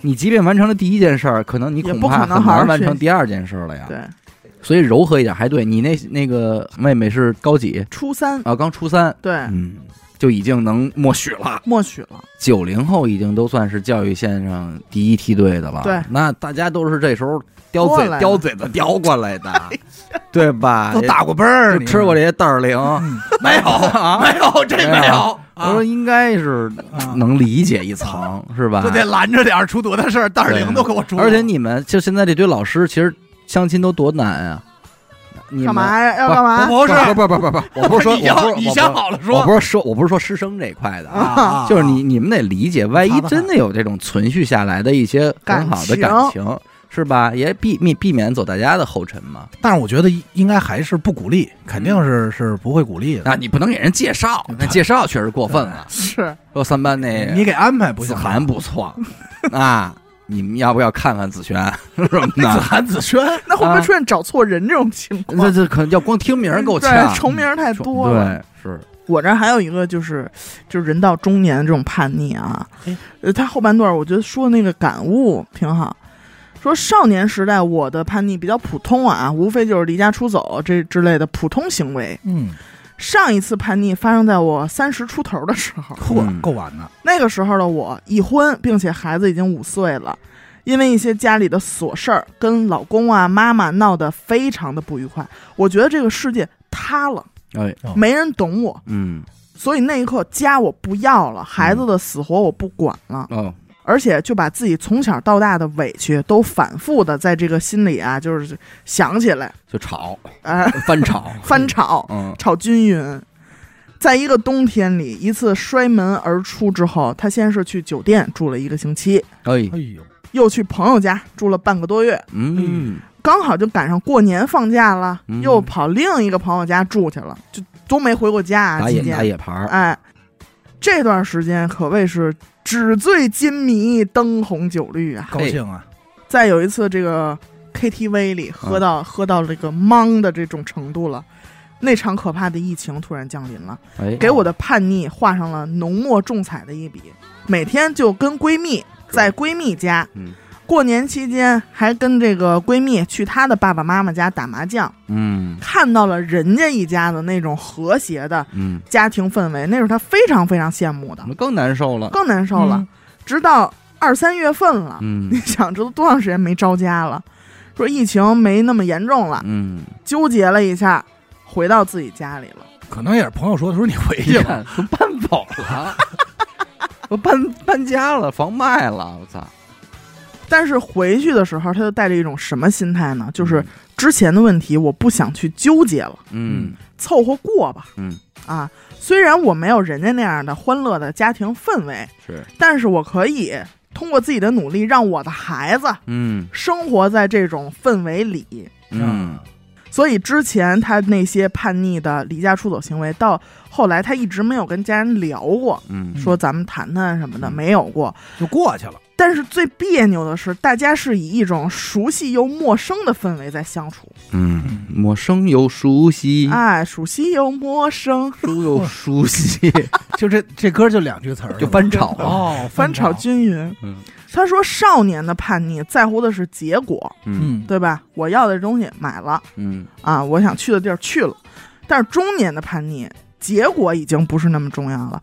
[SPEAKER 1] 你即便完成了第一件事儿，可能你
[SPEAKER 3] 也
[SPEAKER 1] 恐
[SPEAKER 3] 不
[SPEAKER 1] 怕
[SPEAKER 3] 可能
[SPEAKER 1] 很
[SPEAKER 3] 好好
[SPEAKER 1] 难完
[SPEAKER 3] 学
[SPEAKER 1] 成
[SPEAKER 3] 习
[SPEAKER 1] 第二件事了呀。
[SPEAKER 3] 对，
[SPEAKER 1] 所以柔和一点还对。你那那个妹妹是高几
[SPEAKER 3] 初三，
[SPEAKER 1] 啊？刚初三，
[SPEAKER 3] 对，
[SPEAKER 1] 嗯，就已经能默许了。
[SPEAKER 3] 默许了。
[SPEAKER 1] 九零后已经都算是教育线上第一梯队的了。
[SPEAKER 3] 对，
[SPEAKER 1] 那大家都是这时候叼
[SPEAKER 3] 过
[SPEAKER 1] 嘴
[SPEAKER 3] 来的
[SPEAKER 1] 叼嘴子叼过来的，对吧？
[SPEAKER 2] 都打过奔儿，
[SPEAKER 1] 就
[SPEAKER 2] 你
[SPEAKER 1] 哎吃过 这些袋儿零。 啊
[SPEAKER 2] 没有？没有，啊这
[SPEAKER 1] 没
[SPEAKER 2] 没
[SPEAKER 1] 有
[SPEAKER 2] 有。
[SPEAKER 1] 我说嗯应该是
[SPEAKER 2] 啊
[SPEAKER 1] 能理解一层，是吧
[SPEAKER 2] 就？得拦着点儿出多大事儿，蛋儿零都给我出。
[SPEAKER 1] 哎而且你们就现在这堆老师，其实相亲都多难啊！你们
[SPEAKER 3] 干嘛呀？要
[SPEAKER 1] 不
[SPEAKER 3] 干嘛？
[SPEAKER 2] 不是，
[SPEAKER 1] 不不不不不，我不是 说，
[SPEAKER 2] 你想
[SPEAKER 1] 我不是
[SPEAKER 2] 哎你想好了
[SPEAKER 1] 我
[SPEAKER 2] 说
[SPEAKER 1] 不是说，我不是说师生这一块的啊，
[SPEAKER 2] 啊
[SPEAKER 1] 就是你你们得理解，万一
[SPEAKER 2] 擦擦
[SPEAKER 1] 真的有这种存续下来的一些很好的
[SPEAKER 3] 感
[SPEAKER 1] 感情，是吧？也避避避免走大家的后尘嘛。
[SPEAKER 2] 但是我觉得应该还是不鼓励，肯定
[SPEAKER 1] 嗯
[SPEAKER 2] 是是不会鼓励的。
[SPEAKER 1] 啊，你不能给人介绍，那介绍确实过分了。
[SPEAKER 3] 是
[SPEAKER 1] 说三班那
[SPEAKER 2] 你给安排不
[SPEAKER 1] 哎子
[SPEAKER 2] 行，
[SPEAKER 1] 涵不错啊，你们要不要看看子璇什么
[SPEAKER 2] 子
[SPEAKER 1] 的？
[SPEAKER 2] 涵子轩，
[SPEAKER 3] 那会不
[SPEAKER 1] 啊
[SPEAKER 3] 会出现找错人这种情况？
[SPEAKER 1] 这这可能要光听名儿够呛，嗯
[SPEAKER 3] 对，重名儿太多了。
[SPEAKER 1] 对，是
[SPEAKER 3] 我这儿还有一个就是，就是人到中年的这种叛逆啊
[SPEAKER 2] 哎。
[SPEAKER 3] 呃，他后半段我觉得说那个感悟挺好，说少年时代我的叛逆比较普通啊，无非就是离家出走这之类的普通行为。
[SPEAKER 2] 嗯，
[SPEAKER 3] 上一次叛逆发生在我三十出头的时候，
[SPEAKER 1] 嗯
[SPEAKER 2] 嚯，够晚的。
[SPEAKER 3] 那个时候的我已婚，并且孩子已经五岁了，因为一些家里的琐事儿跟老公啊、妈妈闹得非常的不愉快。我觉得这个世界塌了，
[SPEAKER 1] 哎，
[SPEAKER 2] 哦
[SPEAKER 3] 没人懂我，
[SPEAKER 1] 嗯，
[SPEAKER 3] 所以那一刻家我不要了，孩子的死活我不管了，
[SPEAKER 1] 哦，
[SPEAKER 3] 而且就把自己从小到大的委屈都反复的在这个心里啊，就是想起来，
[SPEAKER 1] 就吵
[SPEAKER 3] 呃，
[SPEAKER 1] 翻吵
[SPEAKER 3] 翻，炒，
[SPEAKER 1] 嗯
[SPEAKER 3] 炒均匀。在一个冬天里，一次摔门而出之后，他先是去酒店住了一个星期，
[SPEAKER 1] 哎
[SPEAKER 2] 哎呦，
[SPEAKER 3] 又去朋友家住了半个多月，
[SPEAKER 1] 嗯
[SPEAKER 3] 刚好就赶上过年放假了，
[SPEAKER 1] 嗯
[SPEAKER 3] 又跑另一个朋友家住去了，就都没回过家、啊。
[SPEAKER 1] 打
[SPEAKER 3] 期
[SPEAKER 1] 野
[SPEAKER 3] 间
[SPEAKER 1] 打野牌儿，
[SPEAKER 3] 哎，这段时间可谓是纸醉金迷、灯红酒绿啊！
[SPEAKER 2] 高兴啊！
[SPEAKER 3] 再有一次，这个 KTV 里喝
[SPEAKER 1] 嗯
[SPEAKER 3] 到、喝到这个懵的这种程度了。那场可怕的疫情突然降临了，
[SPEAKER 1] 哎，
[SPEAKER 3] 给我的叛逆画上了浓墨重彩的一笔。每天就跟闺蜜在闺蜜家，
[SPEAKER 1] 嗯
[SPEAKER 3] 过年期间还跟这个闺蜜去她的爸爸妈妈家打麻将，
[SPEAKER 1] 嗯
[SPEAKER 3] 看到了人家一家的那种和谐的
[SPEAKER 1] 嗯，
[SPEAKER 3] 家庭氛围，那是她非常非常羡慕的
[SPEAKER 1] 怎。么更难受了？
[SPEAKER 3] 更难受了。直到二三月份了，
[SPEAKER 1] 嗯
[SPEAKER 3] 你想这都多长时间没着家了？说疫情没那么严重了，
[SPEAKER 1] 嗯，
[SPEAKER 3] 纠结了一下，回到自己家里了。
[SPEAKER 2] 可能也是朋友说，他说你回
[SPEAKER 1] 你
[SPEAKER 2] 去吧，
[SPEAKER 1] 看，办搬走了，我搬搬家了，房卖了，我操！
[SPEAKER 3] 但是回去的时候，他就带着一种什么心态呢？就是之前的问题，我不想去纠结了，
[SPEAKER 1] 嗯
[SPEAKER 3] 凑合过吧。
[SPEAKER 1] 嗯
[SPEAKER 3] 啊，虽然我没有人家那样的欢乐的家庭氛围，
[SPEAKER 1] 是
[SPEAKER 3] 但是我可以通过自己的努力，让我的孩子
[SPEAKER 1] 嗯
[SPEAKER 3] 生活在这种氛围里。
[SPEAKER 2] 啊
[SPEAKER 1] 嗯
[SPEAKER 3] 所以之前他那些叛逆的离家出走行为，到后来他一直没有跟家人聊过，
[SPEAKER 1] 嗯
[SPEAKER 3] 说咱们谈谈什么的，
[SPEAKER 1] 嗯
[SPEAKER 3] 没有过。
[SPEAKER 2] 就过去了。
[SPEAKER 3] 但是最别扭的是，大家是以一种熟悉又陌生的氛围在相处，
[SPEAKER 1] 嗯，陌生又熟悉，
[SPEAKER 3] 哎，熟悉又陌生，
[SPEAKER 1] 熟又熟悉，
[SPEAKER 2] 就这这歌就两句词儿，
[SPEAKER 1] 就翻炒啊，
[SPEAKER 2] 哦，
[SPEAKER 3] 翻炒
[SPEAKER 2] 炒，
[SPEAKER 3] 均匀。
[SPEAKER 1] 嗯
[SPEAKER 3] 他说，少年的叛逆在乎的是结果，
[SPEAKER 1] 嗯
[SPEAKER 2] 嗯，
[SPEAKER 3] 对吧？我要的东西买了
[SPEAKER 1] 嗯
[SPEAKER 3] 啊，我想去的地儿去了。但是中年的叛逆，结果已经不是那么重要了。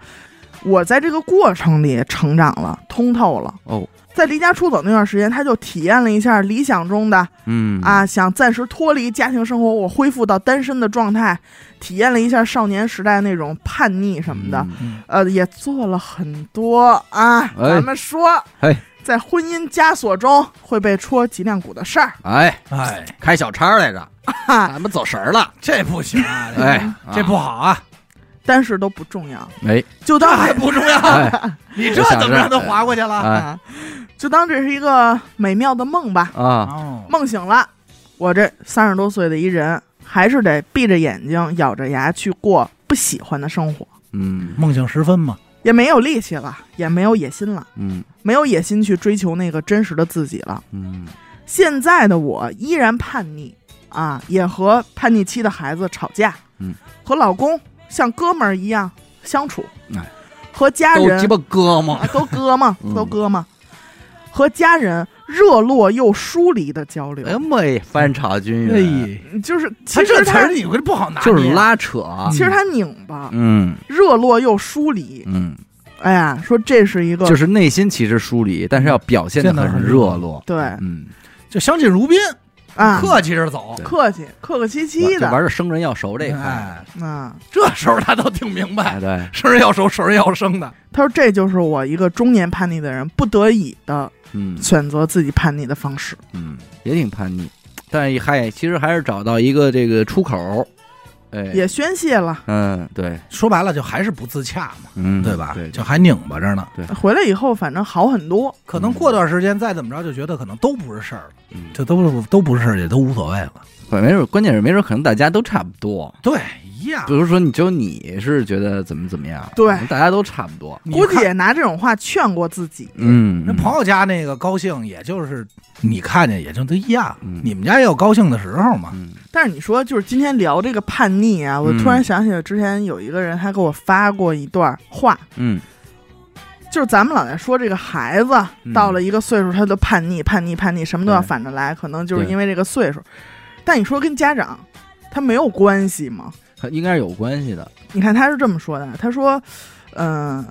[SPEAKER 3] 我在这个过程里成长了，通透了。
[SPEAKER 1] 哦
[SPEAKER 3] 在离家出走那段时间，他就体验了一下理想中的
[SPEAKER 1] 嗯
[SPEAKER 3] 啊，想暂时脱离家庭生活，我恢复到单身的状态，体验了一下少年时代那种叛逆什么的，
[SPEAKER 2] 嗯
[SPEAKER 3] 呃，也做了很多啊。
[SPEAKER 1] 哎
[SPEAKER 3] 咱们说，
[SPEAKER 1] 哎
[SPEAKER 3] 在婚姻枷锁中会被戳脊梁骨的事儿，
[SPEAKER 1] 哎，
[SPEAKER 2] 哎，
[SPEAKER 1] 开小差来着，
[SPEAKER 3] 哈、
[SPEAKER 1] 咱们走神儿了，
[SPEAKER 2] 这不行啊，这
[SPEAKER 1] 哎，
[SPEAKER 2] 这
[SPEAKER 1] 啊
[SPEAKER 2] 不好啊，
[SPEAKER 3] 但是都不重要，
[SPEAKER 1] 哎
[SPEAKER 3] 就
[SPEAKER 2] 这
[SPEAKER 3] 当
[SPEAKER 2] 还不重要，
[SPEAKER 1] 哎
[SPEAKER 2] 你这怎么让他划过去了？
[SPEAKER 1] 哎
[SPEAKER 3] 啊，就当这是一个美妙的梦吧。
[SPEAKER 1] 啊
[SPEAKER 2] 哦，
[SPEAKER 3] 梦醒了，我这三十多岁的一人，还是得闭着眼睛、咬着牙去过不喜欢的生活，
[SPEAKER 1] 嗯
[SPEAKER 2] 梦醒时分嘛，
[SPEAKER 3] 也没有力气了，也没有野心了，
[SPEAKER 1] 嗯
[SPEAKER 3] 没有野心去追求那个真实的自己了。
[SPEAKER 1] 嗯
[SPEAKER 3] 现在的我依然叛逆啊，也和叛逆期的孩子吵架，
[SPEAKER 1] 嗯，
[SPEAKER 3] 和老公像哥们儿一样相处，
[SPEAKER 1] 哎
[SPEAKER 3] 和家
[SPEAKER 1] 都
[SPEAKER 3] 人
[SPEAKER 1] 鸡巴哥们
[SPEAKER 3] 啊，都哥们
[SPEAKER 1] 嗯
[SPEAKER 3] 儿，都哥们儿，和家人热络又疏离的交流，
[SPEAKER 1] 哎呀妈呀，翻炒均匀，
[SPEAKER 2] 哎，
[SPEAKER 3] 就是
[SPEAKER 2] 他
[SPEAKER 3] 其
[SPEAKER 2] 这词
[SPEAKER 3] 实他
[SPEAKER 2] 儿你可不好拿捏，
[SPEAKER 1] 就是拉扯，啊
[SPEAKER 3] 其实他拧巴，
[SPEAKER 1] 嗯
[SPEAKER 3] 热络又疏离。
[SPEAKER 1] 嗯，
[SPEAKER 3] 哎呀，说这是一个
[SPEAKER 1] 就是内心其实疏离，但是要表现的很热络，
[SPEAKER 3] 对
[SPEAKER 1] 嗯，
[SPEAKER 2] 就相敬如宾，
[SPEAKER 3] 啊，
[SPEAKER 2] 客气着走。
[SPEAKER 3] 客气客客气气
[SPEAKER 1] 玩就
[SPEAKER 3] 的
[SPEAKER 1] 玩着生人要熟这一块，
[SPEAKER 2] 哎，
[SPEAKER 3] 啊。
[SPEAKER 2] 这时候他都挺明白
[SPEAKER 1] 哎，嗯对，
[SPEAKER 2] 生人要熟，熟人要生的。
[SPEAKER 3] 他说：“这就是我一个中年叛逆的人不得已的
[SPEAKER 1] 嗯
[SPEAKER 3] 选择自己叛逆的方式。
[SPEAKER 1] 嗯，也挺叛逆，但是还其实还是找到一个这个出口，哎，
[SPEAKER 3] 也宣泄了。
[SPEAKER 1] 嗯对，
[SPEAKER 2] 说白了，就还是不自洽嘛，
[SPEAKER 1] 嗯
[SPEAKER 2] 对吧？
[SPEAKER 1] 对，嗯
[SPEAKER 2] 就还拧巴着呢。
[SPEAKER 3] 回来以后，反正好很多。
[SPEAKER 2] 可能过段时间再怎么着，就觉得可能都不是事儿了，
[SPEAKER 1] 嗯
[SPEAKER 2] 这都是都不是事儿，也都无所谓了。
[SPEAKER 1] 没准关键是没准可能大家都差不多。
[SPEAKER 2] 对，一样
[SPEAKER 1] 比。如说，你只有你是觉得怎么怎么样，
[SPEAKER 3] 对
[SPEAKER 1] 大家都差不多。
[SPEAKER 2] 你
[SPEAKER 3] 估计
[SPEAKER 2] 看
[SPEAKER 3] 也拿这种话劝过自己。
[SPEAKER 1] 嗯，
[SPEAKER 2] 那朋友家那个高兴，也就是你看见也就都一样
[SPEAKER 1] 嗯。
[SPEAKER 2] 你们家也有高兴的时候嘛。
[SPEAKER 1] 嗯，
[SPEAKER 3] 但是你说，就是今天聊这个叛逆啊，我
[SPEAKER 1] 嗯
[SPEAKER 3] 突然想起了之前有一个人，他给我发过一段话，
[SPEAKER 1] 嗯
[SPEAKER 3] 就是咱们老在说这个孩子
[SPEAKER 1] 嗯
[SPEAKER 3] 到了一个岁数，他就叛逆、叛逆、叛逆，什么都要
[SPEAKER 1] 对
[SPEAKER 3] 反着来，可能就是
[SPEAKER 1] 对
[SPEAKER 3] 因为这个岁数。但你说跟家长，他没有关系吗？
[SPEAKER 1] 嗯，应该是有关系的。
[SPEAKER 3] 你看他是这么说的，他说：“嗯、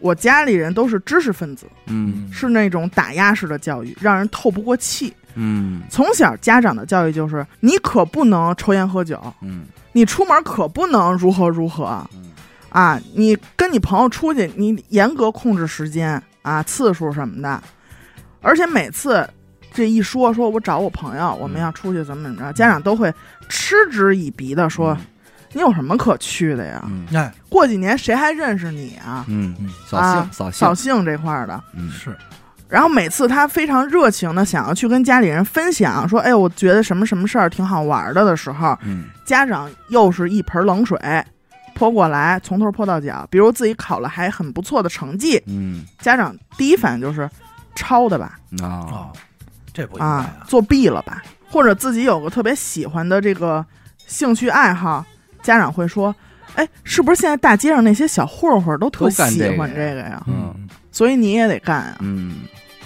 [SPEAKER 3] 我家里人都是知识分子，
[SPEAKER 1] 嗯
[SPEAKER 3] 是那种打压式的教育，让人透不过气。
[SPEAKER 1] 嗯
[SPEAKER 3] 从小家长的教育就是，你可不能抽烟喝酒，
[SPEAKER 1] 嗯
[SPEAKER 3] 你出门可不能如何如何
[SPEAKER 1] 嗯
[SPEAKER 3] 啊！你跟你朋友出去，你严格控制时间啊、次数什么的。而且每次这一说，说我找我朋友，我
[SPEAKER 1] 嗯
[SPEAKER 3] 们要出去怎么怎么着，家长都会嗤之以鼻的说：“你有什么可去的呀？
[SPEAKER 1] 嗯
[SPEAKER 2] 哎，
[SPEAKER 3] 过几年谁还认识你啊
[SPEAKER 1] 嗯，扫
[SPEAKER 3] 啊
[SPEAKER 1] 兴扫？”兴
[SPEAKER 3] 扫，兴这块儿的，
[SPEAKER 1] 嗯
[SPEAKER 2] 是
[SPEAKER 3] 然后每次他非常热情的想要去跟家里人分享，说：“哎，我觉得什么什么事儿挺好玩的”的时候，
[SPEAKER 1] 嗯
[SPEAKER 3] 家长又是一盆冷水泼过来，从头泼到脚。比如自己考了还很不错的成绩，
[SPEAKER 1] 嗯
[SPEAKER 3] 家长第一反应就是抄的吧，
[SPEAKER 1] 啊
[SPEAKER 2] 哦，这不应该
[SPEAKER 3] 啊，
[SPEAKER 2] 啊。
[SPEAKER 3] 作弊了吧，或者自己有个特别喜欢的这个兴趣爱好，家长会说：“哎，是不是现在大街上那些小混混都特
[SPEAKER 1] 都干
[SPEAKER 3] 喜
[SPEAKER 1] 这个
[SPEAKER 3] 欢
[SPEAKER 1] 呀
[SPEAKER 3] 这个呀？
[SPEAKER 1] 嗯
[SPEAKER 3] 所以你也得干啊。
[SPEAKER 1] 嗯”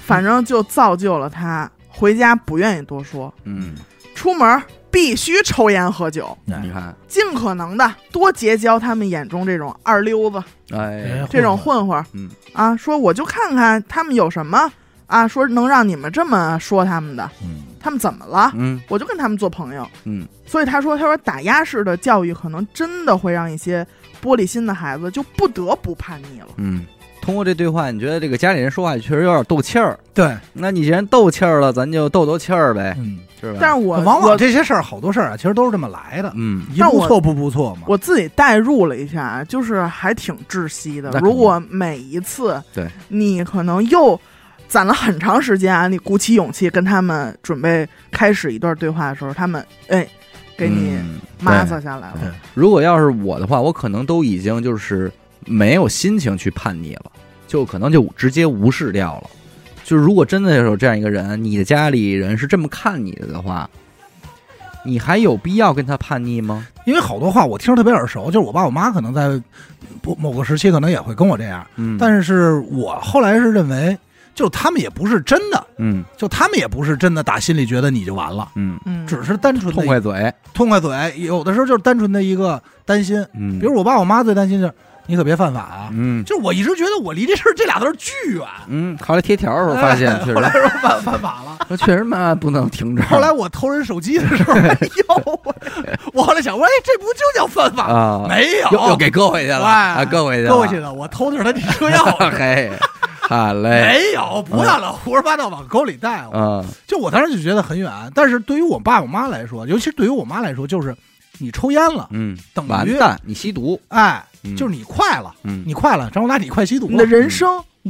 [SPEAKER 3] 反正就造就了他回家不愿意多说，
[SPEAKER 1] 嗯，
[SPEAKER 3] 出门必须抽烟喝酒，
[SPEAKER 2] 嗯
[SPEAKER 1] 你看，
[SPEAKER 3] 尽可能的多结交他们眼中这种二溜子。
[SPEAKER 1] 哎
[SPEAKER 2] 哎，
[SPEAKER 3] 这种混混儿，
[SPEAKER 1] 嗯
[SPEAKER 3] 啊，说我就看看他们有什么啊，说能让你们这么说他们的，
[SPEAKER 2] 嗯
[SPEAKER 3] 他们怎么了？
[SPEAKER 1] 嗯
[SPEAKER 3] 我就跟他们做朋友。
[SPEAKER 1] 嗯
[SPEAKER 3] 所以他说，他说打压式的教育可能真的会让一些玻璃心的孩子就不得不叛逆了。
[SPEAKER 1] 嗯，通过这对话，你觉得这个家里人说话确实有点斗气儿。
[SPEAKER 2] 对，
[SPEAKER 1] 那你既然斗气儿了，咱就斗斗气儿呗，
[SPEAKER 2] 嗯，
[SPEAKER 1] 是吧？
[SPEAKER 3] 但是我
[SPEAKER 2] 往往
[SPEAKER 3] 我
[SPEAKER 2] 这些事儿，好多事儿啊，其实都是这么来的，
[SPEAKER 1] 嗯，
[SPEAKER 2] 一
[SPEAKER 3] 但
[SPEAKER 2] 步
[SPEAKER 3] 我
[SPEAKER 2] 错步步错嘛。
[SPEAKER 3] 我自己代入了一下，就是还挺窒息的
[SPEAKER 1] 那。肯定
[SPEAKER 3] 如果每一次，
[SPEAKER 1] 对，
[SPEAKER 3] 你可能又攒了很长时间啊，你鼓起勇气跟他们准备开始一段对话的时候，他们哎，给你
[SPEAKER 1] 嗯
[SPEAKER 3] 抹
[SPEAKER 1] 对
[SPEAKER 3] 擦下来了。
[SPEAKER 2] 对
[SPEAKER 1] 如果要是我的话，我可能都已经就是没有心情去叛逆了，就可能就直接无视掉了。就是如果真的有这样一个人，你的家里人是这么看你的的话，你还有必要跟他叛逆吗？
[SPEAKER 2] 因为好多话我听着特别耳熟，就是我爸我妈可能在不某个时期可能也会跟我这样，
[SPEAKER 1] 嗯，是
[SPEAKER 2] 但是我后来是认为，就他们也不是真的，
[SPEAKER 1] 嗯
[SPEAKER 2] 就他们也不是真的打心里觉得你就完了，
[SPEAKER 1] 嗯，
[SPEAKER 3] 嗯，
[SPEAKER 2] 只是单纯的
[SPEAKER 1] 痛快嘴，
[SPEAKER 2] 痛快嘴，有的时候就是单纯的一个担心。
[SPEAKER 1] 嗯，
[SPEAKER 2] 比如我爸我妈最担心就是你可别犯法啊，
[SPEAKER 1] 嗯
[SPEAKER 2] 就是我一直觉得我离这事儿这俩字儿巨远。
[SPEAKER 1] 嗯，后来贴条的时候发 现，确
[SPEAKER 2] 后来
[SPEAKER 1] 实
[SPEAKER 2] 说犯犯法了。
[SPEAKER 1] 说确实嘛不能停止。
[SPEAKER 2] 后来我偷人手机的时候，哎 呦喂，我后来想，喂，哎这不就叫犯法？
[SPEAKER 1] 啊，
[SPEAKER 2] 没有，
[SPEAKER 1] 又又给搁回去了，啊，
[SPEAKER 2] 哎
[SPEAKER 1] 搁回去了，
[SPEAKER 2] 搁回去了。我偷的是他的车钥匙，
[SPEAKER 1] 嘿，好嘞，
[SPEAKER 2] 没有，不要老胡说八道往沟里带。我
[SPEAKER 1] 嗯
[SPEAKER 2] 就我当时就觉得很远，但是对于我爸我妈来说，尤其是对于我妈来说，就是你抽烟了，
[SPEAKER 1] 嗯，
[SPEAKER 2] 等于
[SPEAKER 1] 完蛋，你吸毒，
[SPEAKER 2] 哎，
[SPEAKER 1] 嗯
[SPEAKER 2] 就是你快了，
[SPEAKER 1] 嗯
[SPEAKER 2] 你快了，张宏达，你快吸毒
[SPEAKER 3] 你的
[SPEAKER 2] 了，
[SPEAKER 3] 人生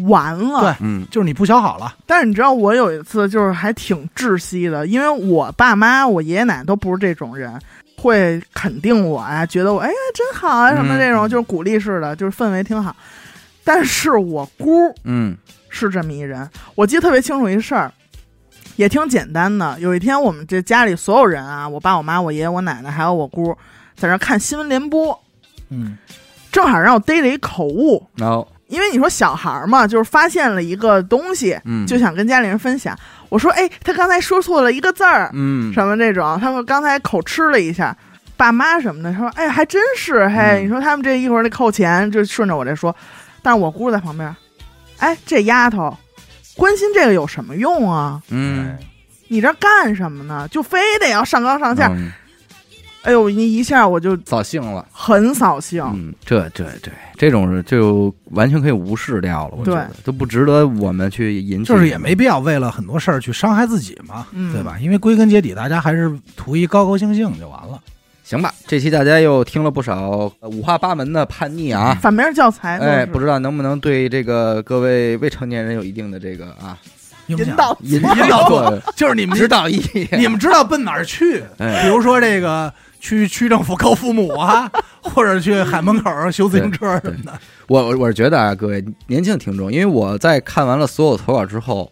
[SPEAKER 3] 完了。
[SPEAKER 2] 对
[SPEAKER 1] 嗯
[SPEAKER 2] 就是你不消好了。
[SPEAKER 3] 但是你知道，我有一次就是还挺窒息的，因为我爸妈、我爷爷奶奶都不是这种人，会肯定我啊，觉得我哎呀真好啊什么
[SPEAKER 1] 嗯
[SPEAKER 3] 这种，就是鼓励式的，就是氛围挺好。但是我姑
[SPEAKER 1] 嗯
[SPEAKER 3] 是这么一人，我记得特别清楚一事儿，也挺简单的。有一天，我们这家里所有人啊，我爸、我妈、我爷爷、我奶奶还有我姑，在那儿看新闻联播，
[SPEAKER 2] 嗯，
[SPEAKER 3] 正好让我逮了一口误，
[SPEAKER 1] 然后
[SPEAKER 3] 因为你说小孩儿嘛，就是发现了一个东西，
[SPEAKER 1] 嗯
[SPEAKER 3] 就想跟家里人分享。我说，哎，他刚才说错了一个字儿，
[SPEAKER 1] 嗯
[SPEAKER 3] 什么这种，他说刚才口吃了一下，爸妈什么的，他说，哎，还真是，嘿，
[SPEAKER 1] 嗯
[SPEAKER 3] 你说他们这一会儿得扣钱，就顺着我这说，但是我姑在旁边，哎，这丫头关心这个有什么用啊？
[SPEAKER 1] 嗯，
[SPEAKER 3] 你这干什么呢？就非得要上纲上线，
[SPEAKER 1] 嗯
[SPEAKER 3] 哎呦，你一下我就
[SPEAKER 1] 扫兴了，
[SPEAKER 3] 很扫兴。
[SPEAKER 1] 嗯，这这对这种是就完全可以无视掉了，我觉
[SPEAKER 3] 对
[SPEAKER 1] 得都不值得我们去引起，
[SPEAKER 2] 就是也没必要为了很多事儿去伤害自己嘛，
[SPEAKER 3] 嗯
[SPEAKER 2] 对吧？因为归根结底，大家还是图一高高兴兴就完了。
[SPEAKER 1] 行吧。这期大家又听了不少呃五花八门的叛逆啊，
[SPEAKER 3] 反面教材都是，
[SPEAKER 1] 哎，不知道能不能对这个各位未成年人有一定的这个啊
[SPEAKER 2] 影响
[SPEAKER 3] 引导
[SPEAKER 1] 引
[SPEAKER 2] 引导作
[SPEAKER 1] 导
[SPEAKER 2] 就是你 们
[SPEAKER 1] 指导意义，
[SPEAKER 2] 你们知道奔哪儿去？
[SPEAKER 1] 哎
[SPEAKER 2] 比如说这个去区政府告父母啊，或者去海门口儿修自行车什么的。
[SPEAKER 1] 我我我是觉得啊，各位年轻的听众，因为我在看完了所有投稿之后，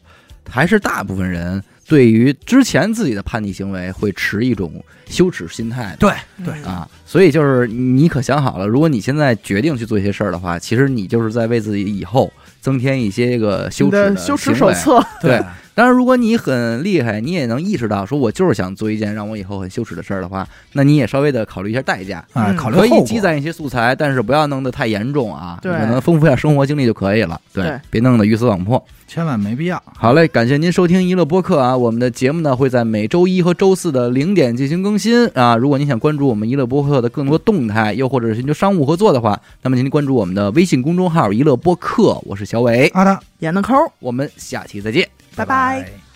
[SPEAKER 1] 还是大部分人对于之前自己的叛逆行为会持一种羞耻心态的
[SPEAKER 2] 对
[SPEAKER 3] 嗯
[SPEAKER 2] 对，
[SPEAKER 1] 啊，所以就是你可想好了，如果你现在决定去做一些事儿的话，其实你就是在为自己以后增添一些个羞
[SPEAKER 3] 你
[SPEAKER 1] 耻
[SPEAKER 3] 的羞
[SPEAKER 1] 羞
[SPEAKER 3] 耻手。册，
[SPEAKER 1] 对，
[SPEAKER 2] 啊
[SPEAKER 1] 当然，如果你很厉害，你也能意识到，说我就是想做一件让我以后很羞耻的事儿的话，那你也稍微的考虑一下代价。
[SPEAKER 2] 啊，
[SPEAKER 3] 嗯
[SPEAKER 2] 考虑
[SPEAKER 1] 可
[SPEAKER 2] 后
[SPEAKER 1] 以
[SPEAKER 2] 果
[SPEAKER 1] 积攒一些素材，但是不要弄得太严重啊，
[SPEAKER 3] 对
[SPEAKER 1] 可能丰富一下生活经历就可以了，对，
[SPEAKER 3] 对
[SPEAKER 1] 别弄得鱼死网破。
[SPEAKER 2] 千万没必要。
[SPEAKER 1] 好嘞，感谢您收听娱乐播客啊，我们的节目呢会在每周一和周四的零点进行更新啊。如果您想关注我们娱乐播客的更多动态，又或者是寻求商务合作的话，那么您关注我们的微信公众号“娱乐播客”，我是小伟，
[SPEAKER 2] 阿达，
[SPEAKER 3] 演的抠，
[SPEAKER 1] 我们下期再见。
[SPEAKER 3] 拜拜。
[SPEAKER 2] 拜